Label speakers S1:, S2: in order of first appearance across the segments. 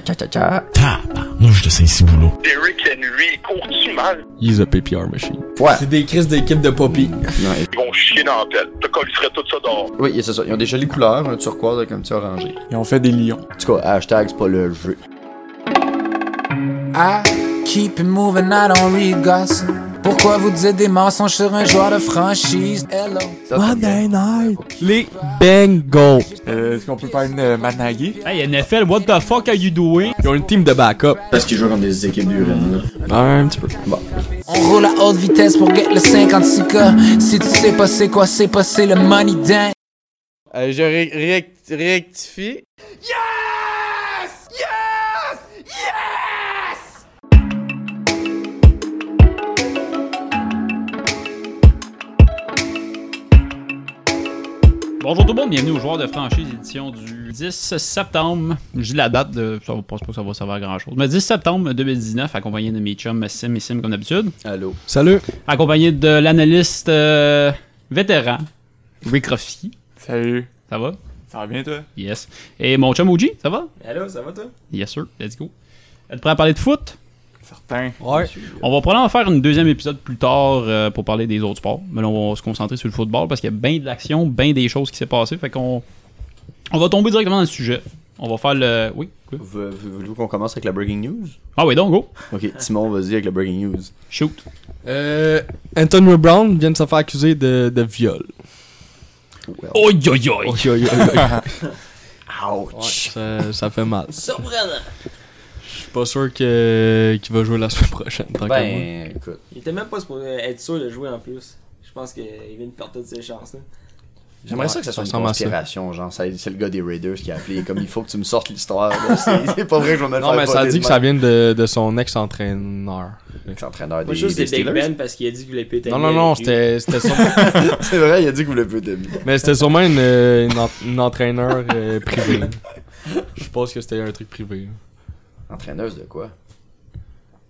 S1: Tabarnouche de Saint-Ciboulot.
S2: Derrick Henry, il court du mal.
S3: He's a PPR machine.
S4: Ouais.
S5: C'est des crises d'équipe de Poppy.
S4: Ouais.
S2: Ils vont chier dans la pelle. T'as collé tout ça dehors.
S4: Oui, c'est ça. Ils ont des jolies couleurs, un turquoise avec un petit orangé.
S5: Ils ont fait des lions.
S4: En tout cas, hashtag, c'est pas le jeu.
S6: I keep it moving, I don't read gossip. Pourquoi vous dites des mensonges sur un joueur de franchise? Hello.
S4: Ça, ça vient.
S3: night. Les Bengals.
S5: Euh, Est-ce qu'on peut parler de Managui?
S7: Hey, NFL, what the fuck are you doing?
S3: Ils ont une team de backup.
S4: Parce qu'ils jouent contre des équipes d'urine, là.
S3: Un petit peu.
S6: On roule à haute vitesse pour get le 56K. Si tu sais pas c'est quoi, c'est pas c'est le money dang.
S8: Euh, je ré- réact- réactifie.
S7: Bonjour tout le monde, bienvenue aux joueurs de franchise édition du 10 septembre. Je dis la date, de, ça ne pense pas que ça va servir à grand chose. Mais 10 septembre 2019, accompagné de mes chums Sim et Sim comme d'habitude.
S4: Allô.
S3: Salut.
S7: Accompagné de l'analyste euh, vétéran, Rick Ruffy.
S5: Salut.
S7: Ça va?
S5: Ça va bien, toi?
S7: Yes. Et mon chum OG, ça va?
S5: Hello, ça va, toi?
S7: Yes sir, let's go. Êtes prêt à parler de foot?
S5: Certain.
S3: Ouais.
S7: On va probablement faire une deuxième épisode plus tard euh, pour parler des autres sports. Mais là, on va se concentrer sur le football parce qu'il y a bien de l'action, bien des choses qui s'est passé. Fait qu'on on va tomber directement dans le sujet. On va faire le. Oui? quoi?
S4: Vous- vous- Voulez-vous qu'on commence avec la breaking news?
S7: Ah oui, donc go!
S4: Ok, Timon, vas-y avec la breaking news.
S7: Shoot!
S3: Euh, Antonio Brown vient de se faire accuser de, de viol.
S7: Oh yo yo!
S3: Ouais, ça, ça fait mal. Surprenant. Je suis pas sûr que- qu'il va jouer la semaine prochaine. tant qu'à moi.
S4: Ben, écoute.
S9: Il était même pas supposé être sûr de jouer en plus. Je pense qu'il vient de perdre toutes ses chances. Là.
S4: J'aimerais ça que ça soit une
S3: ressemble à ça.
S4: conspiration, genre c'est c'est le gars des Raiders qui a appelé comme il faut que tu me sortes l'histoire. là. C'est c'est pas vrai que je vais me le
S3: Non,
S4: faire
S3: mais ça
S4: porter
S3: dit
S4: de
S3: que ça
S4: même.
S3: vient de, de son ex-entraîneur.
S4: L'ex-entraîneur des,
S9: Moi, je
S4: des
S9: sais que c'est Big
S4: Steelers.
S9: Ben parce qu'il a dit qu'il voulait péter.
S3: Non, non, non, c'était c'était sûrement,
S4: C'est vrai, il a dit que vous le peu de Ben.
S3: mais c'était sûrement une, euh, une, en- une entraîneur euh, privée. Je pense que c'était un truc privé.
S4: Entraîneuse de quoi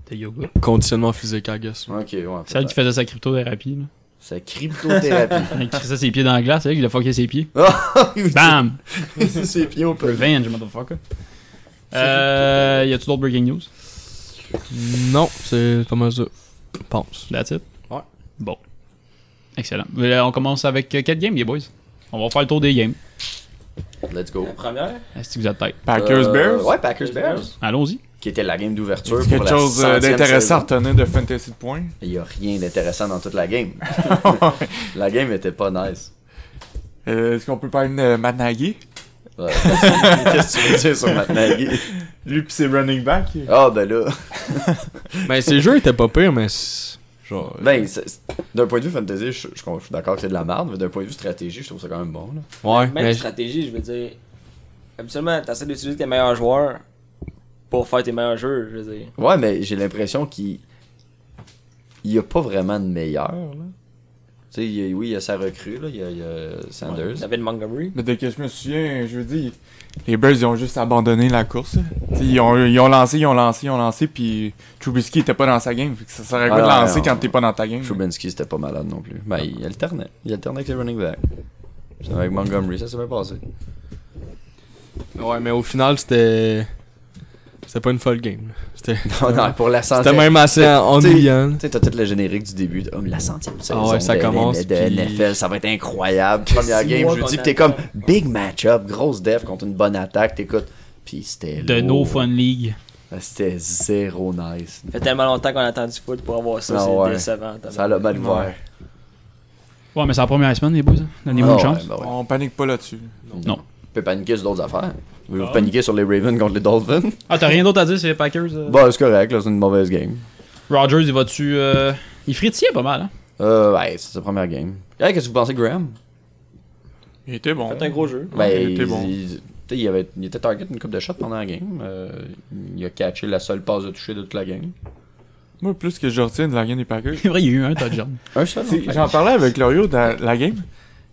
S7: T'es yoga.
S3: Conditionnement physique, I guess.
S4: Ok, ouais.
S7: Celle
S4: peut-être.
S7: qui faisait sa cryptothérapie. Là.
S4: C'est cryptothérapie.
S7: Elle crissait ses pieds dans la glace, c'est vrai qu'il a fucké ses pieds. Bam!
S4: C'est pieds au peu.
S7: Revenge, motherfucker. Euh, y a-tu d'autres breaking news?
S3: Non, c'est pas mal ça. Je pense.
S7: That's it?
S3: Ouais.
S7: Bon. Excellent. Mais, euh, On commence avec 4 games, les boys. On va faire le tour des games.
S4: Let's go.
S9: La première,
S7: Est-ce que vous êtes tête?
S5: Packers
S4: Euh,
S5: Bears?
S4: Ouais, Packers Bears.
S7: Allons-y.
S4: Qui était la game d'ouverture pour
S5: Quelque
S4: la
S5: chose euh,
S4: centième
S5: d'intéressant à
S4: saison.
S5: retenir de fantasy de points?
S4: Il y a rien d'intéressant dans toute la game. la game était pas nice.
S5: Euh, Est-ce qu'on peut parler de Managui?
S4: Ouais, Qu'est-ce que tu veux dire sur Matt Nagy?
S5: Lui pis ses running back.
S4: Ah, ben là.
S3: Mais ces jeux étaient pas pires, mais. c'est- Genre.
S4: Ben, c'est- c'est- d'un point de vue fantasy, je, je- je suis d'accord que c'est de la merde, mais d'un point de vue stratégie, je trouve ça quand même bon. Là.
S3: ouais,
S9: même
S3: mais.
S9: stratégie, je veux dire. Habituellement, t'essaies d'utiliser tes meilleurs joueurs pour faire tes meilleurs jeux, je veux dire.
S4: Ouais, mais j'ai l'impression qu'il n'y a pas vraiment de meilleur. là. Tu sais, il y a- oui, il y a sa recrue, là, il y a, il y a Sanders.
S9: David Montgomery.
S5: Mais dès que je me souviens, je veux dire, les Bears, ils ont juste abandonné la course. T'sais, Ils ont, ils ont lancé, ils ont lancé, ils ont lancé, puis Trubisky était pas dans sa game. Fait que ça sert à quoi
S4: Ah,
S5: de lancer
S4: non.
S5: quand t'es pas dans ta game?
S4: Trubinsky, c'était pas malade non plus. Ben, il alternait. Il alternait avec les running backs. J'étais avec Montgomery, ça s'est bien passé.
S3: Ouais, mais au final, c'était. C'était pas une folle game. là. C'était
S4: Non, non, pour la santé.
S3: c'était même assez ennuyant.
S4: Tu sais, t'as tout le générique du début. de, Oh, la centième saison
S3: Ah ouais, ça
S4: de-
S3: commence,
S4: de, de
S3: puis-
S4: NFL, ça va être incroyable. Première
S9: Six
S4: game,
S9: mois
S4: je vous dis
S9: qu'on
S4: que t'es comme
S9: attend.
S4: big match-up, grosse def contre une bonne attaque, t'écoutes. Puis c'était lourd.
S7: The
S4: Ah,
S7: No Fun League.
S4: C'était zéro nice.
S9: Ça fait tellement longtemps qu'on attend du foot pour avoir ça,
S4: Ah,
S9: c'est
S4: ouais.
S9: décevant. t'as
S4: Ça l'a mal ouvert.
S7: Ouais, mais c'est la première semaine, les boys. hein. Donnez-moi
S4: Ah
S7: une
S4: ouais,
S7: chance.
S4: ben ouais.
S5: On panique pas là-dessus.
S4: On peut paniquer sur d'autres affaires. Vous
S7: Ah.
S4: vous paniquer sur les Ravens contre les Dolphins?
S7: Ah, t'as rien d'autre à dire sur les Packers? euh?
S4: Bah, c'est correct, là, c'est une mauvaise game.
S7: Rodgers, il va-tu. euh, Il frétillait pas mal, hein?
S4: Euh, ouais, c'est sa première game. Hey, qu'est-ce que vous pensez, Graham?
S5: Il était bon.
S9: fait un gros jeu.
S4: Ben,
S5: il était
S4: il,
S5: bon.
S4: il- tu sais, il avait, il était target une coupe de shot pendant la game. Euh, il a catché la seule passe de toucher de toute la game.
S5: Moi, plus que je retiens de la game des Packers.
S7: C'est vrai, il y a eu un touchdown.
S4: Un seul.
S5: T'sais, J'en parlais avec Lorio dans la game.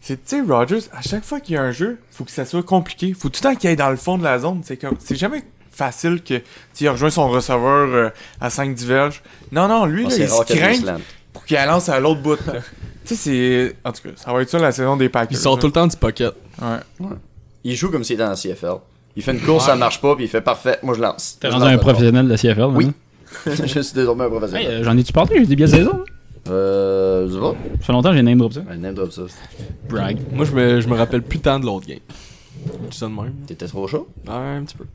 S5: C'est, tu sais, Rogers, à chaque fois qu'il y a un jeu, faut que ça soit compliqué. Faut tout le temps qu'il aille dans le fond de la zone. C'est comme, c'est jamais facile que, tu sais, il rejoint son receveur euh, à 5 diverges. Non, non, lui,
S4: Oh,
S5: là,
S4: c'est
S5: il se
S4: rare qu'il y ait des
S5: craint
S4: slants.
S5: pour qu'il la lance à l'autre bout. là. tu sais, c'est. En tout cas, ça va être ça la saison des Packers.
S3: Il sort tout le temps du pocket.
S5: Ouais.
S4: Il joue comme s'il était dans la CFL. Il Il fait une course, ça marche pas, puis il fait parfait. Moi, je lance.
S7: T'es
S4: Je
S7: rendu
S4: lance
S7: un
S4: la balle.
S7: professionnel de la CFL,
S4: Oui.
S7: maintenant.
S4: je suis désormais un
S7: hein? Hey,
S4: professionnel.
S7: euh, j'en ai-tu parlé? J'ai des billets de saison. hein?
S4: Euh, je sais pas.
S7: Ça fait longtemps que j'ai name drop ça.
S4: Un name drop ça.
S7: Brag.
S3: Moi, je me, je me rappelle plus tant de l'autre game. Tu ça de même?
S4: T'étais trop chaud.
S3: Ouais, un petit peu.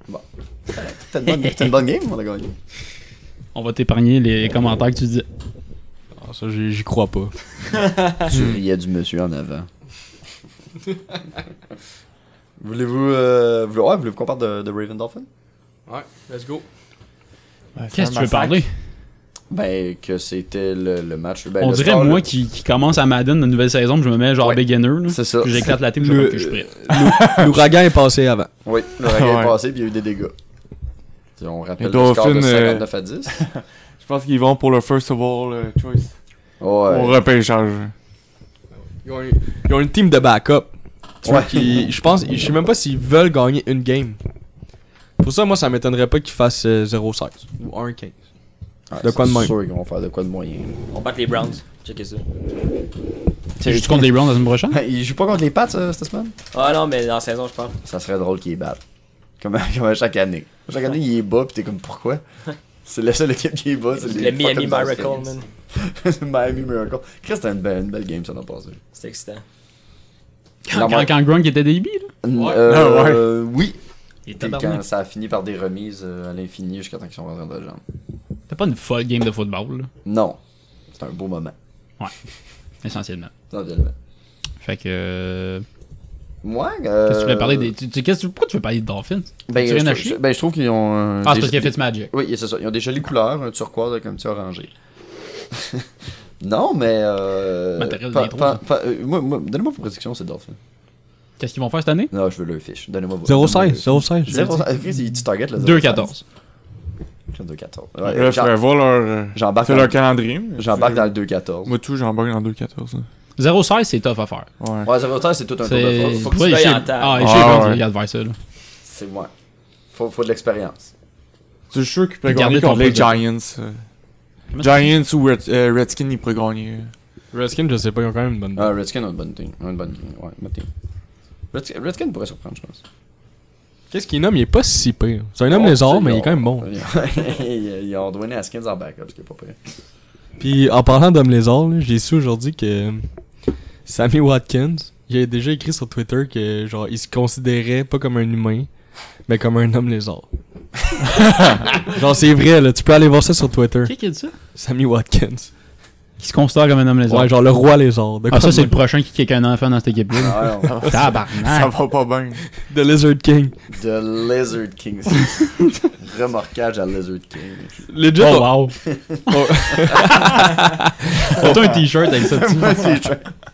S4: T'as une, bonne- t'as une bonne game, on a gagné.
S7: On va t'épargner les commentaires que tu dis.
S3: Ah, ça, j'y j'y crois pas.
S4: Tu riais du monsieur en avant. Voulez-vous euh, voulez, ouais, voulez-vous qu'on parle de, de Raven Dolphin?
S3: Ouais, let's go.
S7: Qu'est-ce que tu veux parler?
S4: Ben, que c'était le, le match. Ben,
S7: On
S4: le
S7: dirait,
S4: score,
S7: moi,
S4: là.
S7: qui, qui commence à Madden une nouvelle saison, puis je me mets genre
S4: Ouais.
S7: beginner, là.
S4: C'est ça.
S7: Puis J'éclate la team, je
S3: Le-
S7: sais pas que je suis prêt.
S3: L'ouragan est passé avant.
S4: Oui, le racket
S5: Ouais.
S4: est passé, puis il y a eu des dégâts. Tu sais, On rappelle
S5: Les
S4: le score de
S5: Dolphins, euh,
S4: 59 à 10.
S5: Je pense qu'ils vont pour le first of all euh, choice. Au
S4: Ouais.
S5: repêchage.
S3: Ils ont, une- ils ont une team de backup. Tu vois,
S4: Ouais.
S3: qui- je pense, je sais même pas s'ils veulent gagner une game. Pour ça, moi, ça m'étonnerait pas qu'ils fassent euh, 0-16 ou 1-15. De quoi de
S4: C'est
S3: même?
S4: sûr qu'ils vont faire de quoi de moyen.
S9: On bat les Browns. Checkez ça.
S7: Tu joues contre les Browns la semaine prochaine?
S4: Ils jouent Ben, pas contre les Pats euh, cette semaine?
S9: Ah non, mais dans la saison, je parle.
S4: Ça serait drôle qu'ils les battent. Comme, comme à chaque année. Chaque année, il est bas, puis t'es comme pourquoi? C'est la seule équipe qui est bas. c'est les
S9: Le Miami
S4: fucking
S9: Miracle,
S4: Dolphins.
S9: man.
S4: Miami Miracle. Chris, c'était une belle, une belle game, ça, l'an passé.
S9: C'est excitant.
S7: Quand, quand, quand Gronk était DB, là.
S4: Euh, Oui.
S7: Il était
S4: Puis
S7: Ah tabarnak.
S4: Quand ça a fini par des remises euh, à l'infini jusqu'à temps qu'ils sont rentrés dans la jambe.
S7: C'était pas une folle game de football, là.
S4: Non. C'est un beau moment.
S7: Essentiellement.
S4: Éventuellement.
S7: Fait que. euh,
S4: Moi, euh,
S7: Qu'est-ce que tu voulais parler des. Tu, tu- qu'est-ce que- pourquoi tu veux parler des Dolphins?
S4: ben,
S7: tu
S4: je,
S7: rien à
S4: trouve-
S7: chier?
S4: ben, je trouve qu'ils ont. euh,
S7: Ah, c'est
S4: des-
S7: parce qu'il a fait Magic.
S4: Oui, c'est ça. Ils ont des jolies couleurs, un turquoise avec un petit orangé. non, mais. Euh,
S7: Matériel
S4: pa-
S7: d'intro,
S4: pa-
S7: ça.
S4: pa- euh, moi- moi- Donnez-moi vos prédictions, c'est Dolphin.
S7: Qu'est-ce qu'ils vont faire cette année?
S4: Non, je veux le fiche. Donnez-moi vos.
S3: 0-16, 0-16.
S4: 0-16. Tu target le
S7: 2-14.
S4: 2-14.
S5: Là,
S4: Ouais,
S5: je ferais
S4: j'en-
S5: voir leur. euh,
S4: J'embarque
S5: C'est
S4: dans,
S5: leur calendrier. mais
S4: j'embarque
S5: je-
S4: dans le 2-14.
S5: Moi, tout, j'embarque dans le 2-14. là.
S7: 0-16, c'est tough à faire.
S5: Ouais.
S4: Ouais, 0-16, c'est tout un tour de
S7: C'est.
S4: force. Faut-
S9: que
S7: Ouais,
S9: tu
S7: il
S9: veilles
S7: chie-
S9: en temps.
S7: Ah, il
S5: Ah,
S7: chie, Gronk,
S5: ouais.
S7: il regarde vers ça, là.
S4: C'est moi. Faut, faut de l'expérience.
S5: Tu es sûr qu'ils pourraient
S7: Gardez
S5: gagner
S7: ton
S5: contre les
S7: poste de-
S5: Giants. euh.
S7: Comment ça
S5: Giants ou Red- euh, Redskins, ils pourraient gagner.
S3: Redskins, je sais pas, ils ont quand même une bonne.
S4: Ah, Redskins ont une bonne team. Ont une bonne team. Ouais, une bonne team. Redskins, Redskins pourrait surprendre, je pense.
S3: Qu'est-ce qu'il nomme Il est pas si pire. C'est un homme
S4: Oh,
S3: lézard,
S4: c'est-
S3: mais il est
S4: on-
S3: quand même bon.
S4: ils ont donné Haskins en backup, ce qui est pas pire.
S3: Puis en parlant d'homme lézard, là, j'ai su aujourd'hui que Sammy Watkins, il a déjà écrit sur Twitter que genre il se considérait pas comme un humain, mais comme un homme lézard. genre c'est vrai là, tu peux aller voir ça sur Twitter.
S7: Qui qui a dit ça?
S3: Sammy Watkins.
S7: Qui se considère comme un homme lézard.
S3: Ouais, genre le roi lézard. De
S7: Ah, ça,
S3: quoi-
S7: c'est le prochain qui kick un enfant dans cette équipe-là.
S4: Ah, non.
S5: Ça
S7: Tabarnak.
S5: va pas bien.
S3: The Lizard King.
S4: The Lizard King. Remorquage à Lizard King.
S3: Legit,
S7: Oh, wow. T'as un t-shirt avec ça dessus.
S4: Moi, c'est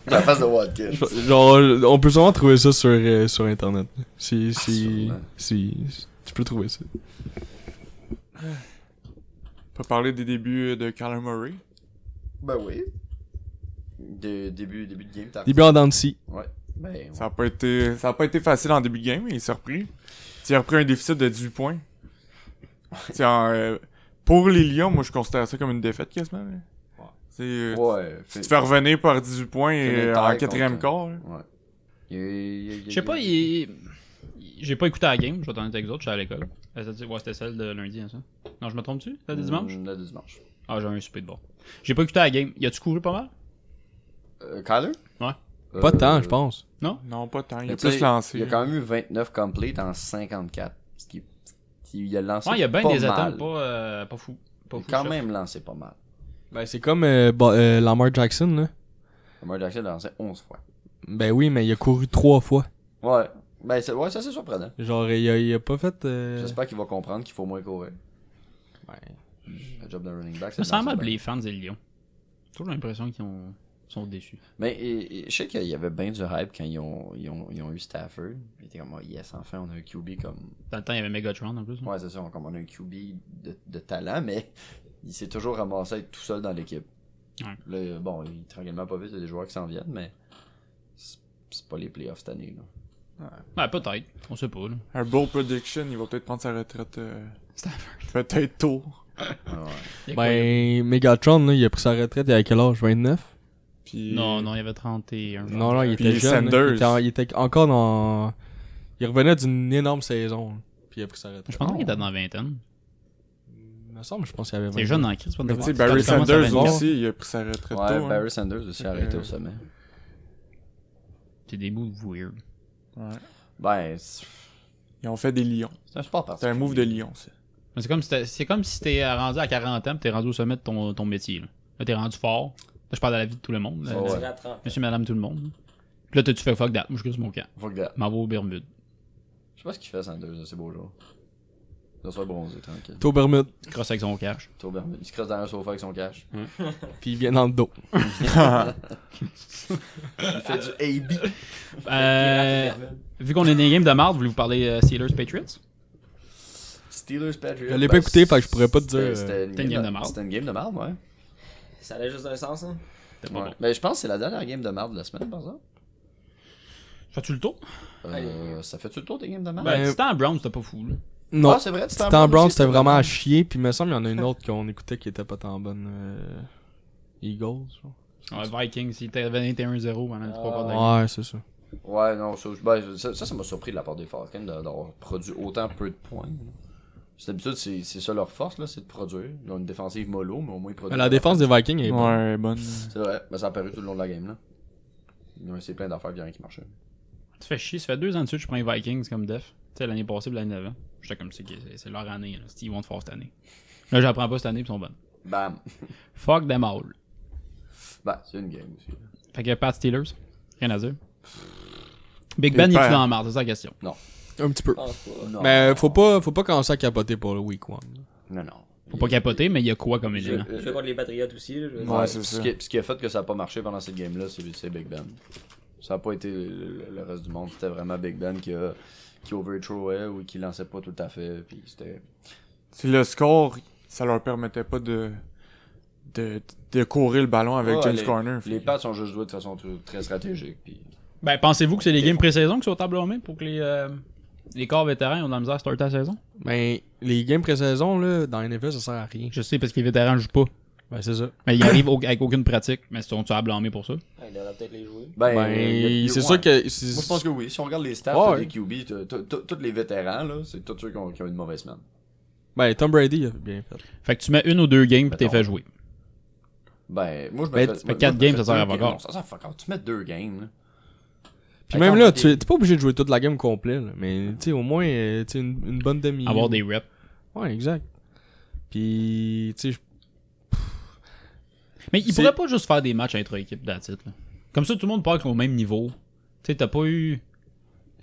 S4: La face de Watkins.
S3: on- genre on peut sûrement trouver ça sur, euh, sur internet. Si
S7: Ah,
S3: si,
S4: sûrement.
S3: si tu peux trouver ça.
S5: On peut parler des débuts euh, de Kyler Murray.
S4: Ben oui. De, début, début de game, t'as
S3: Début en dents de scie.
S4: Ouais. Ben,
S5: Ça a pas été, ça a pas été facile en début de game, mais il s'est repris. Il a repris un déficit de 18 points. T'sais, en, euh, pour les Lions, moi, je considère ça comme une défaite, quasiment. là. C'est, euh,
S4: ouais.
S5: Tu
S4: fait-
S5: te fais revenir par 18 points
S4: Finit
S5: euh,
S4: tard
S5: en
S4: contre-
S5: quatrième quart. là.
S4: Ouais. Il y a- il y a- il y a-
S7: Je sais pas, il... il- j'ai pas écouté la game, je vais t'en être avec vous autres, j'étais à l'école. Euh, c'était- Ouais, c'était celle de lundi, hein, ça. Non, je me trompe-tu? Celle de dimanche?
S4: Mm, Le du dimanche.
S7: Ah, j'ai un souper de bord. J'ai pas écouté la game. Y a-tu couru pas mal?
S4: Euh, Kyler?
S7: Ouais.
S4: Euh,
S3: Pas tant, je pense.
S5: Non, pas tant. Il
S4: mais
S5: a
S4: tu sais,
S5: plus lancé.
S4: Il a quand même eu 29 complete en 54. Ce qui, ce qui- il a lancé
S7: Ouais, y a bien
S4: pas
S7: des
S4: mal.
S7: attentes, pas, euh, pas fou. Pas
S4: Il a
S7: fou,
S4: quand
S7: chef.
S4: même lancé pas mal.
S3: Ben c'est comme euh, Ba- euh, Lamar Jackson là.
S4: Lamar Jackson a lancé 11 fois.
S3: Ben oui, mais il a couru trois fois.
S4: Ouais. Ben, c'est- ouais, ça c'est surprenant.
S3: Genre, il a, il a pas fait. euh,
S4: J'espère qu'il va comprendre qu'il faut moins courir.
S3: Ouais.
S4: Le job d'un running back,
S7: Ça
S4: c'est
S7: me
S4: de lancer
S7: semble mal
S4: le
S7: pour les fans des Lions. J'ai Toujours l'impression qu'ils ont- sont déçus.
S4: Mais et- et je sais qu'il y avait bien du hype quand ils ont, ils ont, ils ont eu Stafford. Ils étaient comme, oh, yes, enfin, on a un QB comme.
S7: Dans le temps, il y avait Megatron en plus.
S4: Ouais, c'est ça, on, comme on a un QB de, de talent, mais il s'est toujours ramassé à être tout seul dans l'équipe.
S7: Ouais.
S4: Là, bon, il, tranquillement, pas vite, il y a des joueurs qui s'en viennent, mais c'est c'est pas les playoffs cette année. Là.
S7: Ouais, Ben, peut-être. On sait pas, là.
S5: Un bold prediction, il va peut-être prendre sa retraite euh,
S7: Stafford.
S5: peut-être tôt.
S4: Ah ouais.
S7: Il y a quoi, là?
S3: Ben, Megatron, là, il a pris sa retraite il y a quel âge 29
S5: Puis,
S7: Non, non, il y avait 31. genre.
S3: Non, non, il
S5: Puis
S3: était jeune. là.
S5: Sanders.
S3: Il était, en- il était encore dans. Il revenait d'une énorme saison. là. Puis il a pris sa retraite.
S7: Je pense qu'il était dans la vingtaine.
S3: Il me semble, je pense qu'il avait
S7: C'est
S3: 20.
S7: jeune dans la crise, pas de
S5: Mais tu sais,
S7: Quand
S5: Barry
S7: tu commences à
S5: Sanders
S7: 24,
S5: aussi, il a pris sa retraite
S4: Ouais,
S5: tôt. hein.
S4: Barry Sanders aussi a arrêté au sommet.
S7: C'est des moves weird.
S4: Ben, c'est
S5: Ils ont fait des lions.
S4: c'est un sport
S5: C'est un
S4: particulier.
S5: move de lion, ça.
S7: Mais C'est comme si t'es- c'est comme si t'es rendu à 40 ans, pis t'es rendu au sommet de ton, ton métier. Là, Là, t'es rendu fort. Là, je parle de la vie de tout le monde. là.
S4: Ouais, ouais.
S9: Tiré à 30.
S7: Monsieur, madame, tout le monde. Puis là, t'as-tu fait fuck that? Moi, je crie sur mon camp.
S4: Faut que de-
S7: M'en vais aux Bermudes.
S4: Je sais pas ce qu'il fait Sanders de ses beaux jours. Il doit se faire bronzer, tranquille.
S3: Tôt Bermude.
S7: Cross avec son cash.
S4: Tôt Bermude. Il se crosse dans un sofa avec son cash.
S3: Puis il vient dans le dos.
S4: Il fait du AB.
S7: Euh, vu qu'on est dans les games de marde, voulez-vous parler euh, Steelers Patriots?
S4: Steelers Patriots. Ben,
S3: Je l'ai pas écouté, fait que je pourrais pas te dire,
S4: c'était-
S3: euh,
S4: C'était
S7: c'était une game de marde.
S4: C'était une game de marde, ouais.
S9: Ça allait juste d'un sens, hein.
S7: C'était pas
S4: ouais.
S7: bon.
S4: Mais je pense que c'est la dernière game de marde de la semaine, par exemple.
S7: Fais-tu le tour?
S4: Euh, ça fait-tu le tour des games de marde?
S7: Ben, Titan Brown, c'était pas fou, là.
S3: Non.
S4: Ah, c'est vrai,
S3: C'était en Brown,
S4: aussi,
S3: c'était vraiment à chier. Puis il me semble qu'il y en a une autre qu'on écoutait qui était pas tant bonne. euh, Eagles, genre.
S7: Ouais, Ah, Vikings, il était 21-0 pendant les trois quarts de la game.
S3: Ouais, c'est ça.
S4: Ouais, non, ça, je- ben, ça, ça, ça m'a surpris de la part des Falcons de- d'avoir produit autant peu de points. là. Parce que D'habitude, c'est c'est ça leur force, là, c'est de produire. Ils ont une défensive mollo, mais au moins ils produisent.
S3: Mais la défense des Vikings est bonne.
S5: Ouais, bonne.
S4: C'est vrai, mais ça a apparu tout le long de la game, là. Ils ont essayé plein d'affaires, il y a rien qui marchait.
S7: Tu fais chier, ça fait deux ans de suite que je prends les Vikings comme def. Tu sais, l'année passée, puis l'année d'avant. J'étais comme, c'est c'est- c'est leur année, là. Ils vont te faire cette année. Là, j'apprends pas cette année, pis ils sont bonnes.
S4: Bam!
S7: Fuck them all.
S4: Bah, c'est une game aussi. là.
S7: Fait que Pat Steelers, rien à dire. Big
S5: T'es
S7: Ben, il est
S5: père.
S7: dans la marde, c'est ça la question.
S3: Un petit
S4: Ah.
S3: peu.
S9: Je pense pas.
S4: Non,
S3: Mais faut pas, faut pas commencer à capoter pour le week one.
S4: non, non.
S7: Faut pas hein. capoter, mais il y a quoi comme
S4: Je-
S7: élément?
S9: Je vais contre les Patriotes aussi, là. je veux dire.
S5: Ouais,
S4: Ouais,
S5: c'est
S4: ce
S5: ça.
S4: Qui, ce qui a fait que ça a pas marché pendant cette game-là, c'est c'est Big Ben. Ça a pas été le, le- le reste du monde. C'était vraiment Big Ben qui, a, qui overthrowait ou qui lançait pas tout à fait. Puis c'était.
S5: C'est le score, ça leur permettait pas de, de, de courir le ballon avec
S4: Ouais,
S5: James
S4: les-
S5: Conner.
S4: Les pads sont juste joués de façon tr- très stratégique. Puis
S7: Ben, pensez-vous que c'est les games pré-saison qui sont au tableau en main pour que les, euh, les corps vétérans ont de la misère à starter la saison?
S3: Ben, les games pré-saison, là, dans la NFL, ça sert à rien.
S7: Je sais, parce que les vétérans jouent pas.
S3: Ben, c'est ça.
S7: Mais ils arrivent au- avec aucune pratique. Mais sont-tu à blâmer pour ça?
S9: Ah, Il devrait peut-être les jouer.
S4: Ben,
S3: Ben, c'est sûr que. c'est-
S4: Moi, je pense que oui. Si on regarde les stats
S3: Ouais,
S4: des QB, t'as- t'as- t'as- tous les vétérans, là, c'est tous ceux qui ont, qui ont une mauvaise semaine.
S3: Ben, Tom Brady, il a bien fait.
S4: Ben,
S7: Fait que tu mets une ou deux games pis t'es
S4: Mettons.
S7: fait jouer.
S4: Ben, moi, je me
S3: Ben,
S4: fais-
S3: tu
S7: fais
S4: moi,
S7: quatre
S4: je me
S7: games,
S4: fais
S7: ça sert à
S4: deux
S7: fuck
S4: games.
S7: all.
S4: Non, Ça sert à fuck all. Tu mets deux games, là.
S3: Puis
S4: Hey,
S3: même
S4: quand
S3: là,
S4: on
S3: tu
S4: était-
S3: t'es pas obligé de jouer toute la game complète, là, mais tu sais, au moins, euh, tu sais, une, une bonne demi.
S7: Avoir des reps.
S3: Ouais, exact. Puis, tu sais, je-
S7: Mais ils
S3: C'est-
S7: pourraient pas juste faire des matchs intra-équipe d'attitude. Comme ça, tout le monde part au même niveau. Tu sais, t'as pas eu.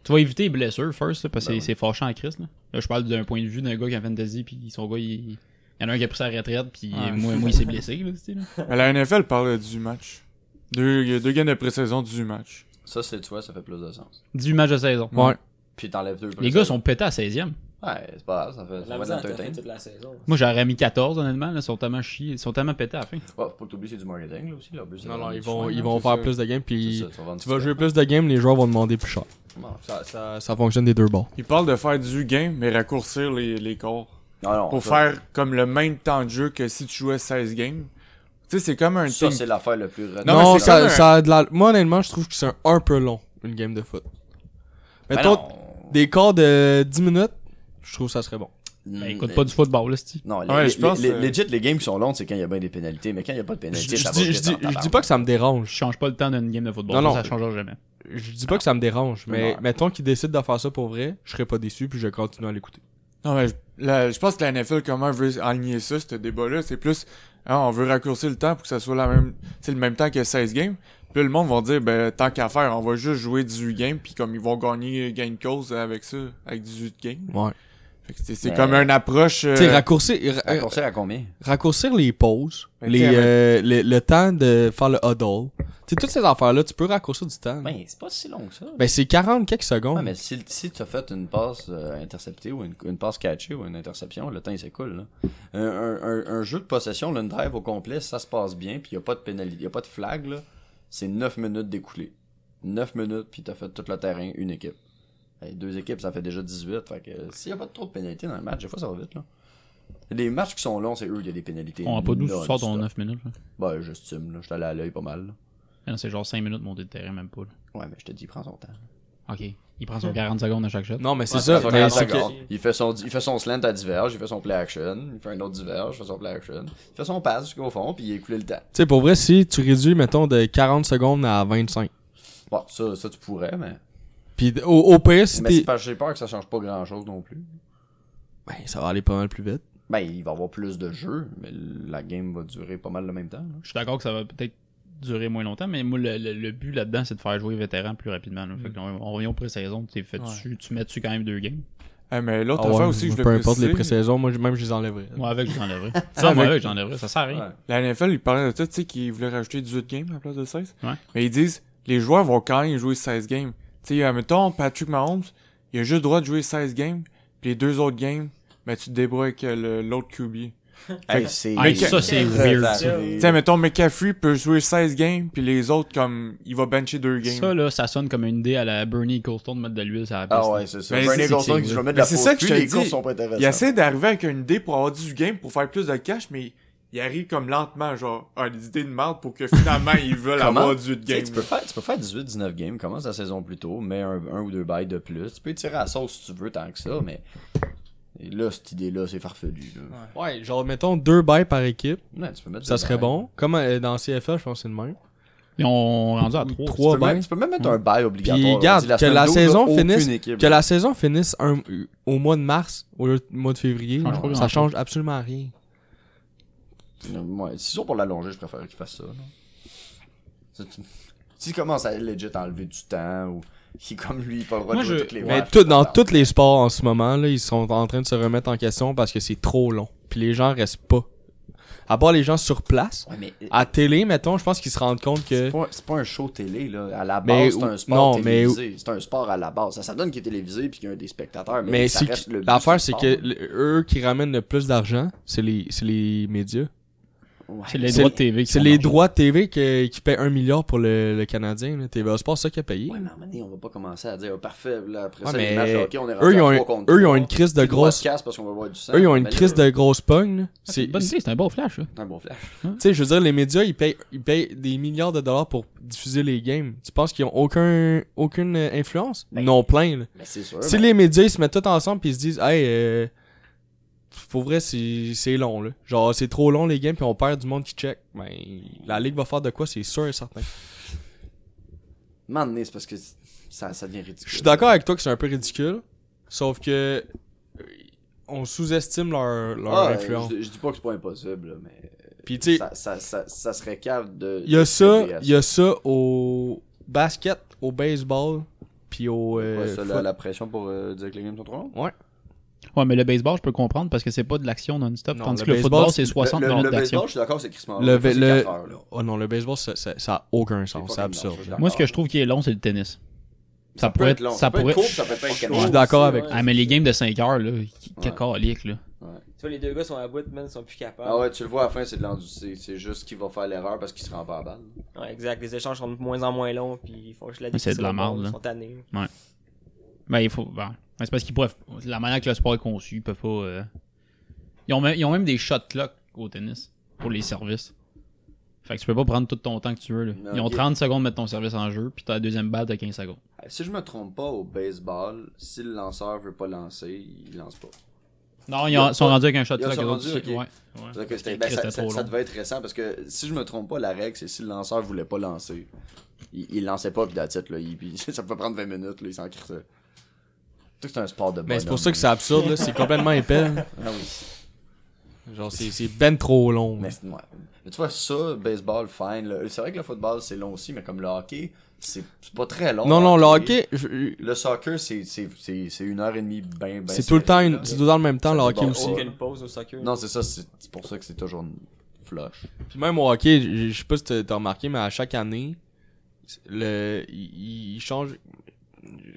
S7: Tu vas éviter les blessures first, là, parce
S3: Ben
S7: que c'est- c'est fâchant à Chris. Là. Là, je parle d'un point de vue d'un gars qui a fantasy, puis son gars, il... il y en a un qui a pris sa retraite, puis
S5: Ouais.
S7: moi, moi, il s'est blessé. Là, tu sais, là.
S5: Mais la NFL parle du match. Deux, il y a deux games de pré-saison du match.
S4: Ça, c'est toi, ça fait plus de sens.
S7: 18 matchs de saison.
S3: Ouais.
S4: Puis t'enlèves deux.
S7: Les gars sont pétés à 16e.
S4: Ouais, c'est pas grave, ça fait. Ça
S9: La
S4: va
S9: misère,
S4: dans
S9: t'as fait
S4: le
S9: toute la saison.
S7: Moi, j'aurais mis 14, honnêtement. Là, ils sont tellement chiés. Ils sont tellement pétés à la
S3: Mm.
S7: fin.
S4: Ouais, faut pas t'oublier, c'est du marketing, là aussi. Leur but, hein, c'est
S3: non,
S4: de
S3: non,
S4: vendre
S3: ils
S4: du
S3: vont,
S4: chemin,
S3: ils
S4: là.
S3: vont
S5: c'est
S3: faire
S5: ça.
S3: plus de games,
S4: C'est
S3: puis
S4: ça, vendre
S3: tu
S4: du
S3: vas
S4: chemin.
S3: jouer plus de games, les joueurs vont demander plus cher.
S4: Bon, ça- ça-
S3: Ça, ça fonctionne des deux bords.
S5: Ils parlent de faire du game, mais raccourcir les, les corps.
S4: Non, non,
S5: Pour
S4: ça-
S5: faire comme le même temps de jeu que si tu jouais 16 games. Tu sais, c'est comme un
S4: Ça,
S5: team.
S4: c'est l'affaire le plus
S5: Non,
S3: Non,
S5: mais c'est
S3: ça,
S5: comme un-
S3: ça a de la... Moi, honnêtement, je trouve que c'est un, un peu long, une game de foot.
S4: Ben
S3: Mettons,
S4: non.
S3: des quarts de 10 minutes, je trouve que ça serait bon.
S7: Ben,
S4: Mm,
S7: écoute pas du football, là, c'ti.
S4: Non, les,
S5: Ouais,
S4: les-
S5: je pense,
S4: les-
S5: euh,
S4: legit, les games qui sont longues, c'est quand il y a bien des pénalités, mais quand il n'y a pas de
S3: Je
S4: pénalités,
S3: je
S4: ça
S3: dis
S4: va
S3: je
S4: vite
S3: dis-
S4: en
S3: je dis
S4: tabarnak.
S3: pas que ça me dérange.
S7: Je change pas le temps d'une game de football.
S3: Non,
S7: ça,
S3: non.
S7: ça changera jamais.
S3: Je dis pas que ça me dérange, mais
S4: Non.
S3: mettons qu'ils décident de faire ça pour vrai, je serais pas déçu puis je continue à l'écouter.
S5: Non, mais je, la- je pense que la NFL, comment elle veut aligner ça, ce débat-là, c'est plus, ah, on veut raccourcir le temps pour que ça soit la même, c'est le même temps que 16 games. Puis là, le monde va dire, ben, tant qu'à faire, on va juste jouer 18 games, puis comme ils vont gagner gain de cause avec ça, avec 18 games.
S3: Ouais.
S5: Fait que c'est- c'est
S4: Mais-
S5: comme une approche. euh,
S3: Tu sais, raccourcir, ra-
S4: Raccourcir à combien
S3: raccourcir les pauses,
S5: Mais
S3: les,
S5: t'sais,
S3: euh, le, le temps de faire le huddle. Tu sais, toutes ces affaires-là, tu peux raccourcir du temps.
S4: Ben, c'est pas si long que ça.
S3: Ben, c'est 40 quelques secondes.
S7: Oh.
S4: Ouais, mais si, si tu as fait une passe euh, interceptée ou une, une passe catchée ou une interception, le temps il s'écoule. là. Un, un- un- un jeu de possession, là, une drive au complet, ça se passe bien, puis il n'y a pas de pénalité, il n'y a pas de flag, là, c'est 9 minutes d'écoulé. 9 minutes, puis tu as fait tout le terrain, une équipe. Hey, deux équipes, ça fait déjà 18. Fait que euh, s'il n'y a pas trop de pénalités dans le match, des fois ça va vite. Là. Les matchs qui sont longs, c'est eux qui ont des pénalités.
S7: On a pas d'où tu
S4: non-stop.
S7: sors ton 9 minutes. là.
S4: Ben, j'estime, là, je suis allé à l'œil pas mal. là.
S7: Ah non, C'est genre 5 minutes monter de terrain, même pas. là.
S4: Ouais, mais je te dis, prends ton temps.
S7: Ok. Il prend son 40 secondes à chaque shot.
S3: Non, mais c'est
S4: Ouais,
S5: Ah,
S3: ça.
S4: son
S5: ben,
S3: mais
S4: 40
S3: c'est que-
S4: secondes. Il fait son il fait son slant à diverge, il fait son play action, il fait un autre diverge, il fait son play action, il fait son pass jusqu'au fond, puis il écoule le temps.
S3: Tu sais, pour vrai, si tu réduis, mettons, de 40 secondes à 25.
S4: Bon, ça, ça tu pourrais, mais.
S3: Puis au, au pire, si
S4: Mais c'est
S3: t'es.
S4: parce que j'ai peur que ça change pas grand chose non plus.
S3: Ben, ça va aller pas mal plus vite.
S4: Ben, il va y avoir plus de jeux, mais la game va durer pas mal le même temps. hein. là.
S7: Je suis d'accord que ça va peut-être durer moins longtemps, mais moi, le, le- le but là-dedans, c'est de faire jouer les vétérans plus rapidement. là. Fait qu'on- on, revient aux pré-saisons, tu fais dessus, tu mets dessus quand même deux games.
S5: Ah, mais l'autre
S3: Ah ouais,
S5: affaire aussi, que je
S3: peu
S5: voulais
S3: importe les
S5: préciser,
S3: pré-saisons, moi, je- même, je les enlèverais.
S7: Moi, avec, j'enlèverais. ça, moi, avec, j'enlèverais. Ça sert à rien.
S4: Ouais.
S5: La NFL, ils parlaient de ça, tu sais, qu'ils voulaient rajouter 18 games à la place de 16.
S7: Ouais.
S5: Mais ils disent, les joueurs vont quand même jouer 16 games. Tu sais, admettons, Patrick Mahomes, il a juste le droit de jouer 16 games, puis les deux autres games, ben, tu te débrouilles avec euh, le- l'autre QB.
S4: Hey, c'est
S7: Hey, ça, c'est weird. ça.
S5: Tu sais, admettons, McCaffrey peut jouer 16 games, puis les autres, comme, il va bencher deux games.
S7: Ça, là, ça sonne comme une idée à la Bernie Colston de mettre de l'huile sur la piste.
S4: Ah ouais, c'est ça.
S5: Mais
S4: Bernie
S5: Ben, c'est-
S4: Gosling
S7: c'est-
S4: qui dit, je vais mettre de
S5: Mais
S4: la
S5: c'est
S4: fausse
S5: ça que je
S4: pub,
S5: te
S4: les courses
S5: dis.
S4: sont pas
S5: Il
S4: intéressantes.
S5: essaie d'arriver avec une idée pour avoir du game, pour faire plus de cash, mais il arrive comme lentement, genre, à une idée de merde pour que finalement, ils veulent
S4: Comment?
S5: avoir 18
S4: Tu sais,
S5: games.
S4: tu peux faire, tu peux faire 18-19 games, commence la saison plus tôt, mets un, un ou deux bails de plus. Tu peux tirer à la sauce si tu veux tant que ça, mais Et là, cette idée-là, c'est farfelu. là.
S3: Ouais, genre, mettons deux bails par équipe,
S4: Ouais, tu peux mettre
S3: ça
S4: des
S3: serait
S4: bails.
S3: bon. Comme euh, dans CFA, je pense que c'est le même.
S7: Ils ont rendu à
S3: Ou
S7: trois.
S3: trois
S4: Tu peux,
S3: bails.
S4: même, tu peux même mettre un bail obligatoire.
S3: Puis
S4: là.
S3: regarde,
S4: Dis,
S3: que
S4: semaine
S3: la
S4: 12,
S3: saison
S4: aucune
S3: finisse-
S4: équipe,
S3: Que
S4: là.
S3: la saison finisse un- au mois de mars au lieu du mois de février,
S7: Change
S3: ça
S7: pas grand-chose.
S3: change absolument rien.
S4: Ouais, c'est sûr pour l'allonger, je préfère qu'il fasse ça. là. C'est- S'il commence à legit enlever du temps ou qui comme lui, il pas le droit
S7: Moi,
S4: de jouer
S7: je-
S4: toutes les
S3: Mais
S4: matchs,
S3: tout, dans
S4: tabarnak.
S3: tous les sports en ce moment, là, ils sont en train de se remettre en question parce que c'est trop long. Puis les gens restent pas. À part les gens sur place,
S4: Ouais, mais
S3: à télé, mettons, je pense qu'ils se rendent compte que.
S4: c'est pas, c'est pas un show télé, là. À la
S3: Mais
S4: base, c'est
S3: où-
S4: un sport
S3: non, mais où-
S4: télévisé. C'est un sport à la base. Ça, ça donne qu'il est télévisé puis qu'il y a des spectateurs. Mais,
S3: Mais
S4: ça
S3: c'est
S4: reste
S3: que-
S4: le but
S3: l'affaire,
S4: du
S3: c'est
S4: sport.
S3: que le- eux qui ramènent le plus d'argent, c'est les, c'est les médias.
S4: Ouais.
S7: C'est les
S3: C'est-
S7: droits de TV. qui
S3: C'est
S7: sont
S3: les
S7: mangés.
S3: droits de TV que- qui paient un milliard pour le, le Canadien. Là, TVA Sport, c'est ça qui a payé.
S4: Ouais, mais à un moment donné, on va pas commencer à dire oh, parfait, là, après
S3: Ouais,
S4: ça,
S3: mais
S4: les matchs de hockey, on est
S3: Eux,
S4: rendu
S3: ils
S4: à
S3: ont,
S4: trois
S3: un-
S4: contre
S3: eux, ils ont
S4: trois.
S3: une crise de
S4: Plus droit
S3: grosse.
S4: casse parce qu'on va voir du sang.
S3: Eux, ils ont une
S4: Mais
S3: crise
S4: là,
S3: de grosse pogne. là.
S7: Ah, C'est
S3: C'est,
S7: une bonne
S3: tu
S7: idée, c'est un bon flash. là.
S4: c'est un bon flash.
S3: sais, je veux dire, les médias, ils payent, ils payent des milliards de dollars pour diffuser les games. Tu penses qu'ils ont aucun, aucune euh, influence?
S4: Ben,
S3: non, plein, là.
S4: Mais c'est sûr.
S3: Si
S4: mais-
S3: les médias, ils se mettent tous ensemble puis ils se disent, hey, euh, pour vrai, c'est c'est long, là. Genre, c'est trop long, les games, puis on perd du monde qui check. Ben, la Ligue va faire de quoi, c'est sûr et certain.
S4: Un moment donné, c'est parce que ça, ça devient ridicule.
S3: Je suis d'accord avec toi que c'est un peu ridicule, sauf que euh, on sous-estime leur, leur
S4: Ah,
S3: influence.
S4: je, je dis pas que c'est pas impossible, là, mais
S3: Puis, tu sais,
S4: ça, ça, ça, ça serait cave de.
S3: il y a
S4: de
S3: ça,
S4: céder à
S3: il y a ça au basket, au baseball, puis au... euh,
S4: Ouais, ça, la,
S3: foot.
S4: la pression pour euh, dire que les games sont trop longs.
S7: Ouais, mais le baseball, je peux comprendre parce que c'est pas de l'action non-stop.
S3: Non,
S7: Tandis
S3: le
S7: que le
S3: baseball,
S7: football, c'est
S4: Le-
S7: 60
S4: le, le,
S7: minutes
S4: baseball,
S7: d'action.
S4: je suis d'accord, c'est crissement.
S3: Le
S4: long,
S3: ba-
S4: ça, c'est
S3: le-
S4: quatre heures, là.
S3: Oh non, le baseball, ça, ça, ça a aucun sens, c'est
S4: fucking long,
S3: absurde.
S4: je suis d'accord.
S7: Moi, ce que je trouve qui est long, c'est le tennis. Ça
S4: peut
S7: pourrait
S4: être long,
S7: être. Ça
S4: peut être
S7: pourrait
S4: court, ça peut pas être
S3: Je suis
S4: canard.
S3: d'accord avec
S7: Ah, mais les games de 5 heures, là,
S4: Ouais.
S7: quel calique, là.
S9: Tu vois, les deux gars sont à bout, man, ils sont plus capables.
S4: Ah ouais, tu le vois à la fin, c'est de l'endurcir. C'est juste qu'il va faire l'erreur parce qu'il se rend pas à balle.
S9: Ouais, exact. Les échanges sont de moins en moins longs, puis ils font juste la
S7: Mais c'est de la
S9: difficile au
S7: merde,
S9: monde,
S7: là.
S9: Ils sont tannés.
S7: Ben, il faut. ben, ben, c'est parce qu'ils peuvent. La manière que le sport est conçu, ils peuvent pas. euh, Ils, ont même, ils ont même des shot clock au tennis pour les services. Fait que tu peux pas prendre tout ton temps que tu veux. Là.
S4: Non,
S7: Ils ont
S4: ok.
S7: 30 secondes de mettre ton service en jeu, puis t'as la deuxième balle de 15 secondes.
S4: Euh, Si je me trompe pas au baseball, si le lanceur veut pas lancer, il lance pas.
S7: Non,
S4: Ils
S7: ils,
S4: ont
S7: ont-
S4: pas-
S7: sont rendus avec un shot
S4: ils
S7: clock.
S4: sont
S7: eux
S4: rendus,
S7: autres, tu sais,
S4: ok.
S7: ouais, ouais.
S4: C'est-à-dire que c'était- ben,
S7: Christ,
S4: ça,
S7: c'était
S4: ça-
S7: trop
S4: ça
S7: long.
S4: devait être récent parce que si je me trompe pas, la règle c'est si le lanceur voulait pas lancer, il, il lançait pas puis that's it, là, il- puis ça peut prendre 20 minutes, là, il s'en crissait. Tu sais que c'est un sport de
S3: Mais Ben, c'est
S4: bonhomme,
S3: pour ça que
S4: là.
S3: c'est absurde, là, c'est complètement épais. là.
S4: Ah oui.
S3: Genre, c'est c'est ben trop long.
S4: Mais,
S3: là.
S4: c'est- ouais. Mais tu vois, ça, baseball, fine. le- C'est vrai que le football c'est long aussi, mais comme le hockey, c'est c'est pas très long.
S3: Non, non, le hockey, je-
S4: Le soccer, c'est c'est- c'est- c'est une heure et demie bien, bien.
S3: c'est tout le temps,
S4: serré,
S3: une-
S4: là.
S3: c'est tout le temps le même temps, le
S4: Ça
S3: hockey
S4: dépend.
S3: aussi.
S4: Ouais.
S9: Il y a une pause au soccer.
S4: Non, c'est ça, c'est c'est pour ça que c'est toujours une flush.
S3: Puis même au hockey, je je sais pas si t'as t'as remarqué, mais à chaque année, le, il, il change.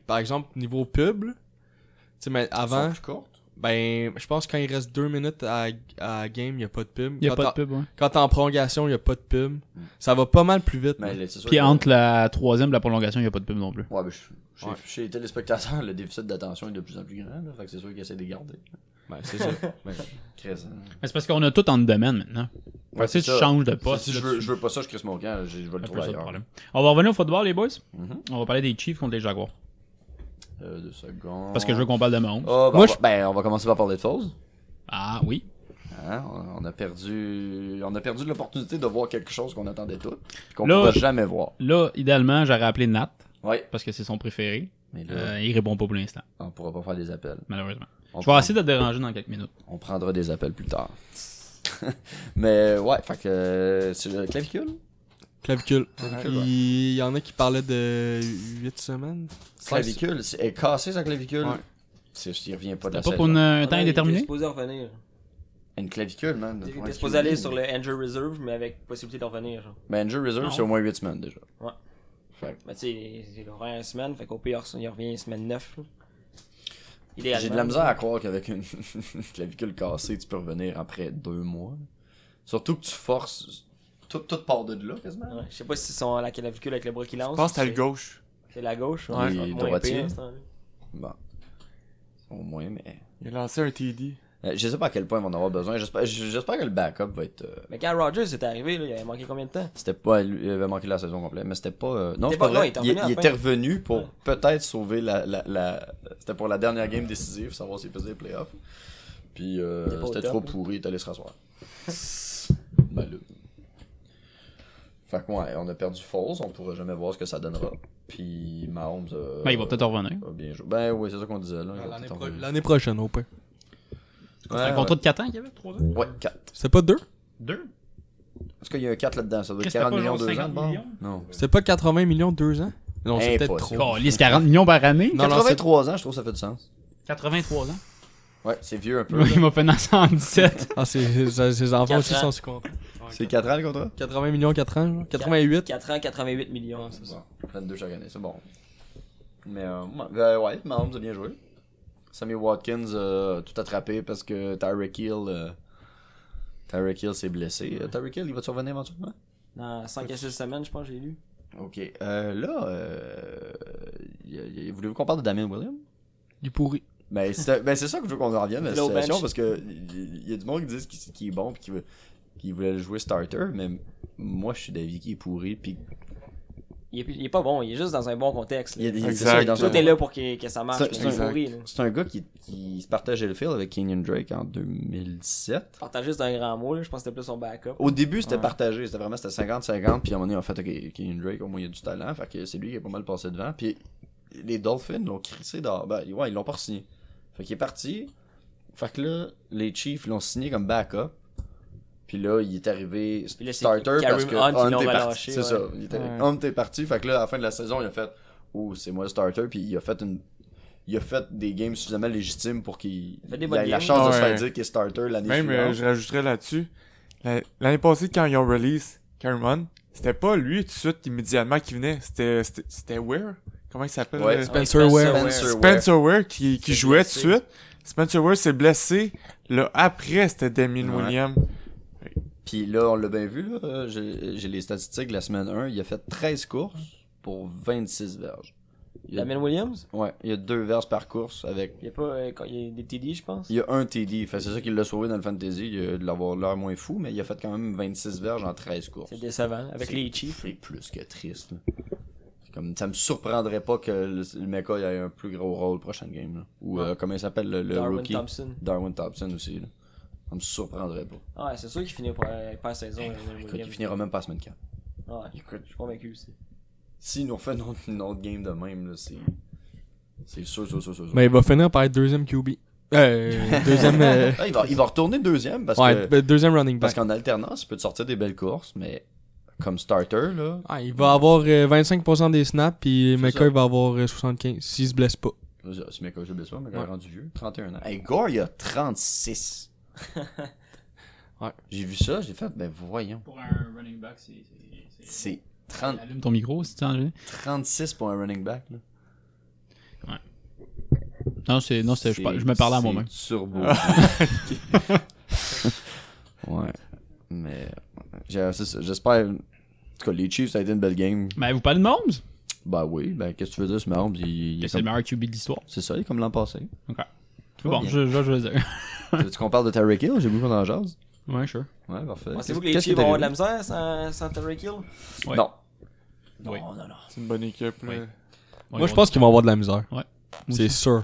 S3: Par exemple, niveau pub, là, tu sais, mais avant,
S4: Ils sont plus courtes.
S3: ben, je pense que quand il reste deux minutes à, à game, il y a pas de pub.
S7: Il y a
S3: quand
S7: pas
S3: t'en-
S7: de pub, ouais.
S3: Quand t'es en prolongation, il y a pas de pub. Ça va pas mal plus vite.
S4: Mais
S3: là.
S4: là, c'est sûr
S7: Puis
S4: que-
S7: entre la troisième et la prolongation, il n'y a pas de pub non plus.
S4: Ouais, ben, je- chez,
S3: Ouais.
S4: chez les téléspectateurs, le déficit d'attention est de plus en plus grand. Là, fait que c'est sûr qu'ils essaient de les garder.
S3: Ben, c'est ça.
S4: Chris, hein.
S7: Mais c'est parce qu'on a tout en domaine maintenant.
S4: Ouais,
S7: si
S4: c'est
S7: tu
S4: ça.
S7: changes de
S4: Si-
S7: poste,
S4: Si je
S7: là,
S4: veux,
S7: tu-
S4: je veux pas ça, je crisse mon camp. Je, je vais le
S7: Un peu
S4: trouver
S7: ça le
S4: ailleurs.
S7: problème. On va revenir au football, les boys.
S4: Mhm.
S7: On va parler des Chiefs contre les Jaguars.
S4: Euh, deux secondes.
S7: Parce que je veux qu'on parle de Mahomes.
S4: Ah, ben,
S3: Moi,
S4: on
S3: je-
S4: va- ben, on va commencer par parler de Foles.
S7: Ah oui.
S4: Hein, On on a perdu, on a perdu l'opportunité de voir quelque chose qu'on attendait tout, qu'on ne
S7: Là-
S4: pourra jamais voir.
S7: Là, idéalement, j'aurais appelé Nat,
S4: Ouais.
S7: parce que c'est son préféré.
S4: Mais là,
S7: Euh, il répond pas pour l'instant,
S4: on pourra pas faire des appels.
S7: malheureusement.
S4: On,
S7: Je vais
S4: prend-
S7: essayer de te déranger dans quelques minutes.
S4: on prendra des appels plus tard. Mais ouais, fait que euh, c'est le clavicule.
S3: Clavicule.
S4: Clavicule, ouais.
S3: Il y en a qui parlaient de 8 semaines.
S4: Clavicule, c'est est cassé sa clavicule.
S3: Ouais.
S4: C'est il revient pas de
S7: T'as
S4: la
S7: pas
S4: saison.
S7: pour une- un temps
S9: Ah non, Il était
S7: indéterminé?
S9: supposé revenir.
S4: Une clavicule, man.
S9: Il
S4: Faut
S9: était
S4: un
S9: supposé aller
S4: QB.
S9: sur le Andrew Reserve, mais avec possibilité de revenir. genre.
S4: Mais Ben, Andrew Reserve,
S7: Non.
S4: c'est au moins 8 semaines déjà.
S9: Mais tu sais, il revient une semaine, fait qu'au pire, il revient une semaine 9.
S4: J'ai de la misère à croire qu'avec une clavicule cassée, tu peux revenir après deux mois. Surtout que tu forces. Tout, tout part de là, quasiment.
S9: Ouais, je sais pas si c'est son- la clavicule avec le bras qui lance.
S5: Je pense que t'as
S9: c'est-
S5: le gauche.
S9: C'est la gauche.
S4: Ouais.
S9: ça va être
S4: Il est
S9: moins
S4: droitier.
S9: pire, ça.
S4: Bon. Au moins, mais.
S5: Il a lancé un TD.
S4: Euh, Je sais pas à quel point ils vont en avoir besoin. J'espère j'espère que le backup va être. euh,
S9: Mais quand Rogers est arrivé, là, il avait manqué combien de temps
S4: C'était pas. Il avait manqué la saison complète, mais c'était pas. euh, Non,
S9: C'était
S4: c'est pas
S9: pas- non,
S4: vrai.
S9: il était
S4: Il,
S9: revenu à la
S4: il
S9: fin.
S4: était revenu pour
S9: Ouais.
S4: peut-être sauver la. la, la... C'était pour la dernière game décisive, savoir s'il faisait les playoffs. Puis euh,
S9: Il était pas au
S4: c'était
S9: top, hein.
S4: trop
S9: là.
S4: pourri, il est allé se rasseoir. ben là. Fait que ouais, on a perdu Falls, on pourra jamais voir ce que ça donnera. Puis Mahomes. euh,
S7: Ben, il va peut-être revenir.
S4: a bien joué. Ben oui, c'est ça qu'on disait là. il va
S3: L'année
S4: peut-être
S3: pro-
S4: revenir.
S3: l'année prochaine, au pire.
S7: C'est un
S4: Ouais,
S7: contrat de 4 ans qu'il y avait 3 ans
S4: ouais. Ouais, 4.
S3: C'était pas 2
S7: 2
S4: Est-ce qu'il y a un 4 là-dedans Ça doit être
S7: Christ,
S4: 40
S7: t'as pas
S4: millions
S7: genre
S4: deux ans.
S7: 50
S4: de bord?
S7: millions?
S4: Non.
S3: C'était pas 80 millions de 2 ans Non, c'est peut-être
S4: Impossible.
S3: trop.
S7: Oh, liste 40 millions par année.
S3: Non, non, c'est-
S4: 83 ans, je trouve que ça fait du sens.
S7: 83 ans.
S4: Ouais, c'est vieux un peu. là.
S7: Il m'a fait dans 117.
S3: Ah, c'est- c'est- ces enfants aussi
S9: Quatre
S3: sont
S9: ans.
S3: sous contrat.
S4: C'est 4 ans le contrat
S3: 80 millions 4 ans, genre. 88.
S9: 4 ans, 88 millions.
S4: Bon, 22 chaque année, c'est bon. Mais euh, ouais, euh, ouais, Mahomes a bien joué. Sammy Watkins euh, a tout attrapé parce que Tyreek Hill. euh, Tyreek Hill s'est blessé. Euh, Tyreek Hill, il va te revenir éventuellement
S9: Dans 5 à 6 semaines, je pense, j'ai lu.
S4: Ok. Euh, là, euh, y a- y a- voulez-vous qu'on parle de Damien Williams
S3: Il est pourri.
S4: Ben, c'est ben, c'est ça que je veux qu'on en revienne à la
S9: Low
S4: situation
S9: bench.
S4: parce que il y a du monde qui dit qu'il qu'il est bon puis qu'il veut- qu'il voulait le jouer starter, mais moi je suis d'avis qu'il est pourri puis
S9: Il est, il est pas bon, il est juste dans un bon contexte. là.
S4: il y a des
S5: Exact.
S4: c'est ça, il est dans
S9: Tout
S4: un-
S9: est là pour que, que ça marche.
S4: C'est-
S9: mais C'est
S5: exact.
S9: pourri. là.
S4: C'est un gars qui, qui se partageait le field avec Kenyon Drake en 2017.
S9: Partager, c'est un grand mot. là. Je pense que c'était plus son backup.
S4: Au début, c'était
S9: Ouais.
S4: partagé, c'était vraiment c'était 50-50, puis à un moment donné, en fait, ok, Kenyon Drake, au moins, il a du talent, fait que c'est lui qui a pas mal passé devant, puis les Dolphins l'ont crissé dehors. Ben, ouais, ils l'ont pas signé. Fait qu'il est parti, fait que là, les Chiefs l'ont signé comme backup, puis là, il est arrivé
S9: Puis là, c'est
S4: starter
S9: Kareem
S4: parce que
S9: Hunt, ils
S4: Hunt
S9: l'ont
S4: est parti.
S9: relâché,
S4: C'est
S9: ouais.
S4: ça, il était-
S5: Ouais.
S4: Hunt est parti, fait que là, à la fin de la saison, il a fait, oh, c'est moi le starter, puis il a fait une. Il a fait des games suffisamment légitimes pour qu'il
S9: fait des
S4: il
S9: bonnes
S4: ait la
S9: games.
S4: chance de se
S5: Ouais.
S4: faire dire qu'il est starter l'année
S5: Même,
S4: suivante.
S5: euh, je rajouterais là-dessus, la- l'année passée, quand ils ont release Cameron, c'était pas lui tout de suite, immédiatement, qui venait. C'était, c'était, c'était Ware? Comment il s'appelle?
S4: Ouais,
S5: euh,
S9: Ouais,
S3: Spencer Ware.
S4: Spencer Ware.
S5: Spencer Ware qui, qui
S9: S'est
S5: jouait tout de
S9: blessé.
S5: suite. Spencer Ware s'est blessé. Là, après, c'était Damien
S4: Ouais.
S5: Williams.
S4: Puis là, on l'a bien vu, là. euh, J'ai j'ai les statistiques la semaine 1. Il a fait 13 courses pour 26 verges. Il y a,
S9: Damien Williams,
S4: ouais, il y a deux verges par course avec.
S9: il y a pas euh, quand- il y a des TD, je pense.
S4: Il y a un TD. Fait que c'est ça qui l'a sauvé dans le fantasy. Il a de l'avoir l'air moins fou, mais il a fait quand même 26 verges en 13 courses.
S9: C'est décevant. Avec
S4: C'est-
S9: les Chiefs.
S4: C'est plus que triste. là. C'est Comme, ça me surprendrait pas que le, le mecha ait un plus gros rôle prochaine game. là. Ou euh, comment il s'appelle le, le
S9: Darwin
S4: rookie
S9: Thompson.
S4: Darwin Thompson aussi. Là. Ça me surprendrait pas.
S9: Ah, ouais, c'est sûr qu'il finit par euh, par la saison. Damien
S4: Écoute, il
S9: Williams.
S4: finira même pas la semaine 4.
S9: Ouais,
S4: Écoute,
S9: je suis convaincu aussi.
S4: S'il nous refait une autre, une autre game de même, là, c'est. C'est sûr, sûr, sûr, sûr. sûr.
S3: Mais il va finir par être deuxième QB. Euh, deuxième. euh,
S4: Ah, il, va, il va retourner deuxième parce
S3: ouais,
S4: que.
S3: ben, deuxième running
S4: Parce
S3: back.
S4: qu'en alternance, il peut te sortir des belles courses, mais comme starter, là.
S3: Ah, il va avoir euh, 25% des snaps, puis
S4: C'est
S3: McCoy
S4: ça.
S3: va avoir euh, 75 s'il se blesse pas.
S4: C'est mec, je blesse pas, mais il est
S3: Ouais.
S4: rendu vieux. 31 ans. Hey, Gore, il a 36.
S3: Ouais.
S4: J'ai vu ça, j'ai fait, ben voyons.
S7: Pour un running back, c'est.
S4: C'est 30
S7: Allume ton micro si tu en veux.
S4: 36 pour un running back, là.
S7: Non, c'est. Non, c'est. Je, par- je me parlais à moi-même.
S4: C'est Turbo. ouais. Mais j'ai- c'est ça, j'espère. En tout cas, les Chiefs, ça a été une belle game.
S7: Mais Ben, vous parlez de Mahomes
S4: Bah oui, ben qu'est-ce que tu veux dire, ce Mahomes il- il, est
S7: C'est le
S4: comme-
S7: meilleur QB de l'histoire.
S4: C'est ça, il est comme l'an passé.
S7: Ok.
S4: Tout va
S7: Bon,
S4: bien.
S7: je, je, je veux dire.
S4: Tu veux qu'on parle de Tyreek Hill J'ai voulu qu'on en jase.
S7: Ouais, sure.
S4: Ouais, parfait. Qu'est-ce-
S9: Pensez-vous que les
S4: qu'est-ce
S9: Chiefs
S4: t'as Euh,
S9: vont avoir
S4: vu?
S9: de la misère sans, sans Tyreek Hill?
S7: Ouais.
S4: Non.
S7: Oui.
S5: C'est une bonne équipe. là.
S7: Oui,
S3: Moi, je
S7: on-
S3: pense qu'il va avoir de la misère.
S7: Ouais.
S3: C'est sûr.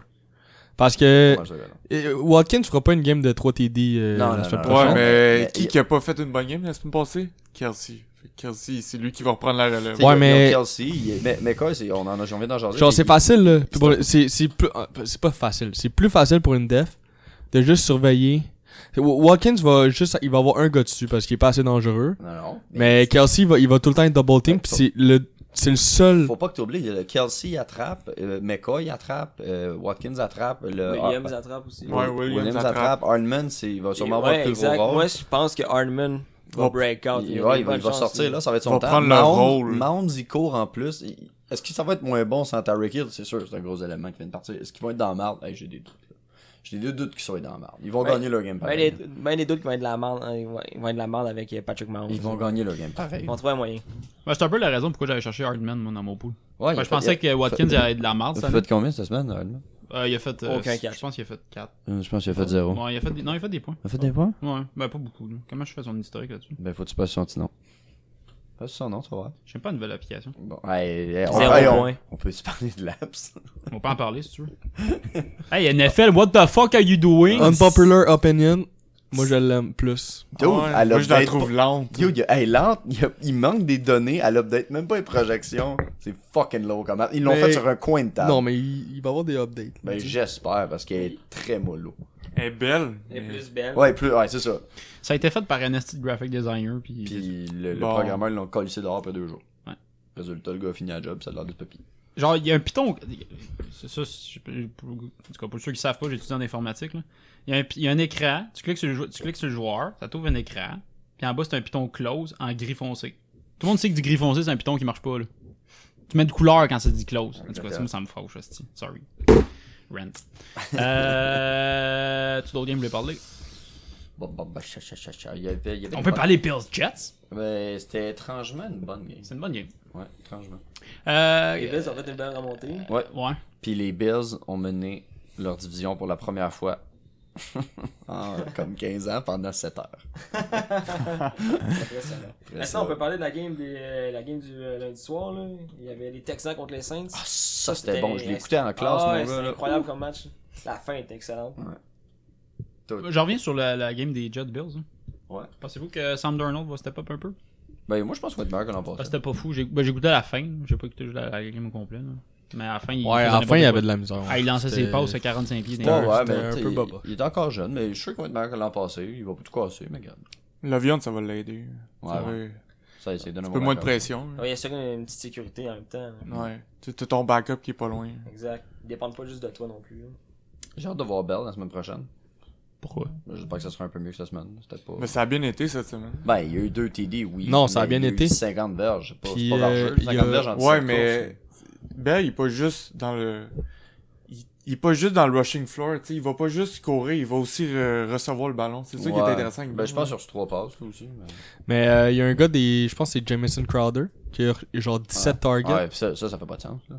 S3: Parce que
S4: Ouais, je dirais non.
S3: euh, Watkins fera pas une game de 3 TD euh,
S4: Non,
S3: la
S4: non,
S3: semaine
S4: non,
S5: Ouais,
S4: non.
S3: prochaine.
S5: mais
S4: Mais
S5: qui
S4: y-
S5: qui a pas fait une bonne game la semaine passée? Kelsey. Fait que Kelsey, c'est lui qui va reprendre la relève.
S4: Tu sais,
S3: Ouais,
S4: ils ont-
S3: mais-
S4: ils ont Kelsey, il est- mais, mais quoi, c'est- on en a, j'en viens d'en jaser.
S3: Genre, c'est
S4: il-
S3: facile, là. Puis pour- C'est c'est plus- euh, c'est pas facile. C'est plus facile pour une def de juste surveiller. Wa- Watkins va juste. Il va avoir un gars dessus parce qu'il est pas assez dangereux.
S4: Non, non.
S3: Mais Kelsey, va, il va tout le temps être double team. Puis c'est le, c'est le seul.
S4: Faut pas que tu oublies, le Kelsey attrape, euh, McCoy attrape, euh, Watkins attrape, le
S9: Williams attrape aussi.
S5: Ouais, Williams,
S4: Williams
S5: attrape.
S4: attrape, Hardman, c'est- il va
S9: Et-
S4: sûrement avoir
S9: ouais,
S4: le plus
S9: exact.
S4: gros
S9: Moi,
S4: rôle.
S9: je pense que Hardman va
S5: Va-
S9: break out.
S4: Il,
S9: a
S4: ouais,
S9: des
S4: il va-
S9: bonnes
S4: il va
S9: chances,
S4: sortir, là, ça va être son
S5: Va
S4: temps.
S5: prendre le
S4: Mound-
S5: rôle.
S4: Mounds, il court en plus. Il- Est-ce que ça va être moins bon sans Tyreek Hill? C'est sûr, c'est un gros élément qui vient de partir. Est-ce qu'ils vont être dans la marde? Hey, J'ai des doutes. là. J'ai des doutes qu'ils soient dans la marde. Ils vont
S9: Ben,
S4: gagner leur game
S9: Ben,
S4: pareil.
S9: les, ben, les doutes qui vont être de la merde, hein, ils vont, ils vont être de la merde avec euh, Patrick Mahomes.
S4: Ils vont gagner leur game pareil.
S9: Ils vont trouver un moyen.
S7: Ben, c'est un peu la raison pourquoi j'avais cherché Hardman moi, dans mon pool.
S4: Ouais,
S7: Ben,
S4: Ah, il
S7: je
S4: fait-
S7: pensais
S4: il-
S7: que Watkins allait être de la marde.
S4: Il
S7: ça.
S4: a fait combien cette semaine, Hardman?
S7: Euh, il a fait. euh,
S9: Aucun
S7: c-
S9: catch.
S7: Je pense qu'il a fait 4.
S4: Euh, Je pense qu'il a fait zéro.
S7: il a fait des... Non, il a fait des points.
S4: Il a fait des points?
S7: Ouais, ben pas beaucoup. là. Comment je fais son historique là-dessus
S4: Ben, faut que tu passes son petit nom. Passe son nom, tu vas voir.
S7: J'aime pas une nouvelle application.
S4: Bon, hey, hey, on,
S9: Zéro
S4: hey, on-
S9: point. Ah
S4: on peut se parler de laps.
S7: On peut en parler si tu veux. hey, NFL, what the fuck are you doing?
S4: Um.
S3: Unpopular opinion. Moi, je l'aime plus.
S4: Dude,
S5: Ouais,
S4: elle
S5: moi, je la
S4: update
S5: trouve
S4: pas-
S5: lente.
S4: Yo, il, y a- hey, lente, il, y a- il manque des données à l'update, même pas les projections. C'est fucking low comme app. Ils l'ont
S3: Mais-
S4: fait sur un coin de table.
S3: Non, mais il, il va avoir des updates.
S4: Ben, j'espère, parce qu'elle est très mollo.
S5: Elle est belle.
S9: Et
S5: mais-
S9: plus belle.
S4: Ouais, plus, ouais, c'est ça.
S7: Ça a été fait par un esti de graphic designer. Puis...
S4: Puis le, le
S5: Bon.
S4: programmeur, ils l'ont collé dehors après deux jours.
S7: Ouais.
S4: Résultat, le gars a fini la job, ça a l'air de papy.
S7: Genre, il y a un Python. C'est ça, c'est- pour- en tout cas, pour ceux qui savent pas, j'étudie en informatique. Là. Il, y a un, il y a un écran, tu cliques, sur le, jou- tu cliques sur le joueur, ça t'ouvre un écran, puis en bas, c'est un Python close en gris foncé. Tout le monde sait que du gris foncé, c'est un Python qui marche pas. Là. Tu mets de couleur quand c'est dit close. En tout cas, ça, me- ça me fauche, hostie. Sorry. Rent. Euh, tu d'autres games, vous voulez parler
S4: Bon, bon, bah, cha, cha, cha, cha. Il y avait, il y avait
S7: On
S4: des
S7: peut
S4: bonnes-
S7: parler Bills Jets.
S4: Mais c'était étrangement une bonne game.
S7: C'est une bonne game.
S4: Ouais, étrangement.
S7: Euh,
S9: Les Bills ont fait une belle remontée.
S4: Ouais.
S7: Ouais.
S4: Puis les Bills ont mené leur division pour la première fois en comme 15 ans pendant 7 heures.
S9: Impressionnant.
S4: Après
S9: Maintenant, on peut parler de la game, des, euh, la game du euh, lundi soir. Là. Il y avait les Texans contre les Saints.
S4: Ah, ça, c'était bon, je l'écoutais en classe,
S9: Ah,
S4: mon
S9: ouais,
S4: gars.
S9: C'est
S4: là.
S9: incroyable comme match. La fin était excellente.
S7: Je reviens sur la, la game des Jets Bills. hein.
S4: Ouais.
S7: Pensez-vous que Sam Darnold va step up un peu
S4: Ben, moi, je pense qu'on va être meilleur que l'an
S7: Ah,
S4: passé.
S7: c'était pas fou. J'ai ben, j'ai goûté à la fin. J'ai pas écouté la, la game au complet. là. Mais à la fin, il.
S3: Ouais,
S7: faisait
S3: à la fin, il y
S7: n'importe
S3: avait
S7: quoi.
S3: de la misère.
S7: Ah, il lançait ses
S3: C'était-
S7: passes à 45 pieds.
S4: Ouais,
S7: dans les airs.
S4: ouais,
S3: c'était
S4: mais
S3: un
S4: tu sais,
S3: peu
S4: il-
S3: baba.
S4: il, est encore jeune, mais je suis sûr qu'on va être meilleur que l'an passé. Il va pas tout casser, mais regarde.
S5: La viande, ça va l'aider.
S4: Ouais,
S5: Ça va-
S4: ouais. Ça, essaie de
S5: Un peu moins de pression. là.
S9: Ouais, il y a sûr une petite sécurité en même temps. là.
S5: Ouais. Tu t'as ton backup qui est pas loin.
S9: Exact. Ils dépendent pas juste de toi non plus. hein. là.
S4: J'ai hâte de voir Bell la semaine prochaine.
S7: Pourquoi
S4: J'espère que ça sera un peu mieux que cette semaine. C'était pas.
S5: Mais ça a bien été cette semaine.
S4: Ben, il y a eu deux TD, oui.
S3: Non, ça a
S4: mais
S3: bien
S4: il y eu
S3: été.
S4: 50 verges. C'est pas, c'est
S3: Puis,
S4: pas
S3: euh,
S4: vergeux,
S3: il y a-
S4: 50 verges en
S5: Ouais,
S4: 17 courses.
S5: mais Bell, il est pas juste dans le. Il, il est pas juste dans le rushing floor, tu sais. Il va pas juste courir, il va aussi re- recevoir le ballon. C'est ça qui est
S4: Ouais.
S5: intéressant. avec
S4: Ben,
S5: Bell.
S4: je
S3: hein.
S4: pense sur ce 3 passes, là aussi. mais-
S3: Mais euh, il y a un gars des. Je pense que c'est Jamison Crowder. Qui a genre 17 targets.
S4: Ouais, pis ça, ça, ça fait pas de sens, là.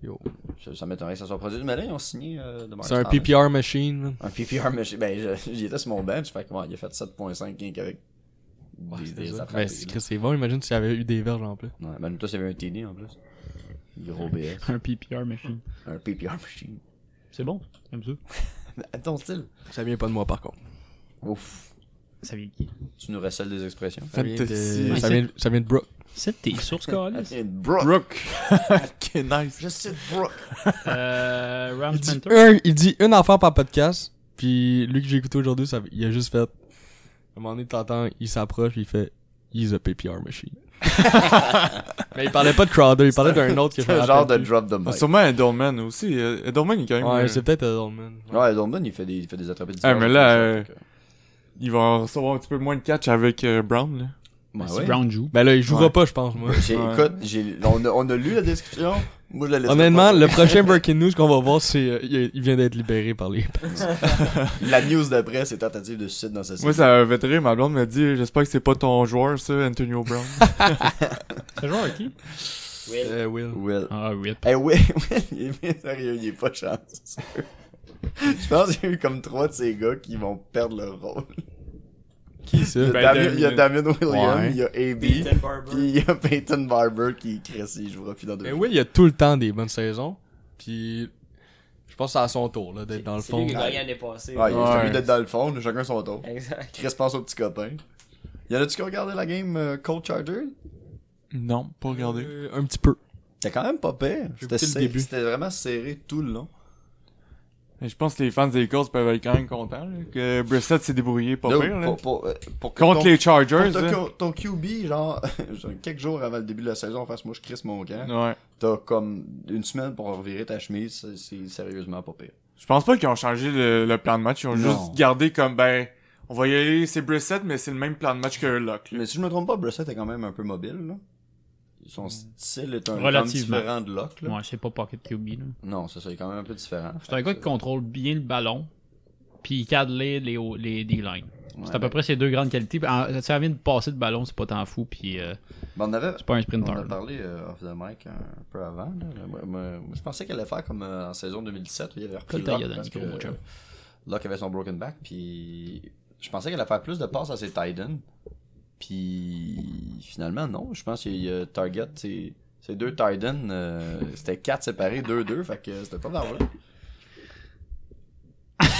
S3: Yo.
S4: Ça, ça m'étonnerait que ça soit produit. Mais là, ils ont signé euh, de
S3: C'est un
S4: Marcus Thomas.
S3: PPR machine. man.
S4: Un PPR, mais j'ai- ben, je- j'y étais sur mon bench. Fait que, ouais, il a fait 7.5 kink avec des, des attrapés,
S3: Ben,
S4: là.
S3: c'est Chris, c'est bon. Imagine s'il y avait eu des verges en plus.
S4: Ouais, ben, toi, il y avait un TD en plus. Gros BS.
S7: Un PPR machine.
S4: Un PPR machine.
S7: C'est bon. J'aime ça.
S4: Attends, style.
S3: Ça vient pas de moi par contre.
S4: Ouf.
S7: Ça vient de qui
S4: Tu nous recèles des expressions.
S3: Ça vient de,
S5: Fantasy.
S3: ça vient, ça vient de Brooke.
S7: C'est tes sources, Carlis.
S4: Et Brooke.
S5: Brooke. Ok, nice.
S4: Je suis Brooke.
S7: euh, Rams
S3: Il dit,
S7: Panther.
S3: un, il dit une affaire par podcast. Puis lui que j'ai écouté aujourd'hui, ça- il a juste fait. À un moment donné, t'entends, il s'approche, il fait. He's a PPR machine. Mais il parlait pas de Crowder, il parlait d'un autre que je me
S4: Un genre de
S3: rappelle plus.
S4: drop de
S5: Ah,
S4: mic.
S5: sûrement Edelman aussi. Euh, Edelman, il est quand même. euh,
S3: Ouais, c'est peut-être Edelman.
S4: Ouais, Dorman, il fait des, il fait des attrapés de
S5: Ah, mais là, euh,
S4: Ouais,
S5: il va recevoir un petit peu moins de catch avec euh, Brown, là.
S7: Si
S4: ouais.
S7: Brown joue.
S3: Ben là, il jouera
S5: Ouais.
S3: pas, je pense, moi.
S4: J'ai-
S5: Ouais.
S4: Écoute, j'ai- on, a, on a lu la description. Moi, je la laisse.
S3: Honnêtement, le prochain breaking news qu'on va voir, c'est euh, il il vient d'être libéré par les.
S4: La news d'après, c'est tentative de suicide dans sa
S5: Moi,
S4: série.
S5: ça avait rire. Ma blonde m'a dit J'espère que c'est pas ton joueur, ça, Antonio Brown.
S7: C'est joueur à qui
S9: Will.
S4: Eh
S3: Euh, Will.
S4: Will.
S7: Ah, RIP.
S4: Eh oui, Will, il est bien sérieux, il est pas chanceux. Je pense qu'il y a eu comme trois de ces gars qui vont perdre leur rôle.
S3: Qui ça?
S4: Il y a
S5: Ben,
S4: Damien- il y a Damien
S3: Ouais.
S4: Williams, il y a
S9: Peyton
S4: AB,
S9: Barber. Eh
S4: puis il y a Peyton Barber qui crée, il jouera plus dans deux
S3: Mais
S4: jours.
S3: Will, il a tout le temps des bonnes saisons. Puis Je pense que c'est à son tour, là, d'être dans le
S9: C'est lui
S3: fond.
S9: qui a gagné l'année passée.
S4: Ouais,
S5: Ouais.
S4: c'est lui d'être dans le fond, là, chacun son tour.
S9: Exact.
S4: Chris passe au petit copain. Y en a-tu qui ont regardé la game euh, Cold Charger?
S5: Non, pas regardé.
S3: Euh, un petit peu.
S4: C'était quand même pas pire. C'était
S3: J'ai écouté le
S4: serré-
S3: début.
S4: C'était vraiment serré tout le long.
S5: Mais Je pense que les fans des Colts peuvent être quand même contents là, que Brissett s'est débrouillé pas
S4: Là,
S5: pire. Là.
S4: pour, pour, euh, pour que
S5: Contre
S4: ton-
S5: les hein. Chargers.
S4: pour
S5: là.
S4: que ton, ton QB, genre, genre, quelques jours avant le début de la saison, fasse moi je crisse mon camp.
S5: hein. Ouais.
S4: T'as comme une semaine pour revirer ta chemise, c'est- c'est sérieusement pas pire.
S5: Je pense pas qu'ils ont changé le, le plan de match. Ils ont
S4: Non.
S5: juste gardé comme, ben, on va y aller, c'est Brissett, mais c'est le même plan de match que Locke. là.
S4: Mais si je me trompe pas, Brissett est quand même un peu mobile, là. Son style est un
S7: Mm. Relativement.
S4: quand même différent de Locke, là.
S7: Ouais, c'est pas Pocket QB. là.
S4: Non, c'est ça, il est quand même un peu différent.
S7: C'est un gars qui contrôle bien le ballon, puis il cadre les, les, hauts- les D-line. C'est à peu près ses deux grandes qualités. Puis, en- Ça vient de passer de ballon, c'est pas tant fou, puis euh,
S4: Ben, on avait,
S7: c'est pas un
S4: on
S7: sprinter.
S4: a
S7: là.
S4: parlé euh, off the mic un peu avant. là. Moi, moi, je pensais qu'elle allait faire comme euh, en saison 2017 où il avait repris
S7: Colle ta
S4: Locke
S7: gueule dans le
S4: parce que
S7: micro, mon chum.
S4: euh, Locke avait son broken back. Puis je pensais qu'elle allait faire plus de passes à ses tight ends. Puis finalement, non. Je pense qu'il y a Target, c'est c'est deux tight ends, euh, c'était quatre séparés, 2-2. Fait que c'était pas mal.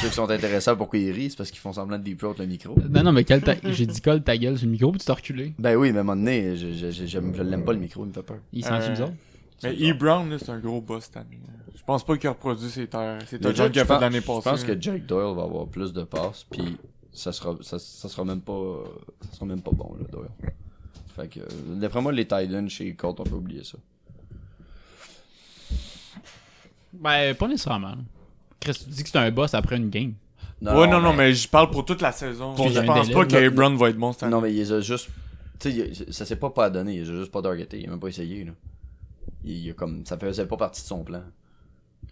S4: Ceux qui sont intéressants pourquoi ils rient, c'est parce qu'ils font semblant de deep throat le micro.
S7: Non, non, mais colle ta- j'ai dit colle ta gueule sur le micro, puis tu t'es reculé.
S4: Ben oui, mais à un moment donné, je, je, je, je- je l'aime pas le micro, il me fait peur.
S7: Il sent
S5: Euh,
S7: bizarre.
S5: Mais E. Brown, là, c'est un gros boss cette année. là. Je pense pas qu'il a reproduit ses terres. C'est un
S4: Le
S5: jeu
S4: Jack-
S5: qu'il a fait
S4: je
S5: de l'année
S4: pense-
S5: passée. hein.
S4: Je pense
S5: là.
S4: que Jake Doyle va avoir plus de passes, puis ça sera, ça, ça sera même pas, ça sera même pas bon là, Doyle. Fait que, euh, d'après moi, les Titans chez Colt, on peut oublier ça.
S7: Ben, pas nécessairement. Chris, tu dis que c'est un boss après une game.
S5: ouais, non, non, mais je parle pour toute la saison.
S7: Pour
S5: je
S7: le
S5: pense
S7: délai.
S5: pas que
S4: Non,
S5: E. Brown va être bon cette année.
S4: Non, mais il les a juste, tu sais, il- ça s'est pas pas donné, il les a juste pas targeté, il a même pas essayé là. Il, il a comme, ça faisait pas partie de son plan.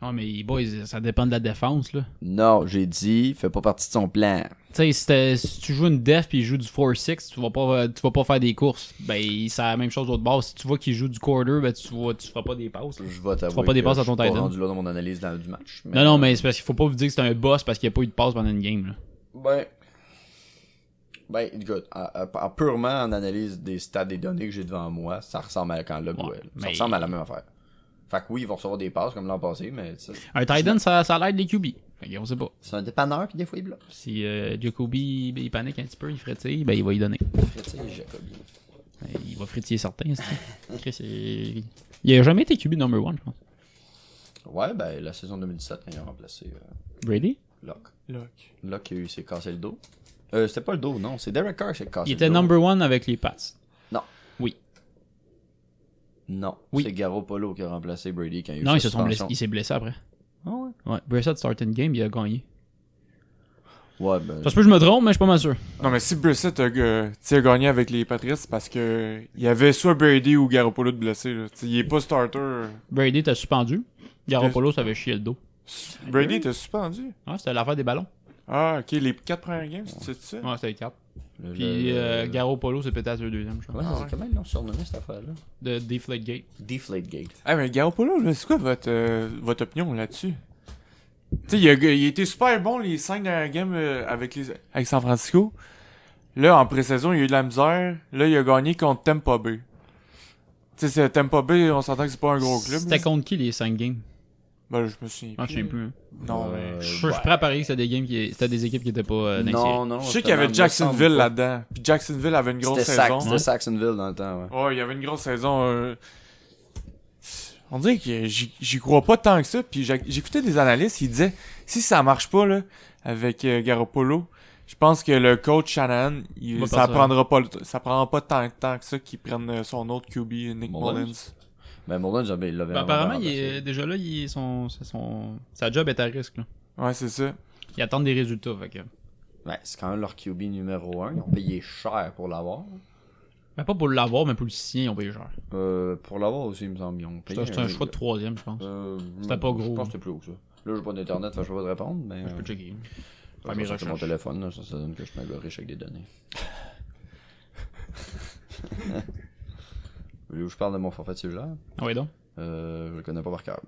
S7: Ah, mais boys, ça dépend de la défense, là.
S4: Non, j'ai dit, fait pas partie de son plan.
S7: Tu sais, si, t'es- si tu joues une def puis il joue du 4-6, tu vas pas tu vas pas faire des courses. Ben, il- c'est la même chose l'autre bord. Si tu vois qu'il joue du quarter, ben tu vois tu feras pas des passes. là.
S4: Je vais t'avouer.
S7: feras pas des
S4: que
S7: passes à
S4: je
S7: ton
S4: suis pas
S7: Titan.
S4: rendu là dans mon analyse dans- du match.
S7: Non non, mais c'est parce qu'il faut pas vous dire que c'est un boss parce qu'il n'y a pas eu de passe pendant une game là.
S4: Ben. Ben, écoute, à- à- à- purement en analyse des stats, des données que j'ai devant moi, ça ressemble à quand Locke
S7: Ouais,
S4: duel. Ça
S7: mais-
S4: ressemble à la même affaire. Fait que oui, ils vont recevoir des passes comme l'an passé, mais ça,
S7: Un tight end, ça ça l'aide les QB. Fait que on sait pas.
S4: c'est un dépanneur, puis des fois, il bloque.
S7: Si euh, Jacoby il panique un petit peu, il frétille, ben il va y donner.
S4: Frétille, Jacobi.
S7: Ben, Il va frétiller certains. c'est- Chris, il... il a jamais été QB number one, je pense.
S4: Ouais, ben, la saison 2017, quand il a remplacé euh,
S7: Brady?
S4: Locke.
S5: Locke.
S4: Locke, il s'est cassé le dos. Euh, c'était pas le dos, non. Ah, C'est Derek Carr qui s'est cassé
S7: Il
S4: le
S7: était
S4: dos.
S7: number one avec les Pats.
S4: Non.
S7: Oui.
S4: Non.
S7: Oui.
S4: C'est Garoppolo qui a remplacé Brady quand il a eu
S7: Non,
S4: sa
S7: il se sont blessés-
S4: suspension.
S7: il s'est blessé après.
S4: Ah ouais? Euh.
S7: Ouais, Brissett start une game, il a gagné.
S4: Ouais, ben.
S7: Ça se peut que je me trompe, mais je suis pas mal sûr.
S5: Non, mais si Brissett a, euh, tu sais, a gagné avec les Patriots, c'est parce que il y avait soit Brady ou Garoppolo de blessé. Là. Tu sais, Il est pas starter.
S7: Brady était suspendu. Garoppolo, ça avait chié le dos.
S5: Brady était suspendu.
S7: Ouais, c'était l'affaire des ballons.
S5: Ah, ok, les quatre premières games, c'est ça?
S7: Ouais, c'était les quatre.
S4: le-
S7: Puis
S4: le-
S7: euh, Ah, Garoppolo s'est pété à le deuxième, je crois.
S4: Comment, comment ils l'ont surnommé cette affaire-là?
S7: De Deflate Gate.
S4: Deflategate.
S5: Ah, mais Garoppolo, là, c'est quoi votre, euh, votre opinion là-dessus? Tu sais, il a, il a été super bon les cinq dernières games euh, avec, les, avec San Francisco. Là, en pré-saison, il a eu de la misère. Là, il a gagné contre Tampa Bay. Tu sais, c'est- Tampa Bay, on s'entend que c'est pas un gros club.
S7: C'était
S5: là.
S7: contre qui les 5 games
S5: Ben, je me souviens
S7: Ah, je sais
S4: Euh,
S7: plus. hein.
S5: Non, mais...
S7: Je suis je suis prêt à parier que c'était des, games qui... c'était des équipes qui étaient pas euh, dans les séries.
S4: Non, non.
S5: Je sais qu'il y avait Jacksonville là-dedans. Puis Jacksonville avait une grosse
S4: C'était
S5: saison. hein.
S4: Sac- c'était Saxonville dans le temps, ouais.
S5: Ouais, il y avait une grosse saison. euh, On dirait que j'y j'y crois pas tant que ça. Puis j'ac- j'écoutais des analystes, ils disaient si ça marche pas là avec euh, Garoppolo, je pense que le coach Shanahan, il-
S7: Va
S5: ça
S7: partir.
S5: prendra pas le t- ça prendra pas tant de temps que ça qu'il prenne euh, son autre QB Nick
S4: Mullins.
S5: Mullins.
S4: Ben, Moulin, il l'avait
S7: Ben,
S4: vraiment
S7: apparemment, il
S4: remplacé.
S7: est- déjà là, il... son... c'est son- sa job est à risque. Là.
S5: Ouais, c'est ça.
S7: Ils attendent des résultats. Fait que...
S4: Ouais, Ben, c'est quand même leur QB numéro 1. Ils ont payé cher pour l'avoir.
S7: Ben, pas pour l'avoir, mais pour le signer, ils ont payé cher.
S4: Euh, pour l'avoir aussi, il me semble. Ils ont payé.
S7: C'était un choix de troisième, je pense.
S4: Euh,
S7: C'était pas
S4: Je
S7: gros.
S4: pense que c'était plus haut que ça. Là, j'ai pas d'internet, fait que je peux pas te répondre, mais.
S7: Je peux checker.
S4: euh,
S7: mes
S4: je vais sur mon
S7: recherches.
S4: téléphone, là, ça, ça donne que je suis un gars riche avec des données. Voulez-vous que je parle de mon forfait de cellulaire?
S7: Ah ouais, donc.
S4: Euh, je le connais pas par cœur.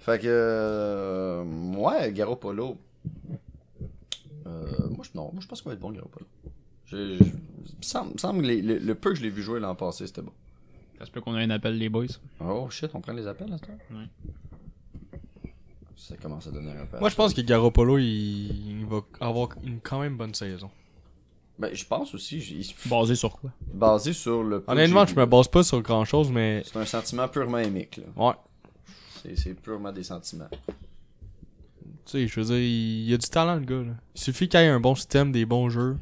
S4: Fait que. euh, ouais, Garoppolo. Euh, moi, je, non, moi, je pense qu'il va être bon, Garoppolo. Je, je- il me semble, il me semble que les- le, le peu que je l'ai vu jouer l'an passé, c'était bon.
S7: Ça se peut qu'on ait un appel, les boys.
S4: Oh shit, on prend les appels à ce temps?
S7: Ouais.
S4: Ça commence à donner un peu.
S3: Moi, je pense que Garoppolo, il, il va avoir une quand même bonne saison.
S4: Ben, je pense aussi, j'ai-
S7: Basé sur quoi
S4: basé sur le. peu que
S3: Honnêtement,
S4: j'ai
S3: je
S4: vu.
S3: me base pas sur grand chose, mais.
S4: C'est un sentiment purement émique, là.
S3: Ouais.
S4: C'est- C'est purement des sentiments.
S3: Tu sais, je veux dire, il, il a du talent, le gars. Là. Il suffit qu'il y ait un bon système, des bons jeux.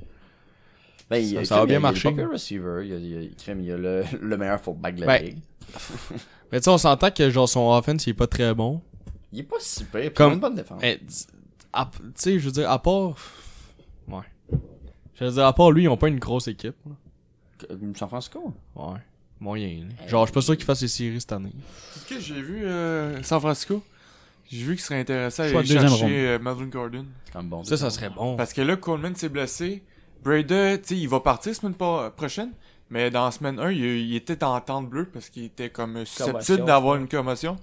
S4: Ben, il,
S3: Ça-
S4: il-
S3: ça a
S4: crème,
S3: bien
S4: il y
S3: marché.
S4: Il y a le receiver, il y a, il y a- il crème, il y a le, le meilleur fullback de la
S3: Ben.
S4: ligue.
S3: Mais tu sais, on s'entend que genre son offense, il est pas très bon.
S4: Il est pas si pire, puis il
S3: Comme- Eh.
S4: a une bonne défense.
S3: Mais, tu à- tu sais, je veux dire, à part. Ouais. Je veux dire, à part lui, ils ont pas une grosse équipe. là.
S4: Euh, San Francisco?
S3: Ouais. Moyen. là. Genre, je suis pas sûr qu'ils fassent les séries cette année.
S5: C'est ce que j'ai vu euh, San Francisco. J'ai vu qu'il serait intéressé à
S7: Choix
S5: aller
S7: de deuxième ronde.
S5: chercher euh, Melvin Gordon.
S4: C'est quand même bon.
S3: Ça, ça serait bon.
S5: Parce que là, Coleman s'est blessé. Brady, tu sais, il va partir semaine pas- prochaine. Mais dans la semaine 1, il, il était en tente bleue parce qu'il était comme susceptible
S9: Commotion.
S5: d'avoir une commotion.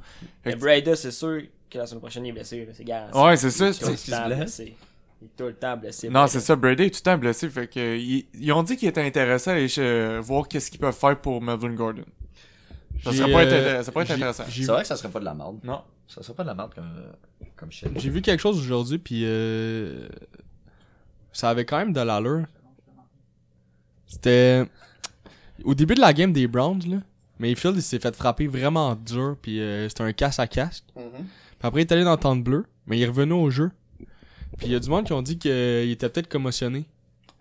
S9: Mais Brady, c'est sûr que la semaine prochaine, il est blessé, là, c'est garanti.
S5: Ouais, c'est ça.
S9: il est tout
S5: tu
S9: le
S5: sais.
S9: temps blessé. Il est tout le temps blessé.
S5: Non, c'est ça. Brady est tout le temps blessé. Fait que, euh, ils, ils ont dit qu'il était intéressé à aller euh, voir qu'est-ce qu'ils peuvent faire pour Melvin Gordon. Ça
S3: J'ai,
S5: serait pas,
S3: euh,
S5: intér- ça pourrait être
S3: j'ai-
S5: intéressant.
S3: j'ai
S4: C'est
S3: vu-
S4: vrai que ça serait pas de la merde.
S5: Non.
S4: Ça serait pas de la merde comme, euh, comme shit.
S3: J'ai vu quelque chose aujourd'hui, puis euh, ça avait quand même de l'allure. C'était au début de la game des Browns, là. Mayfield, il s'est fait frapper vraiment dur, puis euh, c'était un casse à casque. Puis après, il est allé dans le temps de bleu, mais il est revenu au jeu. Puis il y a du monde qui ont dit qu'il était peut-être commotionné.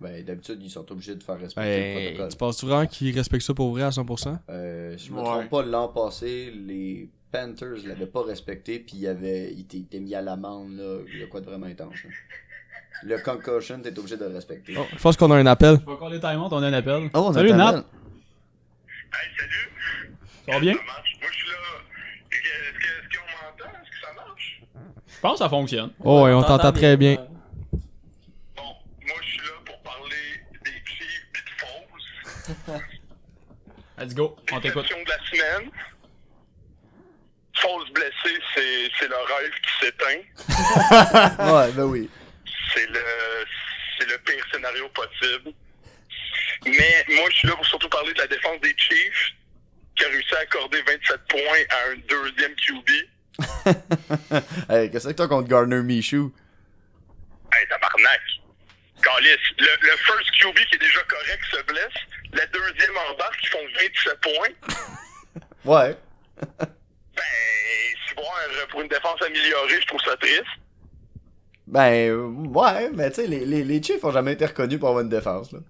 S4: Ben, d'habitude, ils sont obligés de faire respecter le
S3: Ben,
S4: protocole.
S3: tu penses vraiment qu'il respecte ça pour vrai à 100%?
S4: Euh, si je me
S5: Ouais.
S4: trompe pas, l'an passé, les Panthers l'avaient pas respecté, puis il avait, il était- il était mis à l'amende, là. Il y a quoi de vraiment intense, là. Le concussion, t'es obligé de le respecter.
S3: Oh, je pense qu'on a un appel.
S7: Je vais coller timeout, on a un appel.
S4: Oh, on a
S7: Salut
S4: un
S7: Nap,
S4: appel.
S2: Hey, salut!
S7: ça va bien
S2: Ça marche? Moi, je suis là. Est-ce que- est-ce qu'on m'entend? Est-ce que ça marche?
S7: Je pense que ça fonctionne.
S3: Oh, ouais, on t'entend très bien.
S9: hein?
S2: Bon, moi, je suis là pour parler des Chiefs et de Foles.
S7: Let's go, on t'écoute.
S2: Question de la semaine. Foles blessé, c'est c'est le rêve qui s'éteint.
S4: Ouais, ben oui.
S2: c'est le c'est le pire scénario possible. Mais moi, je suis là pour surtout parler de la défense des Chiefs, qui a réussi à accorder 27 points à un deuxième QB. Hey,
S4: Hey, qu'est-ce que t'as contre Garner Michou?
S2: tabarnak! Calice, le, le first QB qui est déjà correct se blesse, le deuxième embarque, ils font 27 points.
S4: Ouais.
S2: Ben, c'est voir, euh, pour une défense améliorée, je trouve ça triste.
S4: Ben, euh, ouais, mais tu sais, les, les, les Chiefs ont jamais été reconnus pour avoir une défense, là.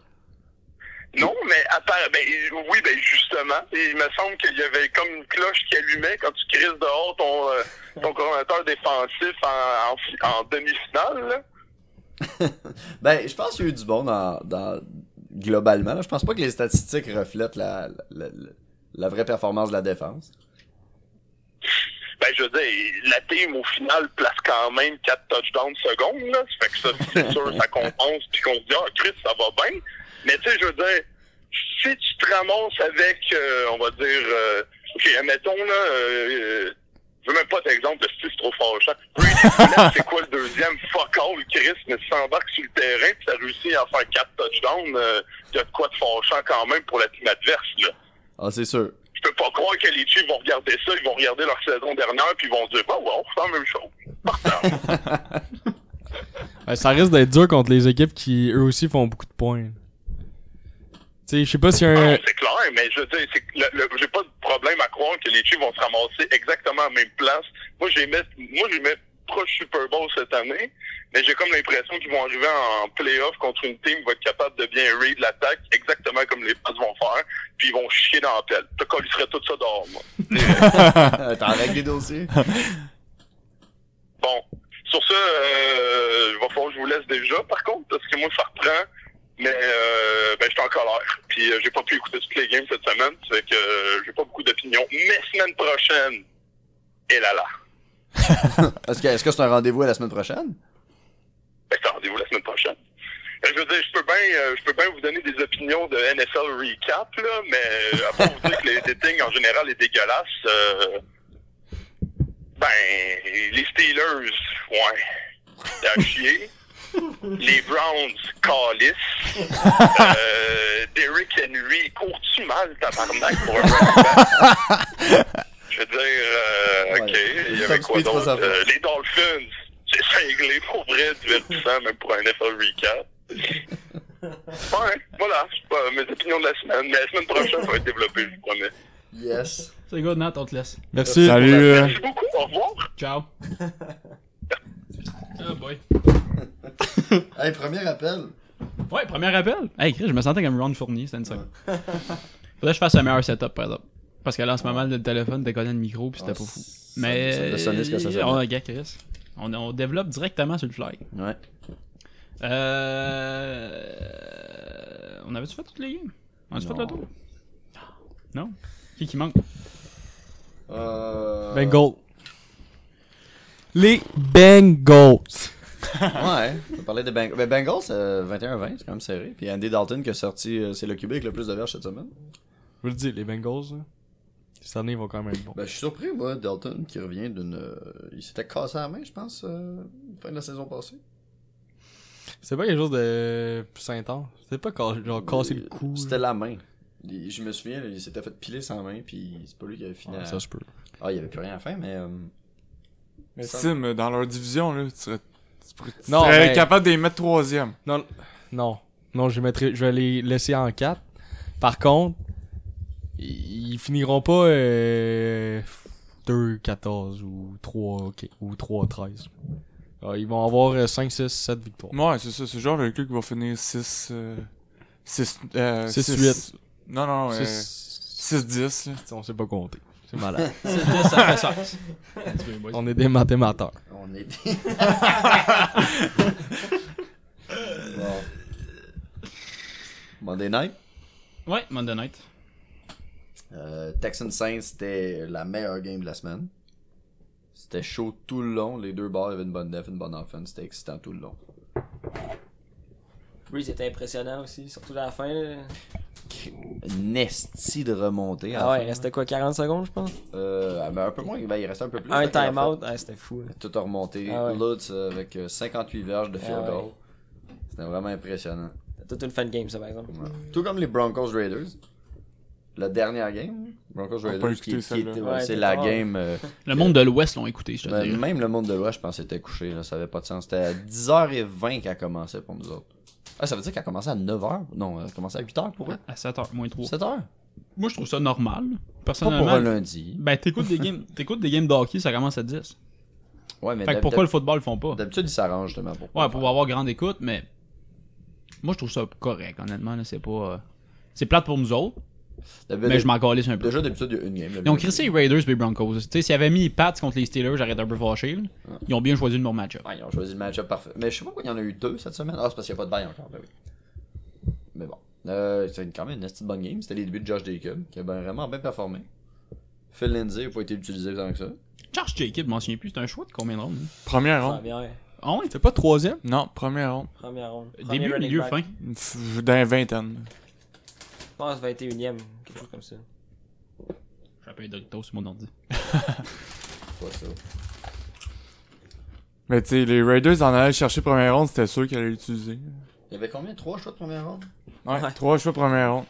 S2: Non, mais à part, ben, euh, oui, ben justement, il me semble qu'il y avait comme une cloche qui allumait quand tu crises dehors ton, euh, ton coordonnateur défensif en, en fi- en demi-finale. là.
S4: Ben, je pense qu'il y a eu du bon dans, dans globalement. là. Je pense pas que les statistiques reflètent la, la, la- la vraie performance de la défense.
S2: Ben, je veux dire, la team, au final, place quand même 4 touchdowns secondes. Là. Ça fait que ça, c'est sûr, ça compense, puis qu'on se dit, ah, Chris, ça va bien. Mais tu sais, je veux dire, si tu te ramasses avec, euh, on va dire, euh, OK, admettons, là, euh, euh, je veux même pas d'exemple de style, c'est trop fâchant. Brady se blesse, c'est quoi le deuxième? Fuck all, Chris, mais il s'embarque sur le terrain, puis ça réussit à faire 4 touchdowns. euh, Il y a de quoi de fâchant quand même pour la team adverse, là
S4: Ah, c'est sûr.
S2: je peux pas croire que les Chiefs vont regarder ça, ils vont regarder leur saison dernière, puis ils vont dire, bah ouais, on fait la même chose. Partant.
S3: Ouais, ça risque d'être dur contre les équipes qui, eux aussi, font beaucoup de points. Tu sais, je sais pas si un...
S2: Non, c'est clair, mais je veux dire, c'est que le- le- j'ai pas de problème à croire que les Chiefs vont se ramasser exactement à la même place. Moi, je les mets, moi, je les mets proche Super Bowl cette année, mais j'ai comme l'impression qu'ils vont arriver en playoff contre une team qui va être capable de bien raid l'attaque, exactement comme les Pats vont faire, puis ils vont chier dans la pelle. T'as collisserais tout ça dehors, moi.
S4: T'en règles les dossiers.
S2: Bon, sur ce, euh, il va falloir que je vous laisse déjà, par contre, parce que moi, ça reprend. Mais euh, ben, j'étais en colère. Puis euh, j'ai pas pu écouter toutes les games cette semaine, ça fait que euh, j'ai pas beaucoup d'opinion. Mais semaine prochaine, et là là.
S4: Est-ce que est-ce que c'est un rendez-vous à la semaine prochaine?
S2: Ben, c'est rendez-vous la semaine prochaine. Euh, Je veux dire, je peux bien, euh, je peux bien vous donner des opinions de NFL recap là, mais euh, à part vous dire que les dating en général est dégueulasse. euh, ben, les Steelers, ouais, c'est à chier. Les Browns, calice. Euh, Derrick Henry, court-tu mal, tabarnak, pour un running back? Je veux dire, euh,
S4: Ouais.
S2: ok, il y
S4: Top
S2: avait quoi
S4: speed, faut
S2: d'autre?
S4: savoir.
S2: Euh, les Dolphins, Dolphins, c'est cinglé pour vrai, divertissant, même pour un NFL recap. Ouais, voilà, c'est pas mes opinions de la semaine, mais la semaine prochaine, ça va être développé, je vous promets.
S4: Yes.
S7: C'est good, Nat, on te laisse.
S3: Merci.
S5: Salut. euh,
S2: Merci beaucoup, au revoir.
S7: Ciao. oh boy.
S4: Hey, premier appel.
S7: Ouais, premier appel. Hey, Chris, je me sentais comme Ron Fournier, c'était une seule. Faudrait que je fasse un meilleur setup, par exemple. Parce que là, en ce moment, le téléphone décollait le micro, puis c'était pas fou. Mais.
S4: Ah, Ça devait sonner ce que ça sonnait.
S7: Oh, gars, Chris. On, on développe directement sur le fly.
S4: Ouais.
S7: Euh. On avait-tu fait toutes les games On a-tu fait
S4: Non.
S7: le tour Non Qui qui manque
S4: Euh...
S3: Bengals. Les Bengals.
S4: Ouais, on parlait de Bengals. Ben Bengals, euh, 21-20, c'est quand même serré. Puis Andy Dalton qui a sorti, euh, c'est le QB avec le plus de verges cette semaine.
S3: Je vous le dis, les Bengals, là, cette année, ils vont quand même être bons.
S4: Ben, je suis surpris, moi, Dalton qui revient d'une. euh, il s'était cassé la main, je pense, euh, fin de la saison passée.
S3: C'est pas quelque chose de plus intense. C'est pas ca- genre casser le cou.
S4: C'était la main. Il- je me souviens, il s'était fait piler sans main, puis c'est pas lui qui avait fini.
S3: Ouais,
S4: à-
S3: ça se peut.
S4: Ah, il y avait plus rien à faire, mais. euh,
S5: Mais Sim, dans leur division, là, tu serais, tu pourrais- tu
S3: Non,
S5: serais
S3: mais-
S5: capable de les mettre troisième.
S3: Non, non, non, je, mettrai, je vais les laisser en 4. Par contre, ils ils finiront pas euh, 2-14 ou 3 ok, ou 3-13. Ah, ils vont avoir 5, 6, 7 victoires.
S5: Ouais, c'est ça, c'est genre le club qui va finir euh, 6. 6.
S3: Six,
S5: 6-8. euh, Non, non, euh,
S3: Six-
S5: 6-10. là.
S3: On sait pas compter. C'est malade.
S7: C'était ça fait sens.
S3: On est des mathémateurs.
S4: on était. bon. Monday night.
S7: Ouais, Monday Night.
S4: Euh, Texans Saints, c'était la meilleure game de la semaine. C'était chaud tout le long. Les deux bars avaient une bonne def, une bonne offense. C'était excitant tout le long.
S9: Breeze était impressionnant aussi, surtout à la fin. là.
S4: Nesti de remontée. à la
S9: Ah ouais,
S4: fin,
S9: il restait quoi, 40 secondes, je pense
S4: Euh, mais un peu moins. Ben, il restait un peu plus.
S9: Un
S4: Fait qu'à la fin,
S9: time-out, ah, c'était fou. là.
S4: Tout a remonté.
S9: Ah ouais.
S4: Lutz euh, avec euh, 58 verges de field
S9: Ah ouais.
S4: goal. C'était vraiment impressionnant.
S9: C'était toute une fan game, ça, par exemple.
S4: Ouais. Tout comme les Broncos Raiders. La dernière game, Broncos
S5: On peut
S4: Raiders,
S5: écouter
S4: qui, qui
S5: celle-là.
S4: était-
S9: Ouais,
S4: c'est
S9: t'es
S4: la
S9: tard.
S4: game. euh,
S7: Le monde de l'Ouest l'ont écouté, je te
S4: ben,
S7: dis.
S4: même le monde de l'Ouest, je pense, était couché. Là, ça avait pas de sens. C'était à 10h20 qu'elle commençait pour nous autres. Ah, ça veut dire qu'elle commençait à 9h Non, elle commençait à 8h pour eux.
S7: À 7h, moins 3.
S4: 7h
S7: Moi, je trouve ça normal.
S4: Pas pour un
S7: Personnellement.
S4: lundi.
S7: Ben, t'écoutes des games, t'écoutes des games de hockey, ça commence à 10.
S4: Ouais, mais
S7: Fait que
S4: d'hab-
S7: pourquoi le football le font pas?
S4: d'habitude, ils s'arrangent justement pour.
S7: Ouais, pour avoir grande écoute, mais moi je trouve ça correct, honnêtement. là, C'est pas. euh, C'est plate pour nous autres,
S4: D'habitude,
S7: mais je m'en calisse un peu.
S4: Déjà, d'habitude, il y a une game.
S7: Ils ont crissé les Raiders et les Broncos. Tu sais, s'ils avaient mis les Pats contre les Steelers, j'aurais été un peu fâché. là. Ils ont bien choisi le bon match-up.
S4: Ouais, ils ont choisi le match-up parfait. Mais je sais pas pourquoi il y en a eu deux cette semaine. Ah, c'est parce qu'il n'y a pas de bail encore. ben oui. Mais bon. Euh, c'était une- quand même une petite bonne game. C'était les débuts de Josh Jacob, qui a ben- vraiment bien performé. Phil Lindsay n'a pas été utilisé tant que ça.
S7: Charles Jacob, je m'en souviens plus, c'était un choix de combien de hein? rondes là?
S5: Première ronde.
S9: Première,
S7: Ah ouais,
S3: C'est pas troisième?
S5: Non, première ronde.
S9: première ronde. Premier
S7: début,
S9: running
S7: milieu,
S9: back.
S7: fin.
S5: Pff, Dans la vingtaine.
S9: Je pense 21ème, quelque chose comme ça.
S7: J'appelle Doritos sur mon ordi.
S4: Pas ça.
S5: Mais tu sais, les Raiders en allaient chercher première ronde, c'était sûr qu'ils allaient l'utiliser.
S4: Il y avait combien Trois choix de première ronde
S5: Ouais,
S9: Ouais.
S5: trois choix première ronde.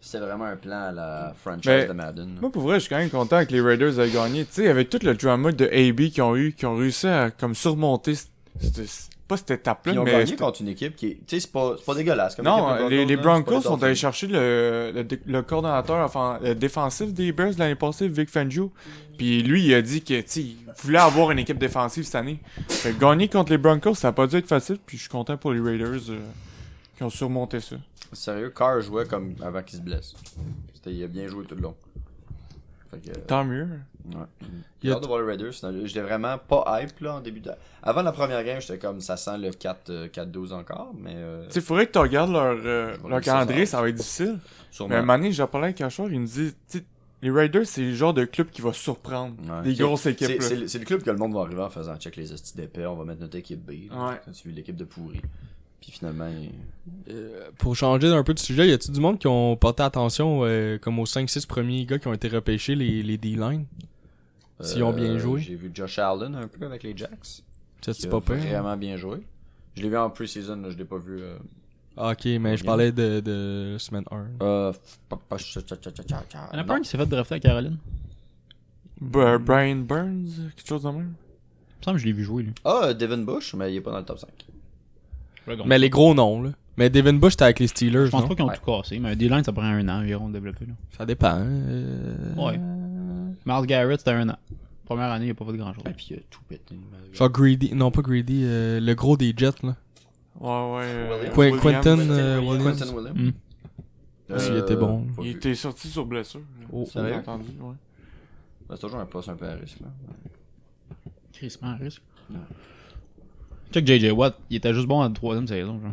S4: C'était vraiment un plan à la franchise
S5: Mais-
S4: de Madden. là.
S5: Moi, pour vrai, je suis quand même content que les Raiders aient gagné. Tu sais, avec tout le drama de AB qu'ils ont eu, qu'ils ont réussi à comme surmonter c- c- c- pas cette étape-là,
S4: Ils ont
S5: mais
S4: gagné
S5: c'était-
S4: contre une équipe qui est. Tu sais, c'est pas, c'est pas dégueulasse. Comme
S5: non,
S4: équipe,
S5: les, les
S4: là, hein.
S5: Broncos
S4: c'est pas
S5: sont
S4: les
S5: allés
S4: Dolphins.
S5: chercher le, le, dé- le coordonnateur enfin, le défensif des Bears l'année passée, Vic Fangio. Puis lui, il a dit que, tu sais, il voulait avoir une équipe défensive cette année. Fait que gagner contre les Broncos, ça a pas dû être facile. Puis je suis content pour les Raiders euh, qui ont surmonté ça.
S4: Sérieux, Carr jouait comme avant qu'il se blesse. C'était- Il a bien joué tout le long. Fait que.
S5: Tant mieux.
S4: Ouais.
S3: Il y
S4: J'ai
S3: a
S4: hâte de voir les Raiders. finalement. J'étais vraiment pas hype là en début de... Avant la première game, j'étais comme ça sent le 4, euh, 4-12 encore, mais euh,
S5: Tu sais, faudrait que tu regardes leur, euh,
S4: Ouais,
S5: leur
S4: ça,
S5: calendrier,
S4: ça-
S5: ça va être difficile.
S4: sûrement.
S5: Mais à un moment donné, j'ai parlé avec un joueur, il me dit, tu sais, les Raiders, c'est le genre de club qui va surprendre
S4: Ouais.
S5: des
S4: C'est-
S5: grosses équipes.
S4: c'est-
S5: là.
S4: C'est le- c'est le club que le monde va arriver en faisant check les hosties d'épais, on va mettre notre équipe B. là.
S5: Ouais.
S4: T'as suivi l'équipe de pourri. Puis finalement, euh, il-
S3: Pour changer un peu de sujet, y a-tu du monde qui ont porté attention euh, comme aux 5-6 premiers gars qui ont été repêchés, les, les D-line? S'ils ont bien joué.
S4: J'ai vu Josh Allen un peu avec les Jacks.
S3: Ça,
S4: qui
S3: c'est
S4: a
S3: pas peur?
S4: vraiment bien joué. Je l'ai vu en pre-season, là, je l'ai pas vu. euh,
S3: Ah, Ok, mais je parlais de, de semaine 1.
S4: euh, pa- pa- cha- cha- cha- cha- cha- cha-
S7: Il y en a
S4: Ah, non.
S7: pas un qui s'est fait drafter à Caroline.
S5: B- Brian Burns, quelque chose de même.
S7: Il me me semble que je l'ai vu jouer, lui.
S4: Ah, Devin Bush, mais il est pas dans le top 5.
S3: Mais les gros noms, là. Mais Devin Bush, t'es avec les Steelers,
S7: je pense
S3: non?
S7: pas qu'ils ont
S4: Ouais.
S7: tout cassé, mais un D-line, ça prend un an environ de développer. Là.
S3: Ça dépend. hein, euh,
S7: Ouais. Miles Garrett, c'était un an. Première année, il n'y a pas fait de grand-chose.
S4: Et Ah, puis il a tout pété. Miles Garrett.
S3: Genre Greedy. Non, pas Greedy. euh, le gros des Jets, là.
S5: Ouais, ouais. euh,
S3: Qu-
S5: Williams,
S3: Quentin
S5: euh,
S3: euh,
S4: Quentin
S3: Williams.
S4: Williams.
S7: Mm.
S4: Ah,
S3: Aussi, il était bon.
S4: pas
S5: Hmm. Il
S4: vu.
S5: était sorti sur blessure. là.
S4: Oh,
S5: On l'a
S4: sérieux?
S5: entendu, ouais.
S4: C'est toujours un poste un peu à risque. là.
S7: Chris risque. Check JJ Watt, il était juste bon à la troisième saison. Genre.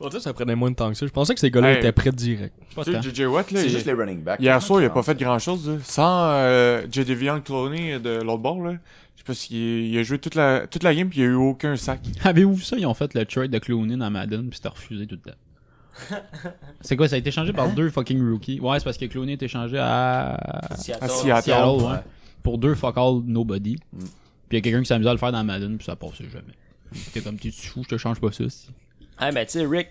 S3: On dirait que ça prenait moins de temps que ça. Je pensais que ces gars-là
S5: Hey.
S3: étaient prêts direct.
S7: Pas
S5: Tu
S7: tant.
S5: sais, JJ Watt, là,
S4: C'est
S5: il-
S4: juste les running backs.
S5: hier soir, il a
S4: Non.
S5: pas fait grand-chose. là. Sans euh, J.D. Vian cloné de l'autre bord, là, je sais pas s'il il a joué toute la, toute la game puis il a eu aucun sac.
S7: Avez-vous vu ça? Ils ont fait le trade de Clooney dans Madden, puis c'était refusé tout le temps. c'est quoi? Ça a été changé
S4: Hein?
S7: par deux fucking rookies. Ouais, c'est parce que Clooney a été changé à
S5: À
S9: Seattle.
S5: Seattle.
S7: Seattle, ouais.
S4: ouais. Mm.
S7: Pour deux fuck all nobody. Puis il y a quelqu'un qui s'amusait à le faire dans Madden, puis ça passait jamais. T'es comme, t'es fou, je te change pas ça. si.
S9: Ah, mais tu sais, Rick,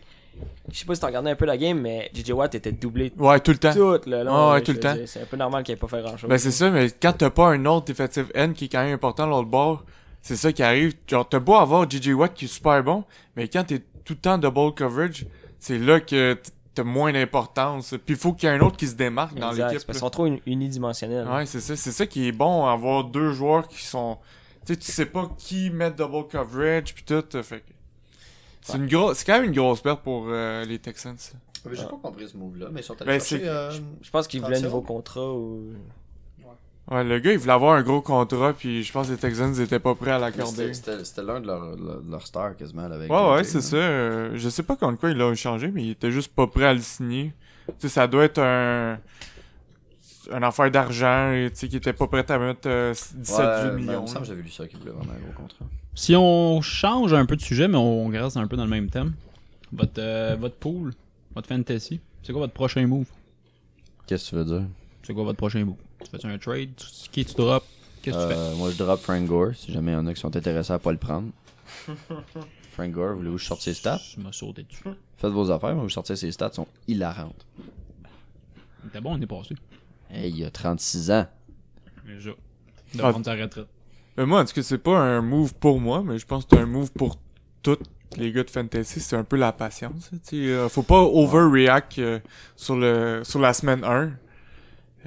S9: je sais pas si t'as regardé un peu la game, mais JJ Watt était doublé
S5: Ouais, tout le temps.
S9: tout le long.
S5: Ah ouais,
S9: je
S5: tout le
S9: veux
S5: temps.
S9: dire, C'est un peu normal qu'il ait pas fait grand chose.
S5: Ben c'est ça, mais quand t'as pas un autre effective N qui est quand même important de l'autre bord, c'est ça qui arrive. Genre, t'as beau avoir JJ Watt qui est super bon, mais quand t'es tout le temps double coverage, c'est là que t- t'as moins d'importance. Puis il faut qu'il y ait un autre qui se démarque dans
S9: Exact,
S5: l'équipe.
S9: Parce qu'ils
S5: là.
S9: sont trop uni- unidimensionnels.
S5: Ouais, c'est ça. C'est ça qui est bon, avoir deux joueurs qui sont... Tu sais, tu sais pas qui met double coverage, puis tout, euh, fait que... C'est une grosse, c'est quand même une grosse perte pour euh, les Texans. ça.
S4: Mais J'ai pas compris ce move-là, mais ils sont allés
S5: Ben,
S4: chercher,
S5: c'est-
S4: euh,
S9: Je pense qu'ils voulaient un
S4: Attention.
S9: nouveau contrat ou.
S5: Ouais, le gars, il voulait avoir un gros contrat, puis je pense que les Texans étaient pas prêts à l'accorder.
S4: c'était- hein. C'était c'était l'un de leurs leur, leurs stars quasiment. là, Avec
S5: Ouais, ouais,
S4: JJ,
S5: c'est
S4: là.
S5: ça. Euh, je sais pas contre quoi il l'a changé, mais il était juste pas prêt à le signer. Tu sais, ça doit être un. Un affaire d'argent, et, tu sais, qui était pas prêt à mettre euh, 17
S4: Ouais, ben, Il
S5: millions.
S4: me semble
S5: là.
S4: que j'avais lu ça qu'il voulait vraiment un gros contrat.
S7: Si on change un peu de sujet, mais on reste un peu dans le même thème, votre, euh, votre pool, votre fantasy, c'est quoi votre prochain move?
S4: Qu'est-ce que tu veux dire?
S7: C'est quoi votre prochain move? Tu fais un trade? Tu- Qui tu drops? Qu'est-ce que tu fais?
S4: Euh, moi, je drop Frank Gore, si jamais il y en a qui sont intéressés à pas le prendre. Frank Gore, voulez-vous que je sorte ses stats?
S7: Je me sauté dessus.
S4: Faites vos affaires, moi, vous sortir ses stats, sont hilarantes.
S7: Il était bon, on est passé.
S4: Hey, il a 36 ans.
S7: Mais ça. De
S5: Ah.
S7: prendre sa retraite.
S5: Mais moi, en tout cas, c'est pas un move pour moi, mais je pense que c'est un move pour tous les gars de fantasy. C'est un peu la patience. hein, Tu sais, Euh, faut pas overreact euh, sur, le, sur la semaine 1.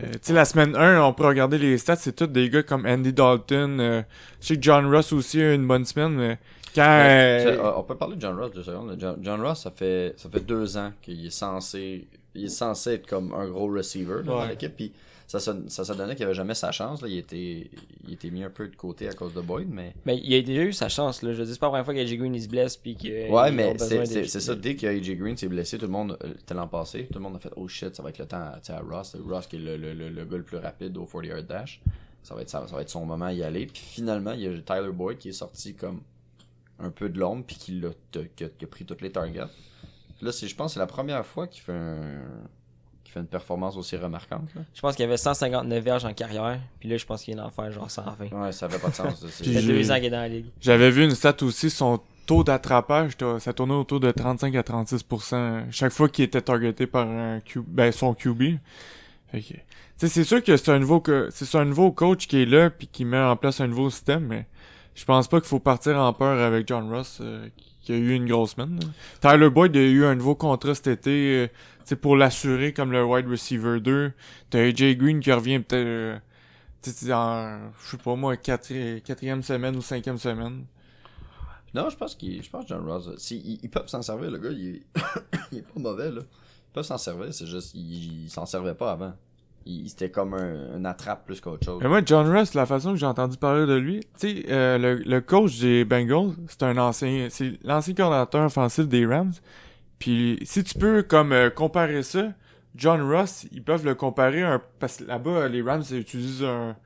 S5: Euh, tu sais, la semaine 1, on peut regarder les stats, c'est tous des gars comme Andy Dalton. euh, je sais que John Ross aussi a eu une bonne semaine, mais
S4: Tu
S5: quand...
S4: sais,
S5: euh,
S4: euh, on peut parler de John Ross deux secondes. John, John Ross, ça fait, ça fait deux ans qu'il est censé il est censé être comme un gros receiver là, dans
S5: Ouais.
S4: l'équipe. Puis ça, se- ça, se donnait qu'il avait jamais sa chance. Là. Il, était, il était mis un peu de côté à cause de Boyd, mais.
S9: Mais il a déjà eu sa chance, là. Je veux dire, c'est pas la première fois qu'AJ Green il se blesse puis que.
S4: Ouais,
S9: ils ont
S4: mais
S9: besoin
S4: c'est-
S9: de-
S4: c'est c'est ça. Dès que AJ Green s'est blessé, tout le monde, euh, c'était l'an passé, tout le monde a fait Oh shit, ça va être le temps à, tu sais, à Ross. Ross qui est le, le, le, le gars le plus rapide au 40 yard dash. Ça va, être, ça, ça va être son moment à y aller. Puis finalement, il y a Tyler Boyd qui est sorti comme un peu de l'ombre, puis qui l'a t- qui a, qui a pris toutes les targets. Là, c'est- je pense que c'est la première fois qu'il fait, un, qu'il fait une performance aussi remarquante. là.
S9: Je pense qu'il y avait 159 verges en carrière, puis là, je pense qu'il vient d'en faire genre 120.
S4: Ouais, ça avait pas de sens. là, c'est-
S9: Ça fait
S5: Puis
S9: deux
S5: j'ai-
S9: ans qu'il est dans la ligue.
S5: J'avais vu une stat aussi, son taux d'attrapage, t'as- ça tournait autour de 35 à 36 chaque fois qu'il était targeté par un Q, ben son QB. Fait que- tu sais, c'est sûr que c'est un nouveau co- c'est un nouveau coach qui est là puis qui met en place un nouveau système, mais je pense pas qu'il faut partir en peur avec John Ross euh, qui a eu une grosse semaine. là. Tyler Boyd a eu un nouveau contrat cet été euh, tu sais, pour l'assurer comme le wide receiver 2. T'as AJ Green qui revient peut-être euh, tu sais, dans, je sais pas moi, quatri- quatrième semaine ou cinquième semaine.
S4: Non, je pense qu'il, je pense que John Ross, euh, si, ils, ils peuvent s'en servir, le gars, il est, il est pas mauvais, là. Ils peuvent s'en servir, c'est juste, il, il s'en servait pas avant. Il, il- c'était comme un, une attrape plus qu'autre chose.
S5: Mais moi, John Ross, la façon que j'ai entendu parler de lui, tu sais, euh, le, le coach des Bengals, c'est un ancien, c'est l'ancien coordinateur offensif des Rams. Puis si tu peux comme euh, comparer ça, John Ross, ils peuvent le comparer à un, parce que là-bas les Rams ils utilisent un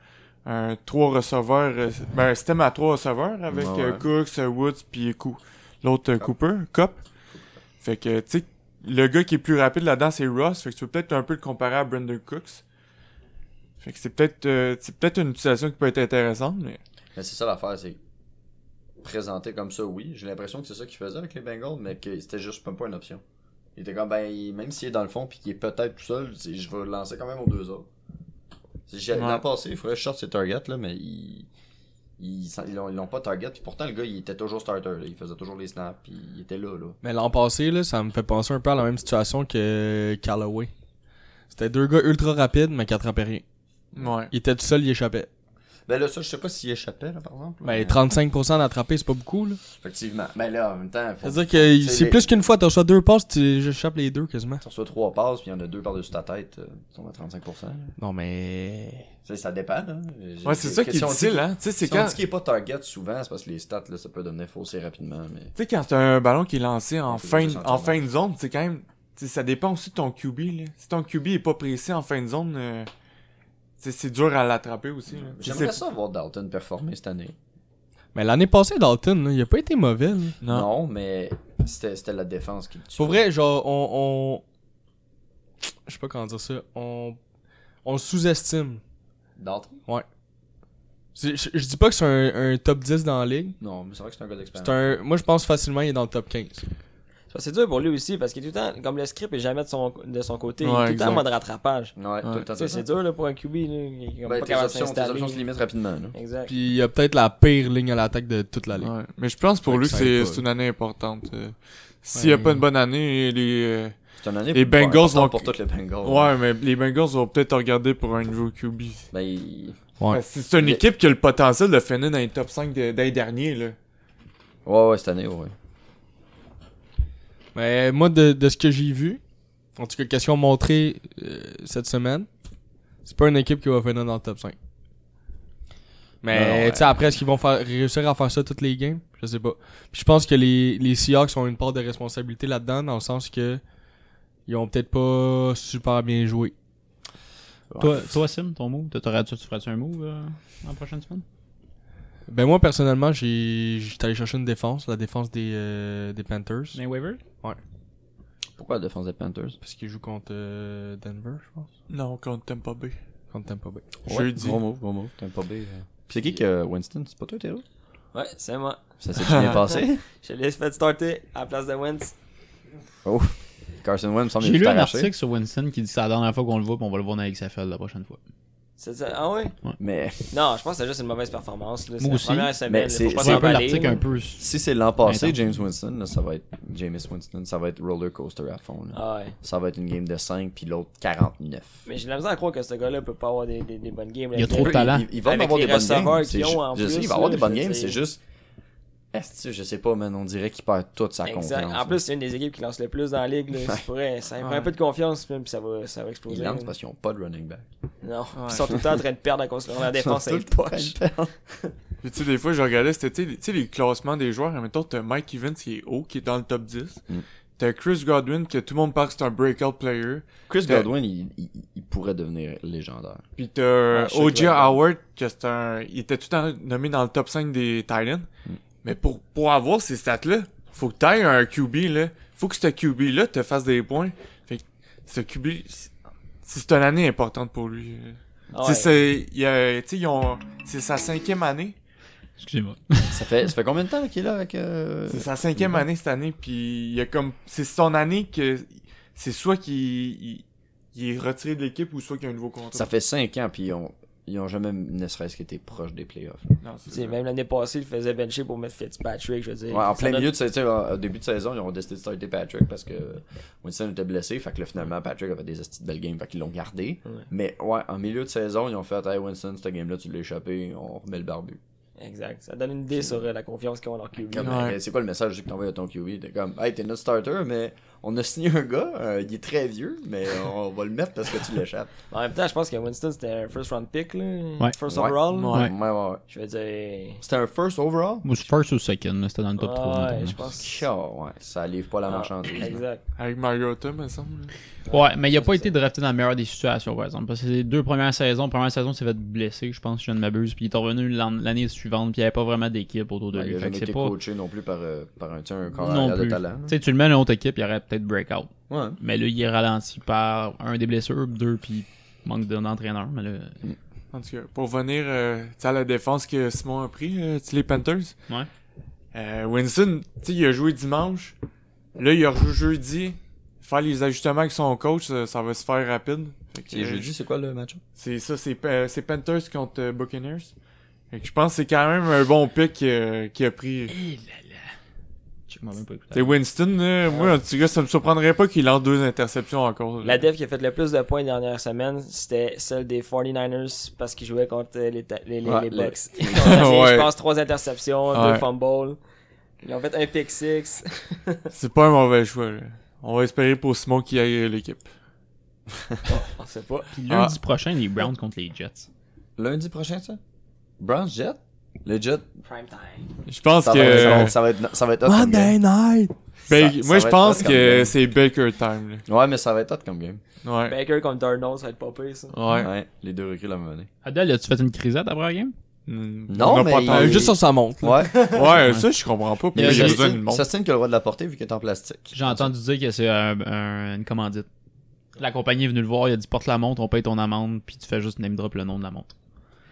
S5: un trois receveurs, euh, ben, un système à trois receveurs avec
S4: Ouais, ouais.
S5: euh, Cooks, euh, Woods puis Cou- l'autre euh, Cooper, Cop. Fait que tu sais, le gars qui est plus rapide là-dedans c'est Ross, fait que tu peux peut-être un peu le comparer à Brandon Cooks. Fait que c'est peut-être euh, c'est peut-être une utilisation qui peut être intéressante mais
S4: Mais c'est ça l'affaire, c'est présenté comme ça, oui. J'ai l'impression que c'est ça qu'il faisait avec les Bengals, mais que c'était juste même pas une option. Il était comme, ben, il- même s'il est dans le fond, puis qu'il est peut-être tout seul, c'est- je vais le lancer quand même aux deux autres. Si j'ai-
S5: Ouais.
S4: L'an passé, il faudrait que je sorte ses targets, là, mais il, Ils s'en- ils l'ont ils l'ont pas target, puis pourtant le gars il était toujours starter, là. il faisait toujours les snaps, puis il était là. là.
S3: Mais l'an passé, là, ça me fait penser un peu à la même situation que Callaway. C'était deux gars ultra rapides, mais qui attrapaient rien.
S5: Ouais.
S3: Ils étaient tout seuls, ils échappaient.
S4: Ben là, ça, je sais pas s'il échappait, là, par exemple.
S3: Ben, 35% d'attrapés, c'est pas beaucoup, là.
S4: Effectivement. Mais là, en même temps, faut
S3: C'est-à-dire que
S4: C'est
S3: c'est
S4: les-
S3: plus qu'une fois, t'as reçu deux passes, tu j'échappe les deux quasiment.
S4: tu reçois trois passes, puis il y en a deux par-dessus ta tête, euh, ils sont à 35%. là.
S3: Non, mais.
S4: Ça, ça dépend, hein.
S5: Ouais, c'est ça qui est difficile, hein. Tu sais, c'est
S4: C'est quand...
S5: quand.
S4: dit qu'il est pas target souvent, c'est parce que les stats, là, ça peut devenir faussé rapidement, mais...
S5: Tu sais, quand t'as un ballon qui est lancé en
S4: Faut
S5: fin,
S4: juste en
S5: en
S4: tournant.
S5: fin de zone, c'est quand même. tu sais, ça dépend aussi de ton QB. Là. Si ton QB est pas précis en fin de zone, euh, tu sais, c'est dur à l'attraper aussi. là. Tu sais,
S4: J'aimerais
S5: c'est-
S4: ça voir Dalton performer cette année.
S3: Mais l'année passée, Dalton, là, il a pas été mauvais, là.
S5: Non.
S4: Non, mais c'était c'était la défense qui le tue.
S3: Pour vrai, genre, on. on... Je sais pas comment dire ça. On. On le sous-estime.
S4: Dalton?
S3: C'est- Je je dis pas que c'est un, un top 10 dans la ligue.
S4: Non, mais c'est vrai que c'est un gars
S3: C'est
S4: d'expérience.
S3: un. Moi, je pense facilement, il est dans le top 15.
S9: Parce que C'est dur pour lui aussi, parce que tout le temps, comme le script est jamais de son, de son côté, il
S5: Ouais,
S9: est tout le temps en
S5: exact.
S9: mode rattrapage.
S4: Ouais, tout le temps,
S9: Tu sais,
S4: tout
S9: c'est
S4: le temps.
S9: dur là, pour un QB, là, il est
S4: Ben,
S9: comme pas
S4: tes
S9: capable de
S4: options, tes options se
S9: s'installer.
S4: limitent rapidement, là.
S9: Exact.
S3: Puis il a peut-être la pire ligne à l'attaque de toute la ligue.
S5: Ouais. Mais je pense pour
S3: Fait que
S5: lui
S3: ça
S5: que
S3: aide
S5: c'est
S3: pas.
S5: c'est une année importante. euh. S'il n'y a
S3: Ouais.
S5: pas une bonne année, les. euh,
S4: C'est une année
S5: Les
S4: pour-
S5: Bengals
S4: importante
S5: vont-
S4: pour toutes les Bengals.
S5: Ouais, mais les Bengals vont peut-être regarder pour un nouveau QB.
S4: Ben, il-
S3: Ouais.
S5: Parce que C'est une
S4: Mais-
S5: équipe qui a le potentiel de finir dans les top 5 de- des derniers, là.
S4: ouais, ouais, cette année, ouais.
S3: Mais moi, de, de ce que j'ai vu, en tout cas, qu'est-ce qu'ils ont montré euh, cette semaine, c'est pas une équipe qui va finir dans le top 5. Mais, tu sais, après, est-ce qu'ils vont faire, réussir à faire ça toutes les games Je sais pas. Puis je pense que les, les Seahawks ont une part de responsabilité là-dedans, dans le sens que ils ont peut-être pas super bien joué.
S7: Toi, toi, Sim, ton move, t'aurais- tu tu ferais-tu un move euh, en prochaine semaine?
S3: Ben, moi, personnellement, j'ai j'étais allé chercher une défense, la défense des, euh, des Panthers,
S7: Un waiver?
S4: Pourquoi la défense des Panthers?
S3: parce qu'ils jouent contre euh, Denver, je pense.
S5: Non, contre Tampa Bay.
S3: Contre Tampa Bay.
S5: Jeudi.
S4: Gros move, gros move. T'es pas B. Pis c'est qui que Winston? C'est pas toi, Théo?
S9: Ouais, c'est moi.
S4: Ça s'est bien passé?
S9: Je l'ai fait starter à la place de Wentz.
S4: Carson Wentz, me semble, il
S7: J'ai
S4: est
S7: lu
S4: tout
S7: un
S4: arraché.
S7: article sur Winston qui dit que c'est la dernière fois qu'on le voit, puis on va le voir dans XFL la prochaine fois.
S9: C'est ça. Ah ouais?
S4: Mais
S9: Non, je pense que c'est juste une mauvaise performance. Là. C'est
S7: Moi
S9: la
S7: aussi.
S9: première semaine.
S4: Mais
S9: là,
S4: c'est-
S9: faut pas
S4: c'est
S7: C'est un peu
S9: s'emballer,
S7: l'article
S9: là.
S7: un peu.
S4: si c'est l'an passé,
S7: Attends.
S4: James Winston, là, ça va être. James Winston, ça va être roller coaster à fond. là.
S9: Ah ouais.
S4: Ça va être une game de 5 puis l'autre 49.
S9: Mais j'ai de la misère à croire que ce gars-là peut pas avoir des, des, des bonnes games.
S7: Il y a
S9: Avec-
S7: trop de talent.
S4: Il, il- il va en
S9: Avec
S4: avoir
S9: les
S4: des bonnes
S9: receveurs
S4: games. c'est
S9: qu'ils ont
S4: ju-
S9: en
S4: je
S9: plus,
S4: sais, il va
S9: là,
S4: avoir des bonnes
S9: je veux
S4: games,
S9: dire.
S4: c'est juste. Est-ce que je sais pas, man, on dirait qu'il perd toute sa
S9: Exact.
S4: confiance.
S9: En plus, c'est une des équipes qui lance le plus dans la ligue. Là,
S4: Ouais.
S9: C'est vrai. Ça prend un peu de confiance, même, puis ça va, ça va exploser.
S4: il lance
S9: là.
S4: parce qu'ils ont pas de running back.
S9: Non. Ils sont tout le temps en train de perdre à cause de leur défense.
S4: Ils
S9: est
S4: sont tout le temps
S9: poche.
S4: en train de perdre.
S5: Puis, tu sais, des fois, je regardais, c'était, tu sais, les- tu sais, les classements des joueurs. Admettons, t'as Mike Evans qui est haut, qui est dans le top 10.
S4: Mm.
S5: T'as Chris Godwin, que tout le monde parle que c'est un breakout player.
S4: Chris
S5: Euh,
S4: Godwin, il, il- il pourrait devenir légendaire.
S5: Puis t'as
S4: Ouais, Ah, je sais
S5: O.J.
S4: que-
S5: Howard, que c'est un... Il était tout le temps nommé dans le top 5 des Titans.
S4: Mm.
S5: Mais pour, pour avoir ces stats-là, faut que t'ailles un QB, là. Faut que ce QB-là te fasse des points. Fait que ce QB... c'est- C'est une année importante pour lui.
S9: Ah
S5: Tu sais,
S9: ouais.
S5: c'est... il y a- tu sais, ils ont- C'est sa cinquième année.
S7: Excusez-moi.
S4: Ça fait, ça fait combien de temps qu'il est là avec. euh,
S5: C'est sa cinquième année cette année, puis il y a comme... C'est son année que... C'est soit qu'il... il- il est retiré de l'équipe ou soit qu'il y a un nouveau contrat.
S4: Ça fait 5 ans, puis ils ont, ils ont jamais, ne serait-ce qu'été proche des playoffs.
S5: Non, c'est
S9: Tu sais,
S5: ça.
S9: Même l'année passée, il faisait bencher pour mettre Fitzpatrick. Je veux dire.
S4: Ouais, en
S9: Ça
S4: plein
S9: donne-
S4: milieu de saison, au début de saison, ils ont décidé de starter Patrick parce que Winston était blessé. Fait que là, finalement, Patrick avait des astuces de belles games, fait qu'ils l'ont gardé.
S9: Ouais.
S4: Mais ouais, en milieu de saison, ils ont fait Hey Winston, cette game-là, tu l'as échappé, on remet le barbu.
S9: Exact. Ça donne une idée sur euh, la confiance qu'ils ont en leur QB.
S4: Comme,
S5: Ouais.
S4: euh, C'est quoi le message que t'envoies à ton QB T'es comme Hey, t'es notre starter, mais on a signé un gars, euh, il est très vieux, mais on va le mettre parce que tu l'échappes.
S9: En même temps, je pense que Winston, c'était un first round pick. Là. First
S4: Ouais.
S9: overall. là.
S5: Ouais.
S4: Ouais, ouais, ouais.
S9: Je veux dire. ah
S4: C'était un first overall
S7: Moi, je suis first ou second, mais c'était dans le top 3.
S9: Ouais, je pense.
S4: Chia, ouais, ça livre pas la
S9: Ah,
S4: marchandise.
S9: Exact.
S5: Avec Mariota, me semble.
S7: Ouais, mais il a pas été drafté dans la meilleure des situations, par exemple. Parce que les deux premières saisons, première saison, il s'est fait blesser, je pense, si je ne m'abuse. Puis il est revenu l'an- l'année suivante, puis il n'y avait pas vraiment d'équipe autour de
S4: Ouais, il
S7: lui.
S4: a
S7: Fait que
S4: jamais été
S7: c'est pas.
S4: coaché non plus par, euh, par un, tu sais, un corps
S7: Non
S4: arrière de
S7: plus.
S4: talent.
S7: Tu sais, tu le mets dans une autre équipe, il y aurait peut-être breakout.
S4: Ouais.
S7: Mais là, il est ralenti par un des blessures, deux, puis manque d'un entraîneur. Mais là,
S5: En tout cas, pour venir euh, tu sais, à la défense que Simon a pris, euh, tu sais, les Panthers.
S7: Ouais.
S5: Euh, Winston, tu sais, il a joué dimanche. Là, il a rejoué jeudi. Faire les ajustements avec son coach, ça, ça va se faire rapide. Fait que, euh,
S4: c'est quoi le match
S5: C'est ça, c'est euh, c'est Panthers contre euh, Buccaneers. Fait que je pense que c'est quand même un bon pic euh, qu'il a pris.
S7: Eh Je m'en même pas écouté.
S5: C'est Winston, là, moi, en tout cas, ça me surprendrait pas qu'il lance deux interceptions encore. là.
S9: La dev qui a fait le plus de points la dernière semaine, c'était celle des 49ers parce qu'ils jouaient contre les, ta- les, les,
S4: Ouais,
S9: les
S4: les-
S9: Bucks. Ils ont passé,
S5: Ouais.
S9: Je pense trois interceptions,
S5: Ouais.
S9: deux fumbles. Ils ont fait un pick six.
S5: C'est pas un mauvais choix. là. On va espérer pour Simon qu'il aille euh, l'équipe.
S9: Ah, On sait pas.
S7: Puis
S4: Ah.
S7: lundi prochain, les Browns contre les Jets.
S4: Lundi prochain, ça Browns Jet Le Jet,
S9: Prime time.
S5: Je pense
S4: ça,
S5: que.
S4: va, ça, va, ça va être, ça va être hot comme game.
S5: night!
S4: Ça- ça
S5: moi, je
S4: va être
S5: pense
S4: hot comme game.
S5: que c'est Baker time.
S4: Ouais, mais ça va être hot comme game.
S5: Là. Ouais.
S9: Baker contre Darnold, ça va être pas pire, ça.
S5: Ouais.
S4: Ouais, les deux recrues la même année.
S7: Adèle, as-tu fait une crisette après la game?
S5: Mm,
S4: Non,
S5: on n'a
S4: mais
S5: pas
S4: il-
S5: tant-
S4: Euh,
S3: juste sur sa montre. là.
S4: Ouais.
S5: Ouais, ça, je comprends pas.
S4: Il y
S5: Pourquoi
S4: a
S5: il y a
S7: Justin-
S5: besoin de monde?
S4: Sustine qui a le droit de la porter vu qu'elle est en plastique.
S7: J'ai entendu dire que c'est un- un- une commandite. La compagnie est venue le voir, il a dit porte la montre, on paye ton amende, puis tu fais juste name drop le nom de la montre.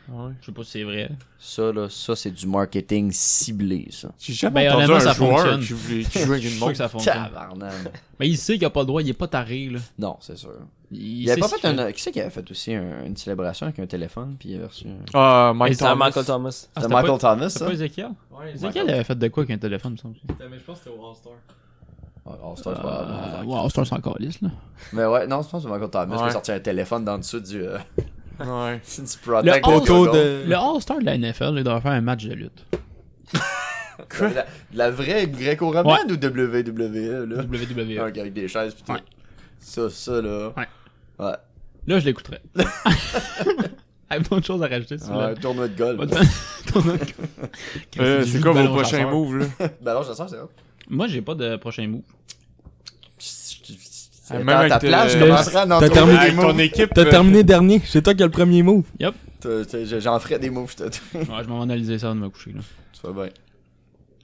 S5: Ouais.
S7: Je sais pas si c'est vrai.
S4: Ça, là, ça, c'est du marketing ciblé, ça.
S5: J'ai jamais
S7: Ben,
S5: entendu
S7: honnêtement, ça
S5: un joueur
S7: fonctionne.
S5: qui, voulait- qui joue avec
S7: Je suis
S5: une
S7: sûr que
S5: montre.
S7: ça fonctionne.
S4: Tabarnak.
S7: Mais il sait qu'il a pas le droit, il est pas taré, là.
S4: non, c'est sûr.
S7: Il,
S4: Il,
S7: sait
S4: avait pas
S7: ce
S4: fait
S7: qu'il fait.
S4: un. Qui c'est qui avait fait aussi un- une célébration avec un téléphone, puis il avait reçu un.
S5: Ah,
S9: Et
S5: Mike
S9: c'est un
S5: Thomas.
S9: Michael Thomas.
S7: Ah,
S4: C'était
S7: c'était
S4: Michael
S7: pas-
S4: Thomas,
S7: C'est
S4: ça
S7: pas Ezekiel?
S8: Ouais,
S7: Ezekiel avait fait de quoi qu'un téléphone, me semble?
S8: mais je pense que c'était au All-Star.
S4: Ah, oh, c'est pas grave.
S7: Euh, wow, c'est un sans calice, là.
S4: Mais ouais, non, je pense que c'est Michael Thomas qui a
S5: Ouais.
S4: sorti un téléphone dans le dessous du. euh,
S5: Ouais. Euh,
S4: du Protect
S7: Le
S4: Google.
S3: Photo de.
S7: Le All-Star de la NFL, il doit faire un match de lutte.
S4: De La, de la vraie gréco-romane ou WWE, là?
S7: WWE.
S4: Un gars avec des chaises, pis tout.
S7: Ouais.
S4: Ça, ça, là.
S7: Ouais.
S4: Ouais.
S7: Là, je l'écouterai. J'ai d'autres choses à rajouter sur
S4: Ouais,
S7: le-
S4: tournoi de golf.
S7: Votre- Ton autre-
S5: Euh,
S7: Christy,
S5: c'est
S7: du
S5: quoi vos
S7: ballon
S5: prochains
S7: chasseur.
S5: moves, là?
S4: Ballon chasseur, c'est hop.
S7: Moi, j'ai pas de prochain move.
S5: Ah, même
S4: Dans ta
S5: avec,
S4: place, je
S5: euh,
S4: commencerai à en
S3: t'as
S4: trouver
S3: terminé
S4: des
S5: Avec ton
S4: moves.
S5: équipe.
S3: T'as
S5: euh,
S3: terminé dernier, c'est toi qui as le premier move.
S4: T'as- t'as- J'en ferai des moves, je te
S7: Ouais, je m'en vais analyser ça avant de me coucher. Là.
S4: Tu vas bien.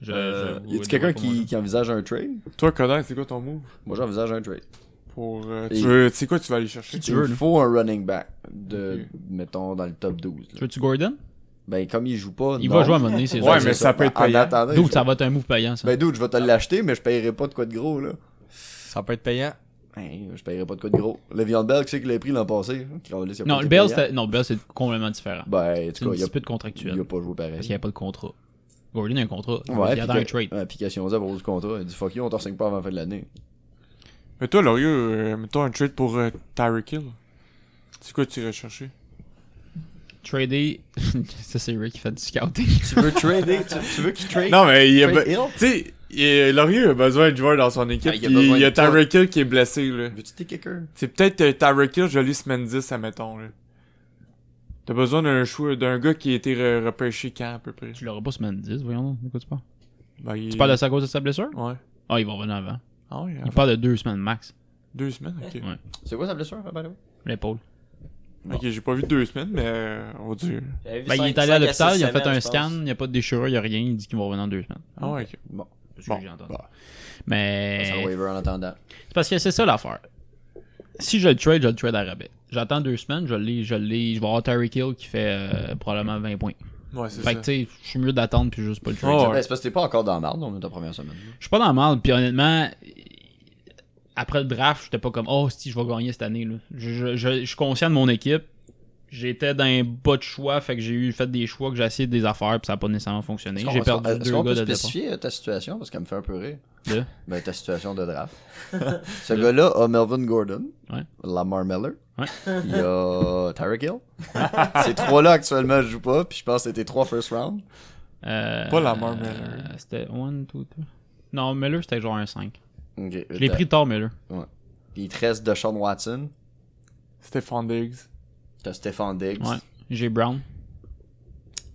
S7: Je,
S4: Euh,
S7: je-
S4: y a-tu quelqu'un
S7: pour moi,
S4: qui, qui envisage un trade?
S5: Toi, Conan, c'est quoi ton move?
S4: Moi, j'envisage un trade.
S5: Pour, euh,
S4: Et-
S5: tu veux, tu sais quoi, tu vas aller chercher?
S7: tu
S4: Il
S7: veux,
S4: me
S7: là.
S4: faut un running back de, mettons, dans le top 12.
S7: Tu
S4: là.
S7: veux-tu Gordon
S4: Ben, comme il joue pas.
S7: Il
S4: non.
S7: va jouer à un moment donné, c'est
S5: Ouais,
S7: sûr.
S5: mais ça peut être
S4: En
S5: payant.
S4: attendant,
S7: D'où
S4: je-
S7: ça va être un move payant, ça.
S4: Ben, dude, je vais te l'acheter, mais je paierai pas de quoi de gros, là.
S3: Ça peut être payant.
S4: Ben, je paierai pas de quoi de gros. Le Viande Bell, qui c'est qui l'a pris l'an passé? hein, Qui l'a laissé
S7: non,
S4: pas
S7: le
S4: été
S7: Bell,
S4: payant.
S7: c'était- non, le Bell, c'est complètement différent.
S4: Ben, en
S7: c'est
S4: tout
S7: une
S4: cas, il a,
S7: dispute
S4: il a
S7: contractuelle.
S4: pas joué pareil.
S7: Parce qu'il n'y a pas de contrat. Gordon a un contrat.
S4: Ouais,
S7: il y a un trade.
S4: Application à propos du contrat. Il dit fuck you, on t'en signe pas avant la fin de l'année.
S5: Mais toi, Lorieux, euh, mettons un trade pour euh, Tyreek Hill. C'est quoi tu irais chercher?
S7: Trader. ça, c'est Rick qui fait du scouting.
S4: tu veux trader Tu, tu veux qu'il trade
S5: Non, mais il y a.
S4: Trade
S5: be-
S4: Hill?
S5: Tu sais, il y a- Lorieux a besoin de joueurs dans son équipe.
S4: Ah, il a
S5: puis
S4: besoin
S5: il y a
S4: de toi.
S5: Tyreek Hill qui est blessé, là.
S4: Veux-tu tes kickers
S5: C'est peut-être euh, Tyreek Hill, je lis semaine 10, admettons, là. T'as besoin d'un choix, d'un gars qui a été re- repêché quand, à peu près?
S7: tu l'auras pas semaine 10, voyons. donc, De quoi tu parles
S5: Ben, il-
S7: Tu parles de ça à cause de sa blessure
S5: Ouais.
S7: Ah, il va revenir avant.
S5: Ah ouais,
S7: Il parle de deux semaines max.
S5: deux semaines, ok.
S7: Ouais.
S4: C'est quoi sa blessure, hein, by the way?
S7: L'épaule.
S5: Ok, j'ai pas vu deux semaines, mais euh, on va dire.
S9: J'avais vu
S7: Ben, il
S9: cinq-
S7: est allé
S9: cinq
S7: à
S9: six
S7: l'hôpital, il a
S9: semaines,
S7: fait un
S9: je
S7: scan,
S9: pense.
S7: il n'y a pas de déchirure, il n'y a rien. Il dit qu'il va revenir en deux semaines.
S5: Ah ouais, ok.
S4: Bon,
S7: C'est ce
S5: Bon.
S7: que j'ai entendu.
S4: Bon. c'est un
S7: Mais.
S4: waiver en attendant.
S7: C'est Parce que c'est ça l'affaire. Si je le trade, je le trade à rabais. J'attends deux semaines, je l'ai, je l'ai, je vais avoir Tyreek Hill qui fait euh, probablement 20 points.
S5: Ouais, c'est
S7: Fait que
S5: ça.
S7: tu sais, je suis mieux d'attendre puis juste pas le trade.
S5: Oh,
S4: Ben, c'est parce que t'es pas encore dans la marde, on est ta première semaine.
S7: Je suis pas dans le mal, puis honnêtement, après le draft, j'étais pas comme oh si je vais gagner cette année là. Je, je, je- je suis conscient de mon équipe. J'étais dans un bas de choix, fait que j'ai eu fait des choix que j'ai essayé des affaires puis ça a pas nécessairement fonctionné.
S4: Est-ce qu'on-
S7: J'ai
S4: est-ce qu'on-
S7: perdu
S4: Est-ce
S7: deux
S4: qu'on peut
S7: gars de départ.
S4: spécifier euh, ta situation Parce qu'elle me fait un peu rire.
S7: De?
S4: Ben, ta situation de draft. Ce gars-là a Melvin Gordon,
S7: Ouais.
S4: Lamar Miller,
S7: Ouais.
S4: il a Tyreek Hill. Ces trois-là, actuellement, je joue pas, puis je pense que c'était trois first round.
S7: Euh,
S5: Pas Lamar
S7: euh,
S5: Miller.
S7: C'était 1, 2, 3. Non, Miller c'était genre un 5.
S4: Ok.
S7: Je l'ai pris tard Miller.
S4: Puis il te reste Deshaun Watson,
S5: Stéphane Diggs.
S4: t'as Stefan Diggs.
S7: Ouais. J'ai Brown.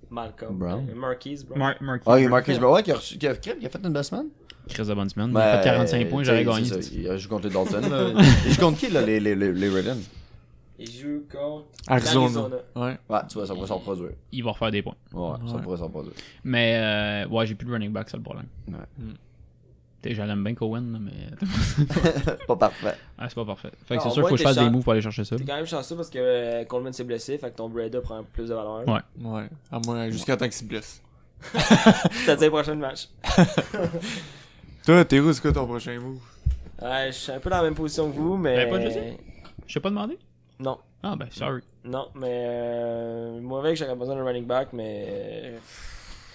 S9: Malcolm.
S4: Brown.
S9: Euh, Marquise, Brown.
S7: Mark, Mark
S4: Ah, il y a Marcus Broward qui a reçu, qui a, qui a fait une best man.
S7: Chris de bonne semaine. Il
S4: Ben,
S7: a fait 45 points,
S4: tu
S7: j'aurais
S4: sais,
S7: gagné.
S4: c'est ça, Il a joué contre les Dalton, là. Il joue contre qui, là, les, les, les, les Ravens?
S9: Il joue contre
S5: Arizona.
S9: l'Arizona.
S5: Ouais.
S4: Ouais, tu vois, ça pourrait s'en reproduire.
S7: Il va refaire des points.
S4: Ouais, ça
S5: Ouais.
S4: pourrait s'en reproduire.
S7: Mais euh, ouais, j'ai plus de running back, c'est le problème.
S4: Ouais.
S7: Hmm.
S5: Mm.
S7: T'sais, j'allais bien Cohen, là, mais
S4: pas parfait.
S7: ah, c'est pas parfait. Fait que
S9: Ah,
S7: c'est sûr
S9: au
S7: qu'il
S9: moins,
S7: faut que je
S9: t'es
S7: fasse des
S9: chan-
S7: moves pour aller chercher ça.
S9: T'es quand même chanceux parce que euh, Coleman s'est blessé, fait que ton Breda prend plus de valeur.
S7: Ouais.
S5: Ouais. À moins, jusqu'à temps qu'il se blesse.
S9: C'est-à-dire prochain match.
S5: Toi, Théo, c'est quoi ton prochain move?
S9: Ouais, je suis un peu dans la même position que vous, mais.
S7: J'avais pas de blessé? Je t'ai pas demandé.
S9: Non.
S7: Ah, ben, sorry.
S9: Non, mais euh, moi avec j'aurais besoin d'un running back, mais euh,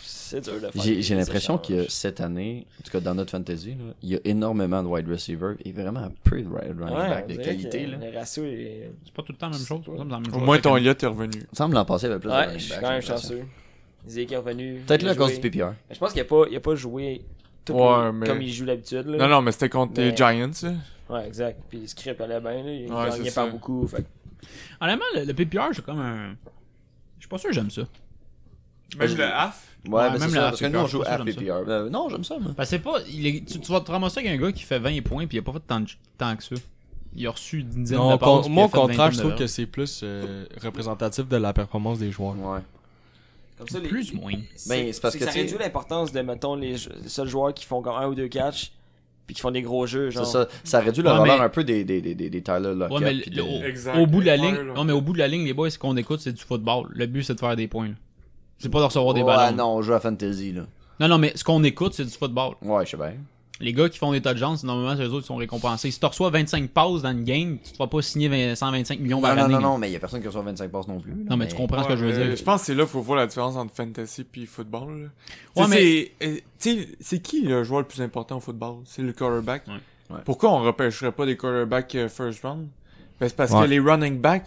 S9: c'est dur de faire.
S4: J'ai
S9: des
S4: j'ai l'impression
S9: échanges.
S4: que cette année, en tout cas dans notre fantasy, là, il y a énormément de wide receivers et vraiment peu de wide running
S9: Ouais,
S4: back
S9: on
S4: de
S9: dirait
S4: qualité.
S9: que
S4: Là.
S9: Le ratio est.
S7: C'est pas tout le temps la même chose. par exemple, dans la même
S5: Au
S7: chose.
S5: moins, ton yacht est revenu.
S4: Il me semble l'an passé, il y avait plus de
S9: Ouais, je
S4: running
S9: suis
S4: back.
S9: quand même
S4: j'ai l'impression.
S9: chanceux. Zeke est revenu.
S4: Peut-être
S9: il
S4: là
S9: a
S4: à cause
S9: joué.
S4: du PPR.
S9: Mais Je pense qu'il a pas, il a pas joué tout
S5: Ouais,
S9: les-
S5: mais-
S9: comme il joue d'habitude. là.
S5: Non, non, mais c'était contre
S9: Mais-
S5: les Giants, là.
S9: Ouais, exact. Puis le script allait bien, là. il
S5: Ouais,
S9: gagnait
S5: c'est
S9: pas
S5: ça.
S9: beaucoup. Fait que-
S7: Honnêtement, le, le PPR, c'est comme un. Je suis pas sûr que j'aime ça.
S5: Même ben, le half.
S4: Ouais,
S7: Ouais,
S4: mais
S7: même
S4: c'est ça,
S7: la
S4: parce que
S7: PPR,
S4: nous on joue
S7: ça,
S4: à
S7: j'aime ça.
S4: PPR. Euh, non, j'aime ça, moi.
S7: Parce que Ben, c'est pas. il est- tu, tu vas te ramasser avec un gars qui fait 20 points puis il a pas fait tant, de- tant que ça. Il a reçu une dizaine
S3: Non,
S7: de passes.
S3: con-
S7: puis
S3: moi,
S7: il
S3: au
S7: a fait 20
S3: contraire, je
S7: tonnes
S3: trouve
S7: de
S3: que c'est plus euh, représentatif de la performance des joueurs.
S4: Ouais.
S9: Comme ça, les-
S7: Plus ou moins.
S4: Ben, c'est parce
S9: c'est
S4: que,
S9: ça
S4: tu sais-
S9: réduit l'importance de, mettons, les, jeux- les seuls joueurs qui font comme un ou deux catchs. Puis qui font des gros jeux,
S4: C'est
S9: genre.
S4: ça. Ça réduit le
S7: Ouais,
S4: valeur
S7: mais-
S4: un peu des, des, des, des, des Tyler Lockett.
S7: Ouais, mais le-
S4: puis
S7: le-
S4: des-
S7: au,
S5: Exact,
S7: au bout de la
S5: les
S7: ligne,
S5: peurs, là.
S7: non, mais au bout de la ligne, les boys, ce qu'on écoute, c'est du football. Le but, c'est de faire des points. là. C'est pas de recevoir des
S4: Ouais,
S7: ballons.
S4: non, on joue à Fantasy, là.
S7: non, non, mais ce qu'on écoute, c'est du football.
S4: Ouais, je sais bien.
S7: Les gars qui font des touchdowns, c'est normalement, c'est eux autres qui sont récompensés. Si tu reçois 25 passes dans une game, tu te vas pas signer 20 125 millions
S4: Non,
S7: par
S4: non,
S7: année.
S4: non,
S7: là.
S4: non, mais il y a personne qui reçoit 25 passes non plus. là,
S7: Non, mais tu comprends ce que je veux
S5: Euh,
S7: dire.
S5: Je pense que c'est là qu'il faut voir la différence entre fantasy puis football. là.
S7: Ouais,
S5: Tu sais, c'est- euh, tu sais, c'est qui le joueur le plus important au football? C'est le quarterback.
S7: Ouais.
S4: Ouais.
S5: Pourquoi on repêcherait pas des quarterbacks euh, first round? Ben, c'est parce
S3: Ouais.
S5: que les running backs,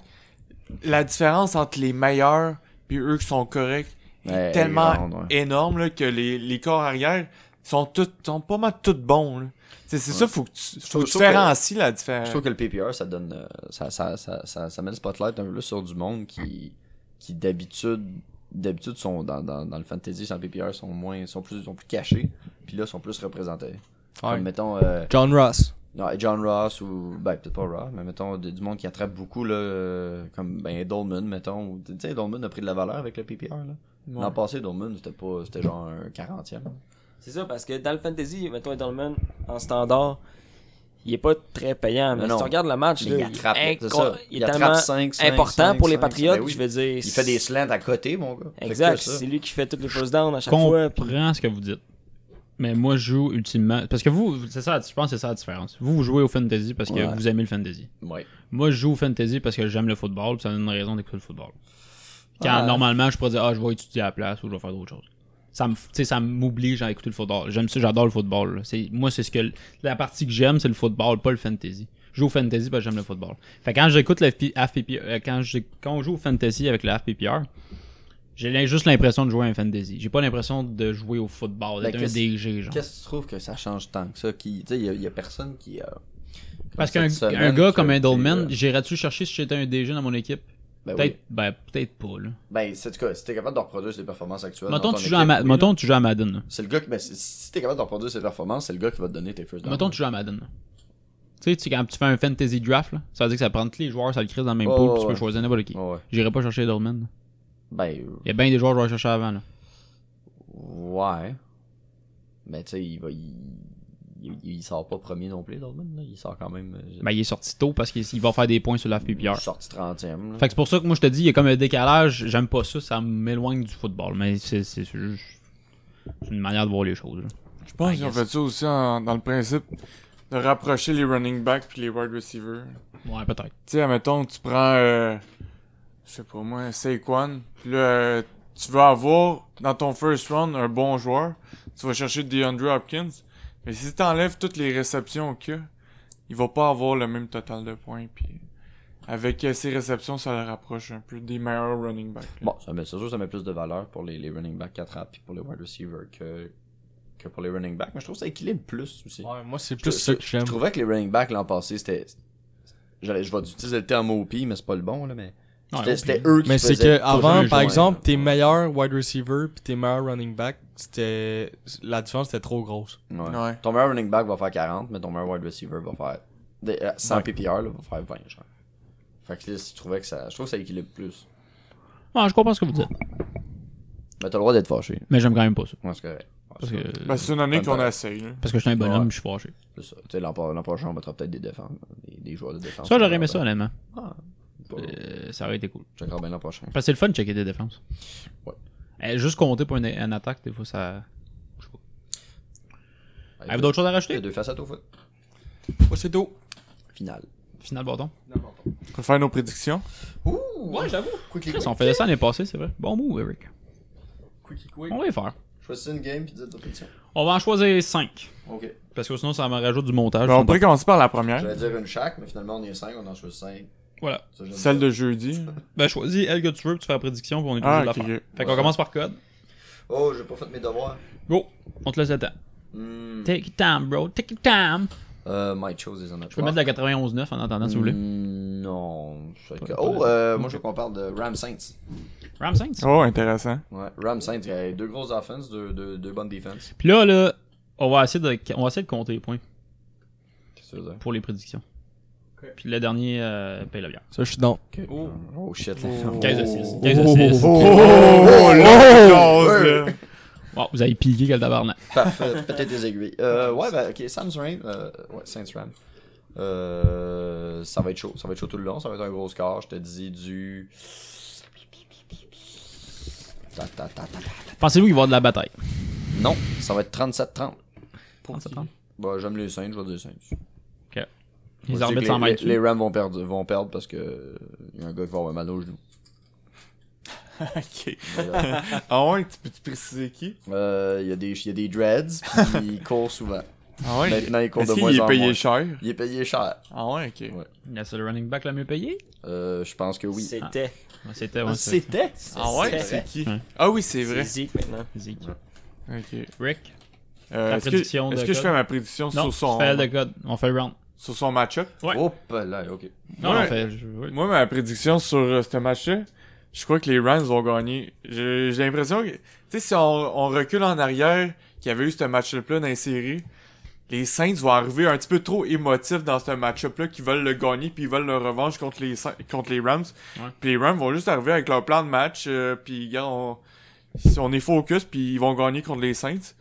S5: la différence entre les meilleurs puis eux qui sont corrects
S4: Ouais,
S5: est tellement
S4: grande, ouais.
S5: énorme là, que les, les corps arrière sont tous sont pas mal tous bons. là. Tu sais, C'est ça, faut que tu,
S4: trouve- je
S5: faut que tu
S4: trouve que-
S5: différencies la
S4: Je
S5: différence.
S4: trouve que le PPR, ça donne. euh, Ça, ça, ça, ça, ça met le spotlight un peu plus sur du monde qui, qui d'habitude. D'habitude, sont dans, dans, dans le fantasy, sans PPR, sont moins, sont plus, sont plus cachés, puis là, sont plus représentés. Comme, mettons, euh,
S3: John Ross.
S4: non, John Ross ou, ben, peut-être pas Ross, mais mettons, du du monde qui attrape beaucoup, là, euh, comme, ben, Dolman, mettons. ou- Tu sais, Dolman a pris de la valeur avec le PPR, là.
S5: Ouais.
S4: L'an passé, Dolman, c'était pas, c'était genre un 40e.
S9: C'est ça, parce que dans le fantasy, mettons Edelman, en standard, il est pas très payant. Mais
S4: Non.
S9: si tu regardes le match,
S4: Mais
S9: là,
S4: il attrape,
S9: est
S4: c'est
S9: inco-
S4: ça.
S9: il est
S4: Il attrape
S9: tellement
S4: cinq, cinq,
S9: important
S4: cinq,
S9: pour les
S4: cinq,
S9: Patriotes,
S4: ben oui.
S9: je veux dire.
S4: Il fait des slants à côté, mon gars.
S9: Exact,
S4: Fait que ça.
S9: c'est lui qui fait toutes les first downs à
S7: Je
S9: chaque fois. puis-
S7: comprends ce que vous dites. Mais moi, je joue ultimement. Parce que vous, c'est ça, je pense que c'est ça la différence. Vous, vous jouez au fantasy parce que
S4: Ouais.
S7: vous aimez le fantasy.
S4: Ouais.
S7: Moi, je joue au fantasy parce que j'aime le football, puis ça me donne une raison d'écouter le football. Quand
S4: Ouais.
S7: normalement, je pourrais dire, ah, je vais étudier à la place ou je vais faire d'autres choses. Ça me, tu sais, ça m'oblige à écouter le football. J'aime ça, j'adore le football. là. C'est, moi, c'est ce que, la partie que j'aime, c'est le football, pas le fantasy. Je joue au fantasy parce que j'aime le football. Fait que quand j'écoute le FP FPPR, euh, quand, j'ai- quand on joue au fantasy avec le FPPR, j'ai l'in- juste l'impression de jouer à un fantasy. J'ai pas l'impression de jouer au football, d'être
S4: Ben,
S7: un
S4: qu'est-ce-
S7: DG, genre.
S4: Qu'est-ce que tu trouves que ça change tant que ça? Qui, tu sais, il y a- il y, a personne qui. euh,
S7: Parce qu'un
S4: comme
S7: un
S4: cette semaine,
S7: gars
S4: que-
S7: comme
S4: que,
S7: Edelman,
S4: euh,
S7: j'irais-tu chercher si j'étais un DG dans mon équipe?
S4: ben,
S7: peut-être,
S4: oui.
S7: ben, peut-être pas, là.
S4: Ben, c'est en tout cas, si t'es capable de reproduire ses performances actuelles.
S7: Mettons,
S4: dans ton
S7: tu joues à
S4: équipe,
S7: Ma-
S4: oui,
S7: mettons,
S4: là.
S7: tu joues à Madden. là.
S4: C'est le gars qui. Ben, si- si t'es capable de reproduire ses performances, c'est le gars qui va te donner tes first downs.
S7: Mettons, tu joues à Madden. là. Tu sais, tu- quand tu fais un fantasy draft, là, ça veut dire que ça prend tous les joueurs, ça le crée dans le même
S4: Oh,
S7: pool, puis tu
S4: ouais. Oh.
S7: peux choisir n'importe qui.
S4: Ouais, ouais.
S7: J'irai pas chercher Edelman. là.
S4: Ben, euh,
S7: Il y a bien des joueurs que je vais chercher avant. Là.
S4: ouais. Mais tu sais, il va. Il, il, il sort pas premier non plus, Dolman, là. Il sort quand même. euh,
S7: Ben, il est sorti tôt parce qu'il il va faire des points sur la
S4: il
S7: FPPR.
S4: est sorti 30e. là.
S7: Fait que c'est pour ça que moi je te dis, il y a comme un décalage, j'aime pas ça, ça m'éloigne du football. Mais c'est c'est- c'est juste c'est une manière de voir les choses. là.
S5: Je pense
S4: Ben,
S5: qu'ils ont fait ça aussi en- dans le principe de rapprocher les running backs puis les wide receivers.
S7: Ouais, peut-être.
S5: Tu sais, admettons, tu prends, euh, je sais pas moi, Saquon, puis là, euh, tu vas avoir dans ton first round un bon joueur, tu vas chercher DeAndre Hopkins, mais si t'enlèves toutes les réceptions qu'il y a, il va pas avoir le même total de points, puis avec euh, ses réceptions, ça le rapproche un peu des meilleurs running backs. là.
S4: Bon, ça met, c'est sûr que ça met plus de valeur pour les, les running backs 4 puis pour les wide receivers que, que pour les running backs. Mais je trouve que ça équilibre plus aussi.
S3: moi, c'est
S4: Je-
S3: plus ça que
S4: Je
S3: j'aime.
S4: trouvais que les running backs l'an passé, c'était. j'allais- Je vais utiliser le terme OP, mais c'est pas le bon, là, mais.
S7: Ouais,
S4: C'était
S7: OP.
S4: c'était eux qui
S3: Mais c'est
S4: faisaient
S3: que
S4: toujours
S3: avant,
S4: les
S3: par
S4: joints,
S3: exemple,
S4: là.
S3: tes meilleurs wide receivers puis tes meilleurs running back, c'était la différence était trop grosse.
S4: Ouais.
S5: Ouais.
S4: Ton meilleur running back va faire 40, mais ton meilleur wide receiver va faire. des- euh, Sans PPR, là, va faire 20, genre. Fait que là, je trouvais que ça. Je trouve que ça équilibre plus.
S7: Ouais, je comprends ce que vous dites.
S4: Mais t'as le droit d'être fâché.
S7: Mais j'aime quand même pas ça.
S4: Moi, c'est correct. Ouais,
S7: Parce
S4: c'est
S7: que,
S4: correct.
S5: Ben, c'est une année
S4: Bonne
S5: qu'on
S4: paire.
S5: essaye, là.
S7: parce que je suis un bonhomme,
S4: Ouais.
S7: je suis fâché.
S4: C'est ça. Tu sais, l'an pro- l'an prochain, on mettra peut-être des défenses, des, des joueurs de défense.
S7: Ça, j'aurais aimé ça, honnêtement.
S4: Ah,
S7: Euh, ça aurait été cool.
S4: J'accorde bien l'an prochain.
S7: Parce que c'est le fun de checker des défenses.
S4: Ouais.
S7: Eh, juste compter pour une, une attaque, des fois, ça. Avez-vous d'autres choses à
S4: Il y a
S7: rajouter?
S4: deux facettes au foot.
S3: c'est tout.
S4: Finale.
S7: Final bâton.
S5: On peut faire nos prédictions.
S7: Ouais, j'avoue.
S4: Quickly
S7: Chris, on faisait ça l'année passée, c'est vrai. Bon move, Eric.
S4: Quickly quick.
S7: On va y faire.
S4: Choisis une game puis dis ta prédiction.
S7: On va en choisir 5.
S4: Ok.
S7: Parce que sinon, ça me rajoute du montage.
S5: Ben, on pourrait commencer par la première.
S4: J'allais dire une chaque, mais finalement on est 5, on en choisit 5.
S7: Voilà.
S5: Celle de jeudi.
S7: Ben, choisis elle que tu veux, puis tu fais la prédiction, puis on est obligé
S5: Ah,
S7: de la
S5: ok,
S7: faire.
S5: ok.
S7: Fait qu'on commence par code.
S4: Oh, j'ai pas fait mes devoirs.
S7: Go. On te laisse le temps.
S4: Hmm.
S7: Take your time, bro. Take your time.
S4: Euh, my chose is on a
S5: Ah.
S4: Hmm,
S7: Je peux mettre de la 91.9 en attendant, si vous
S5: Hmm.
S7: voulez.
S4: Non. je sais que- Oh, euh, moi je veux qu'on parle de Ram Saints.
S7: Ram Saints.
S5: Oh, intéressant.
S4: Ouais, Ram Saints, il y a deux grosses offenses, deux, deux, deux bonnes défenses.
S7: Puis là, là, on va essayer de, on va essayer de compter les points
S4: Qu'est-ce que tu veux dire?
S7: pour les prédictions. Puis le dernier euh, paye la bière.
S3: Ça, je suis dans.
S4: Oh shit.
S7: 15 à 6. 15 à 6.
S5: Oh, là,
S7: Wow, vous avez piqué quel tabarnak.
S4: Parfait, peut-être des aiguilles. Euh, ouais, bah, ok, Sam's Rain, euh, ouais, Saints Ram. Euh, ça va être chaud, ça va être chaud tout le long, ça va être un gros score, je te dis du. Ta, ta, ta, ta, ta.
S7: Pensez-vous qu'il va y avoir de la bataille?
S4: Non, ça va être 37-30.
S7: Pour
S4: Bah, j'aime les Saints, je vais dire Saints. Moi, je
S7: Les
S4: dis
S7: arbitres
S4: que
S7: s'en
S4: les,
S7: mêlent.
S4: les Rams vont perdre, vont perdre parce que euh, y a un gars qui va avoir mal au genou.
S5: Ok.
S4: Voilà.
S5: Ah ouais, tu peux-tu préciser qui
S4: Euh, Il y, a des- il y a des dreads, puis ils courent souvent.
S5: Ah ouais.
S4: Maintenant, ils courent
S5: Est-ce
S4: de
S5: qu'il
S4: moins
S5: est
S4: en
S5: payé
S4: moins.
S5: cher
S4: Il est payé cher.
S5: Ah ouais, ok.
S7: C'est le running back le mieux payé?
S4: Euh, je pense que oui.
S9: C'était.
S7: Ouais, C'était, Ah, ouais, c'est
S9: C'était.
S5: Ah ouais,
S9: C'est
S5: c'est qui
S7: Ouais.
S5: Ah oui, c'est
S9: vrai.
S5: vrai.
S9: Zeke maintenant.
S7: Zeke.
S5: Ok.
S7: Rick,
S5: Euh,
S7: La
S5: Est-ce que,
S7: prédiction de
S5: est-ce que je
S7: code.
S5: fais ma prédiction
S7: non,
S5: sur son,
S7: tu fais le code. On fait le round.
S5: sur son match-up
S7: Ouais.
S4: Hop là, ok.
S7: Non,
S5: Ouais.
S7: on fait... je- ouais.
S5: Moi, ma prédiction sur euh, ce match-là, je crois que les Rams vont gagner. Je- J'ai l'impression que, tu sais, si on, on recule en arrière, qu'il y avait eu ce match-up-là dans les séries, les Saints vont arriver un petit peu trop émotifs dans ce match-up-là, qu'ils veulent le gagner, puis ils veulent leur revanche contre les, Saints- contre les Rams.
S7: Ouais.
S5: Puis les Rams vont juste arriver avec leur plan de match, euh, puis gars, on, si on est focus, puis ils vont gagner contre les Saints.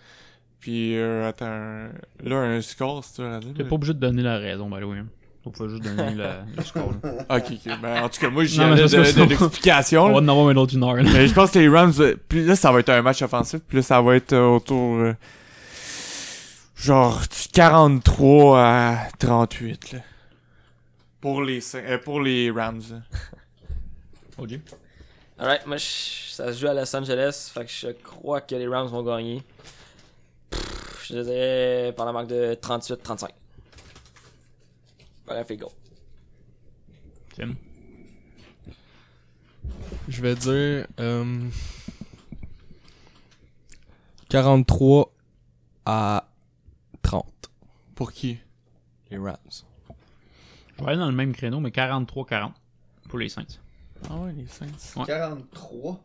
S5: Puis, euh, attends, là, un score, c'est dur à dire,
S7: T'es pas obligé de donner la raison, by the way. On peut juste donner le, le score. là.
S5: mais- Ok, ok. Ben, en tout cas, moi, j'ai
S7: Non, mais parce que
S5: de,
S7: sinon-
S5: de l'explication.
S7: On
S5: là.
S7: va en avoir un autre une heure. là.
S5: Mais je pense que les Rams, euh, plus là, ça va être un match offensif, plus ça va être euh, autour. euh, genre du 43 à 38, là. Pour les, Saints- euh, pour les Rams. là.
S7: OG.
S9: Alright, moi, je- ça se joue à Los Angeles. Fait que je crois que les Rams vont gagner. Pff, Je dirais par la marque de 38-35. Voilà, fait go.
S7: Tim.
S3: Je vais dire. euh, 43 à 30.
S5: Pour qui
S3: Les Rams.
S7: Je vais aller dans le même créneau, mais 43-40 pour les Saints.
S5: Ah ouais, les Saints.
S4: 43.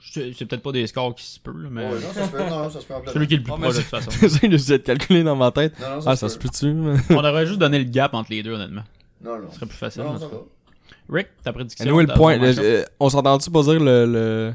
S7: Je- C'est peut-être pas des scores qui se peuvent, mais euh,
S4: Ouais, non, ça se peut, non, non, ça se peut en plein
S7: celui qui est le plus
S3: Oh, mais
S7: proche de
S3: c'est-
S7: toute façon.
S3: J'essaie de calculer dans ma tête.
S4: Non, non,
S3: Ah, ça se peut-tu? mais-
S7: On aurait juste donné le gap entre les deux, honnêtement.
S4: Non, non.
S7: Ce serait plus facile.
S4: Non,
S7: en
S4: ça
S7: tout cas.
S4: va.
S7: Rick, ta prédiction.
S3: Anyway, le
S7: ta-
S3: point.
S7: ton
S3: le-
S7: match-up?
S3: euh, on s'entend-tu pas dire le, le-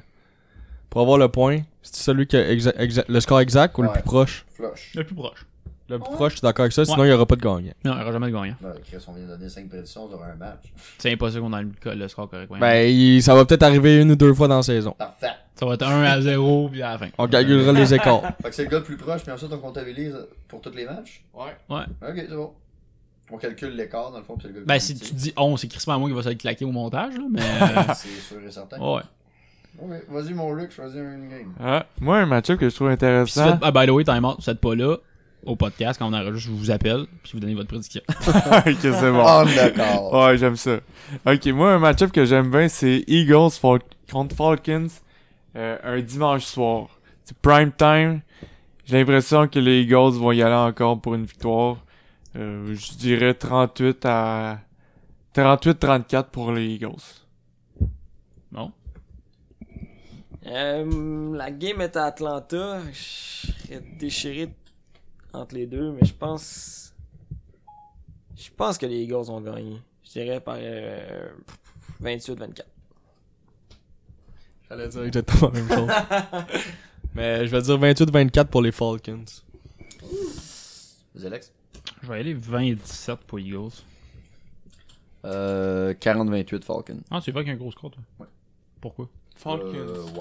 S3: Pour avoir le point, c'est celui qui a exa- exa- le score exact ou le
S4: Ouais.
S3: plus proche
S4: Flush.
S7: Le plus proche.
S3: Le plus proche, je suis d'accord avec ça, sinon il n'y aura pas de gagnant.
S7: Non, il n'y aura jamais de gagnant.
S4: Ouais, Chris, on vient de donner 5 prédictions sur un match.
S7: C'est impossible qu'on ait le, co- le score correct. voyons.
S3: Ben, il- ça va peut-être arriver une ou deux fois dans la saison.
S4: Parfait.
S7: Ça va être 1 à 0 puis à la fin.
S3: On calculera les écarts.
S4: Fait que c'est le gars le plus proche, puis ensuite on comptabilise pour tous les matchs. Ouais.
S7: Ouais.
S4: Ok, c'est bon. On calcule l'écart dans le fond, puis c'est le gars le
S7: Ben,
S4: plus
S7: si tu
S4: petit.
S7: dis 11, c'est Christmas à moi qui va se le claquer au montage, là, mais.
S4: C'est sûr et certain.
S7: euh, ouais.
S4: Ok, vas-y, mon Luc, choisis une game.
S5: Ah, moi, un match-up que je trouve
S7: Puis si vous
S5: intéressant.
S7: faites- ah, by the way, time out, vous êtes pas là, au podcast, quand on enregistre, je vous appelle, puis vous donnez votre prédiction.
S5: ok, c'est bon.
S4: On Ah, d'accord.
S5: Ouais, j'aime ça. Ok, moi, un match-up que j'aime bien, c'est Eagles fal- contre Falcons euh, un dimanche soir. C'est prime time. J'ai l'impression que les Eagles vont y aller encore pour une victoire. Euh, je dirais 38 à 38-34 pour les Eagles.
S7: Bon.
S9: Euh, la game est à Atlanta. Je serais déchiré entre les deux, mais je pense. Je pense que les Eagles ont gagné. Je dirais par euh, 28-24.
S3: J'allais dire exactement la même chose. Mais je vais dire 28-24 pour les Falcons.
S4: Vas-y, Alex.
S7: Je vais aller 27 pour Eagles.
S4: Euh, 40-28 Falcon.
S7: Ah, tu vois qu'il y a un gros score, toi.
S4: Ouais.
S7: Pourquoi
S5: Falcons.
S4: Euh, ouais.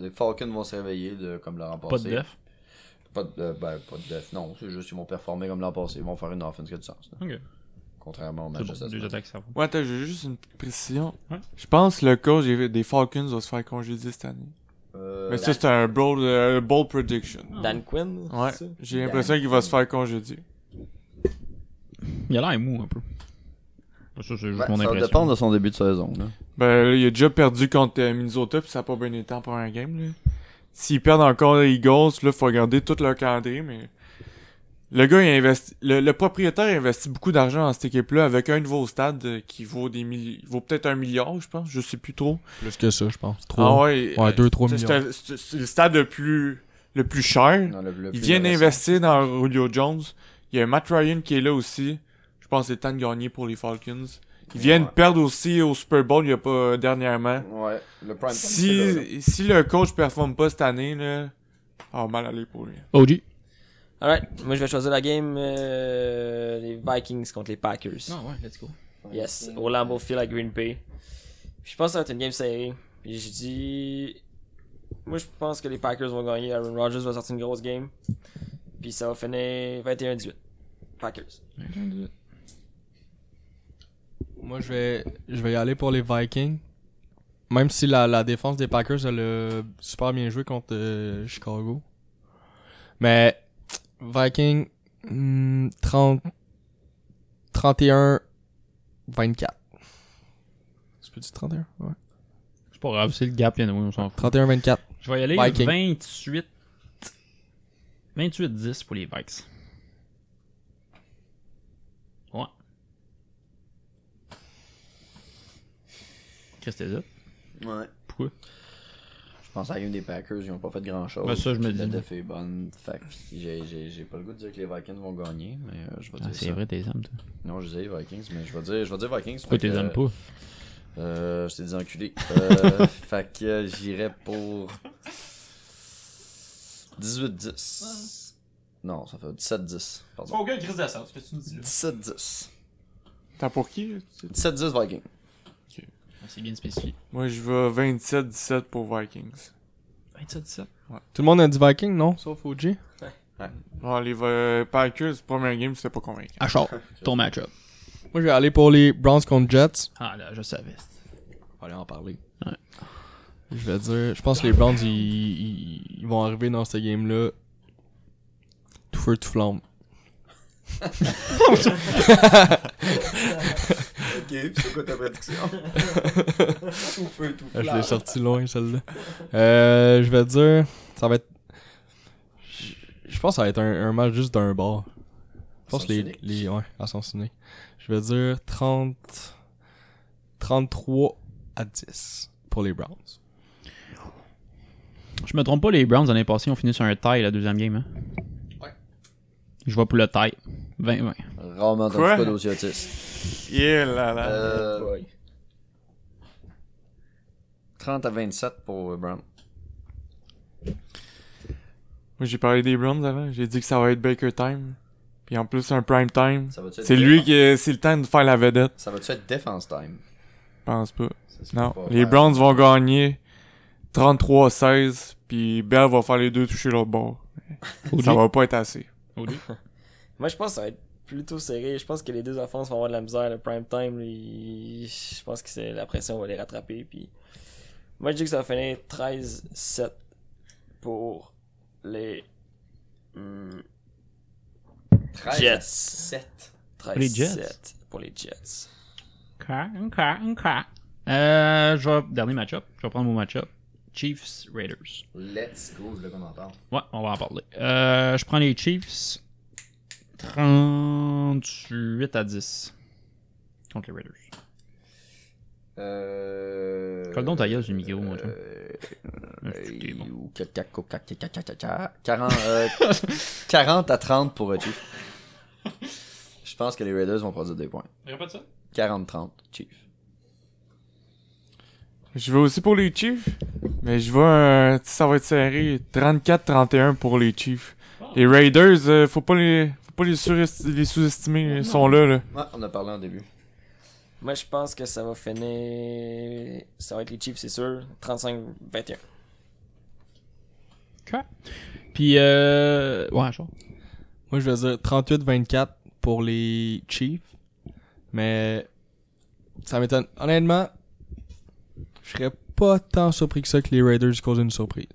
S4: Les Falcons vont se réveiller de, comme l'an passé.
S7: Pas de def.
S4: Pas de, euh, ben, pas de def. Non, c'est juste qu'ils vont performer comme l'an passé. Ils vont faire une offense qui a du sens. là.
S7: Ok.
S4: Contrairement au match
S7: C'est
S4: de
S7: bon,
S4: cette
S7: deux
S4: semaine.
S7: attaques, ça va.
S5: Ouais, attends, j'ai juste une précision.
S7: Ouais.
S5: Je pense que le coach des des Falcons va se faire congédier cette année.
S4: Euh,
S5: Mais ça, c'est un bold, euh, bold prediction.
S9: Dan Quinn,
S5: Ouais.
S9: c'est ça?
S5: J'ai l'impression qu'il va se faire congédier.
S7: Il a l'air mou un peu. Ça, c'est juste
S4: ben,
S7: mon
S4: ça
S7: impression.
S4: dépend de son début de saison. Là.
S5: Ben, là, il a déjà perdu contre euh, Minnesota, puis ça a pas bien été en première game, là. S'ils perdent encore les Eagles, là, faut regarder tout leur calendrier, mais... Le gars, il investi... le, le propriétaire a investi beaucoup d'argent dans cette équipe-là, avec un nouveau stade euh, qui vaut des milli- vaut peut-être un milliard, je pense, je sais plus trop.
S3: Plus que ça, je pense.
S5: Ah
S3: Trois.
S5: ouais,
S3: ouais,
S5: euh,
S3: 2-3
S5: c'est-
S3: millions.
S5: c'est- C'est c'est le stade le plus, le plus cher.
S4: Dans le- le plus
S5: Ils viennent
S4: récent.
S5: investir dans Julio Jones. Il y a Matt Ryan qui est là aussi. Je pense que c'est le temps de gagner pour les Falcons. Ils viennent
S4: Ouais.
S5: perdre aussi au Super Bowl il y a pas euh, dernièrement.
S4: Ouais, le prime time, c'est là, là.
S5: Si, si le coach performe pas cette année, là, ah, mal aller pour lui.
S7: OG.
S9: Alright, moi je vais choisir la game euh, les Vikings contre les Packers.
S7: Ah, ouais, let's go.
S9: Yes, au Lambeau Field à Green Bay. Puis je pense que ça va être une game serrée. Puis je dis. Moi je pense que les Packers vont gagner. Aaron Rodgers va sortir une grosse game. Puis ça va finir 21-18. Packers.
S3: Moi, je vais, je vais y aller pour les Vikings. Même si la, la défense des Packers, elle a super bien joué contre euh, Chicago. Mais, Vikings, hmm, 30, 31, 24. Tu peux dire 31? Ouais.
S7: C'est pas grave, c'est le gap, il y en a on s'en fout.
S3: 31, 24.
S7: Je vais y aller
S3: Viking.
S7: 28. 28-10 pour les Vikes. Ouais. Qu'est-ce que t'es là?
S4: Ouais.
S7: Pourquoi?
S4: Je pense à la game des Packers, ils ont pas fait grand chose.
S7: Ben, ça, je me dis.
S4: La def est bonne. Fait que j'ai- j'ai j'ai pas le goût de dire que les Vikings vont gagner, mais euh, je vais
S7: Ah,
S4: dire
S7: c'est
S4: ça.
S7: vrai, t'es âmes, toi.
S4: Non, je disais les Vikings, mais je vais dire, je vais dire Vikings.
S7: Pourquoi
S4: fait
S7: t'es
S4: que,
S7: aimes pas?
S4: Euh, je t'ai dit enculé. Euh, fait que euh, j'irais pour 18-10. Non, ça fait 17-10. Pardon.
S7: gars, Chris Dassard, ce que tu nous dis là.
S4: 17-10.
S5: T'as pour qui? là?
S4: 17-10 Vikings.
S7: Ah, C'est bien spécifié.
S5: Moi, je vais 27-17 pour Vikings.
S7: 27-17.
S3: Tout le monde a dit Vikings, non? Sauf OG.
S5: Bon, les euh, Packers, première game, c'était pas convaincant.
S7: Achard, ton match-up.
S3: Moi, je vais aller pour les Browns contre Jets.
S7: Ah là, je savais.
S4: On va aller en parler.
S3: Je vais dire, je pense que les Browns, ils, ils- ils vont arriver dans ce game-là. Tout feu, tout flamme.
S4: Ok, c'est quoi ta prédiction? tout feu, tout
S3: Ah, je l'ai sorti loin, celle-là. Euh, je vais dire, ça va être. Je- Je pense que ça va être un, un match juste d'un bord. Je pense
S4: Sens
S3: que les,
S4: unique.
S3: les. Ouais, à sens unique. Je vais dire 30. 33 à 10 pour les Browns.
S7: Je me trompe pas, les Browns l'année passée ont fini sur un tie la deuxième game. Hein?
S4: Ouais.
S7: Je vais pour le tie. 20-20.
S4: Rarement entendu
S5: Quoi?
S4: pas d'aussi autiste.
S5: Yeah, là, là.
S4: Euh, 30 à 27 pour euh, Brown.
S5: Moi, j'ai parlé des Browns avant. J'ai dit que ça va être Baker time. Puis en plus, un prime time.
S4: Ça va-tu être
S5: C'est lui
S4: défense-
S5: qui est- c'est le temps de faire la vedette.
S4: Ça va-tu être défense time?
S5: Je pense pas.
S4: Ça, c'est
S5: Non.
S4: pas
S5: Les
S4: vrai.
S5: Browns vont gagner 33-16. Puis Bell va faire les deux toucher l'autre bord. Ça va pas être assez.
S9: Moi, je pense que ça va être plutôt serré. Je pense que les deux offenses vont avoir de la misère. Le prime time, là, ils- je pense que c'est la pression va les rattraper. Puis... Moi, je dis que ça va finir 13-7 pour les hmm,
S4: 13
S9: Jets.
S4: à 7.
S9: 13-7
S7: les Jets?
S9: pour les Jets.
S7: Ok, ok, ok. Euh, je vais... Dernier match-up. Je vais prendre mon match-up. Chiefs Raiders.
S4: Let's go, je le commentaire.
S7: Ouais, on va en parler. Euh, je prends les Chiefs. 38 à 10. Contre les Raiders.
S4: Euh...
S7: Colle donc ta gueule sur le micro, mon chum.
S4: euh,
S7: Ah, tu t'es bon.
S4: ou ca- ca- ca- ca- ca- ca- ca- ca- 40, euh, 40 à 30 pour Chief. Je pense que les Raiders vont produire des points.
S7: Répète ça.
S4: 40-30, Chief.
S5: Je vais aussi pour les Chiefs. Mais je vais un- ça va être serré. 34-31 pour les Chiefs.
S7: Ah.
S5: Les Raiders, euh, faut pas les, faut pas les, suresti- les sous-estimer. Ils sont là, là.
S4: Ouais, on a parlé en début.
S9: Moi, je pense que ça va finir. Ça va être les Chiefs, c'est sûr. 35-21.
S7: Ok. Puis, euh... ouais, genre.
S3: Moi, je vais dire 38-24 pour les Chiefs. Mais ça m'étonne. Honnêtement, je serais pas tant surpris que ça que les Raiders causent une surprise.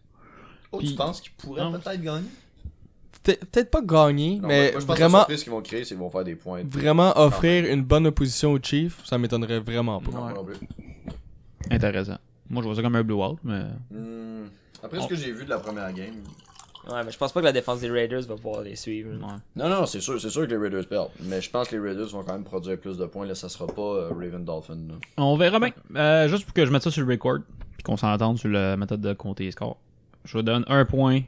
S4: Oh,
S7: Puis-
S4: tu penses qu'ils pourraient
S7: Non.
S4: peut-être gagner?
S3: Peut- Peut-être pas gagner,
S4: Non,
S3: mais
S4: moi, je pense que la
S3: vraiment,
S4: surprise qu'ils vont créer, c'est qu'ils vont faire des points.
S3: vraiment offrir une bonne opposition aux Chiefs, ça m'étonnerait vraiment pas.
S4: Non, moi non plus.
S7: Intéressant. Moi, je vois ça comme un blowout, mais.
S4: Hmm. Après ce que j'ai vu de la première game.
S9: Ouais, mais je pense pas que la défense des Raiders va pouvoir les suivre.
S7: Ouais.
S4: Non, non, c'est sûr, c'est sûr que les Raiders perdent. Mais je pense que les Raiders vont quand même produire plus de points. Là, ça sera pas euh, Raven Dolphin. là.
S7: On verra bien. Euh, juste pour que je mette ça sur le record, puis qu'on s'entende sur la méthode de compter les scores. Je donne un point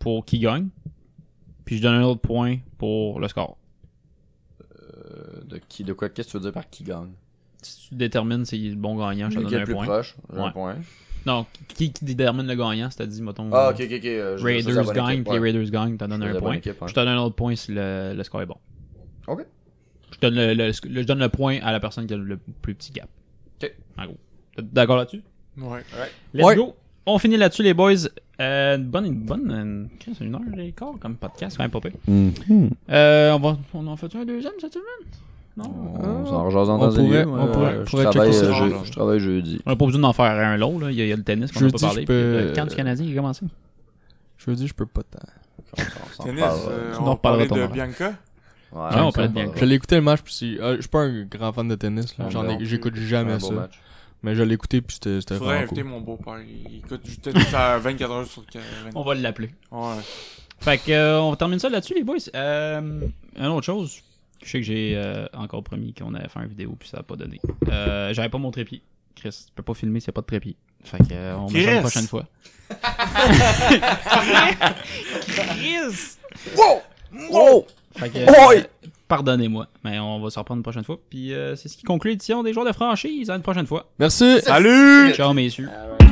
S7: pour qui gagne, puis je donne un autre point pour le score.
S4: Euh, de qui, de quoi, qu'est-ce que tu veux dire par qui gagne?
S7: Si tu détermines si c'est le bon gagnant, je te
S4: Le qui est
S7: donne
S4: le
S7: un
S4: plus
S7: point.
S4: proche, j'ai un
S7: Ouais.
S4: point.
S7: Non, qui, qui détermine le gagnant, c'est-à-dire, mettons,
S4: Ah, ok, ok, ok. euh, je- ça, c'est la
S7: Raiders
S4: bonne
S7: gagne,
S4: équipe,
S7: puis les
S4: ouais.
S7: Raiders gagnent, t'en donnes
S4: C'est
S7: un
S4: la bonne
S7: point.
S4: équipe, ouais.
S7: Je te donne un autre point si le, le score est bon.
S4: Ok.
S7: Je donne le, le- le- je donne le point à la personne qui a le plus petit gap.
S4: Ok.
S7: En gros. T'es D'accord là-dessus?
S5: Ouais.
S7: Let's
S3: Ouais.
S7: go. On finit là-dessus, les boys. Euh, une bonne, une bonne, une, Chris, une heure et quart comme podcast, c'est quand même pas pire.
S5: Hmm.
S7: Euh, on, va, on en fait un deuxième cette semaine? Non. Ah.
S4: On s'en rejase en
S3: On pourrait-
S4: temps réel,
S3: on
S4: euh,
S3: pourrait-
S4: je
S3: pourrait
S4: travaille,
S3: checker ça.
S4: euh, je- Je travaille jeudi.
S7: On n'a pas besoin d'en faire un long, là. Il y a, il y a le tennis qu'on n'a pas
S3: Jeudi,
S7: parlé.
S3: je
S7: puis
S3: peux-
S7: Le camp du Canadien qui a commencé.
S3: Je veux dire, je peux pas tant.
S4: On s'en- on s'en
S5: Tennis,
S4: reparle,
S5: euh,
S7: Tu
S5: on
S7: nous
S5: va parler de
S7: reparleras ton
S5: Bianca.
S4: ouais.
S7: ouais, Ah, on
S4: s'en
S7: peut être bien.
S4: reparlera.
S3: Je l'ai écouté le match, puis c'est- euh, je suis pas un grand fan de tennis, là.
S4: Ah,
S3: J'en
S4: non.
S3: ai- j'écoute
S4: Un
S3: jamais
S4: beau
S3: ça.
S4: match.
S3: Mais je l'ai écouté, puis c'était c'était
S5: Faudrait
S3: vraiment
S5: inviter
S3: cool.
S5: mon beau-père. Il écoute du tennis à 24 heures sur 40.
S7: On va l'appeler.
S5: Ouais.
S7: Fait que, euh, on termine ça là-dessus, les boys. Euh, une autre chose. Je sais que j'ai euh, encore promis qu'on allait faire une vidéo, puis ça n'a pas donné. Euh, J'avais pas mon trépied. Chris, tu peux pas filmer s'il n'y a pas de trépied. Fait que, euh, on met ça
S5: Chris!
S7: une prochaine fois. Chris! Fait que, euh, pardonnez-moi, mais on va se reprendre une prochaine fois. Puis euh, c'est ce qui conclut l'édition des joueurs de franchise. À une prochaine fois.
S3: Merci!
S7: Ciao, messieurs.
S9: Alright.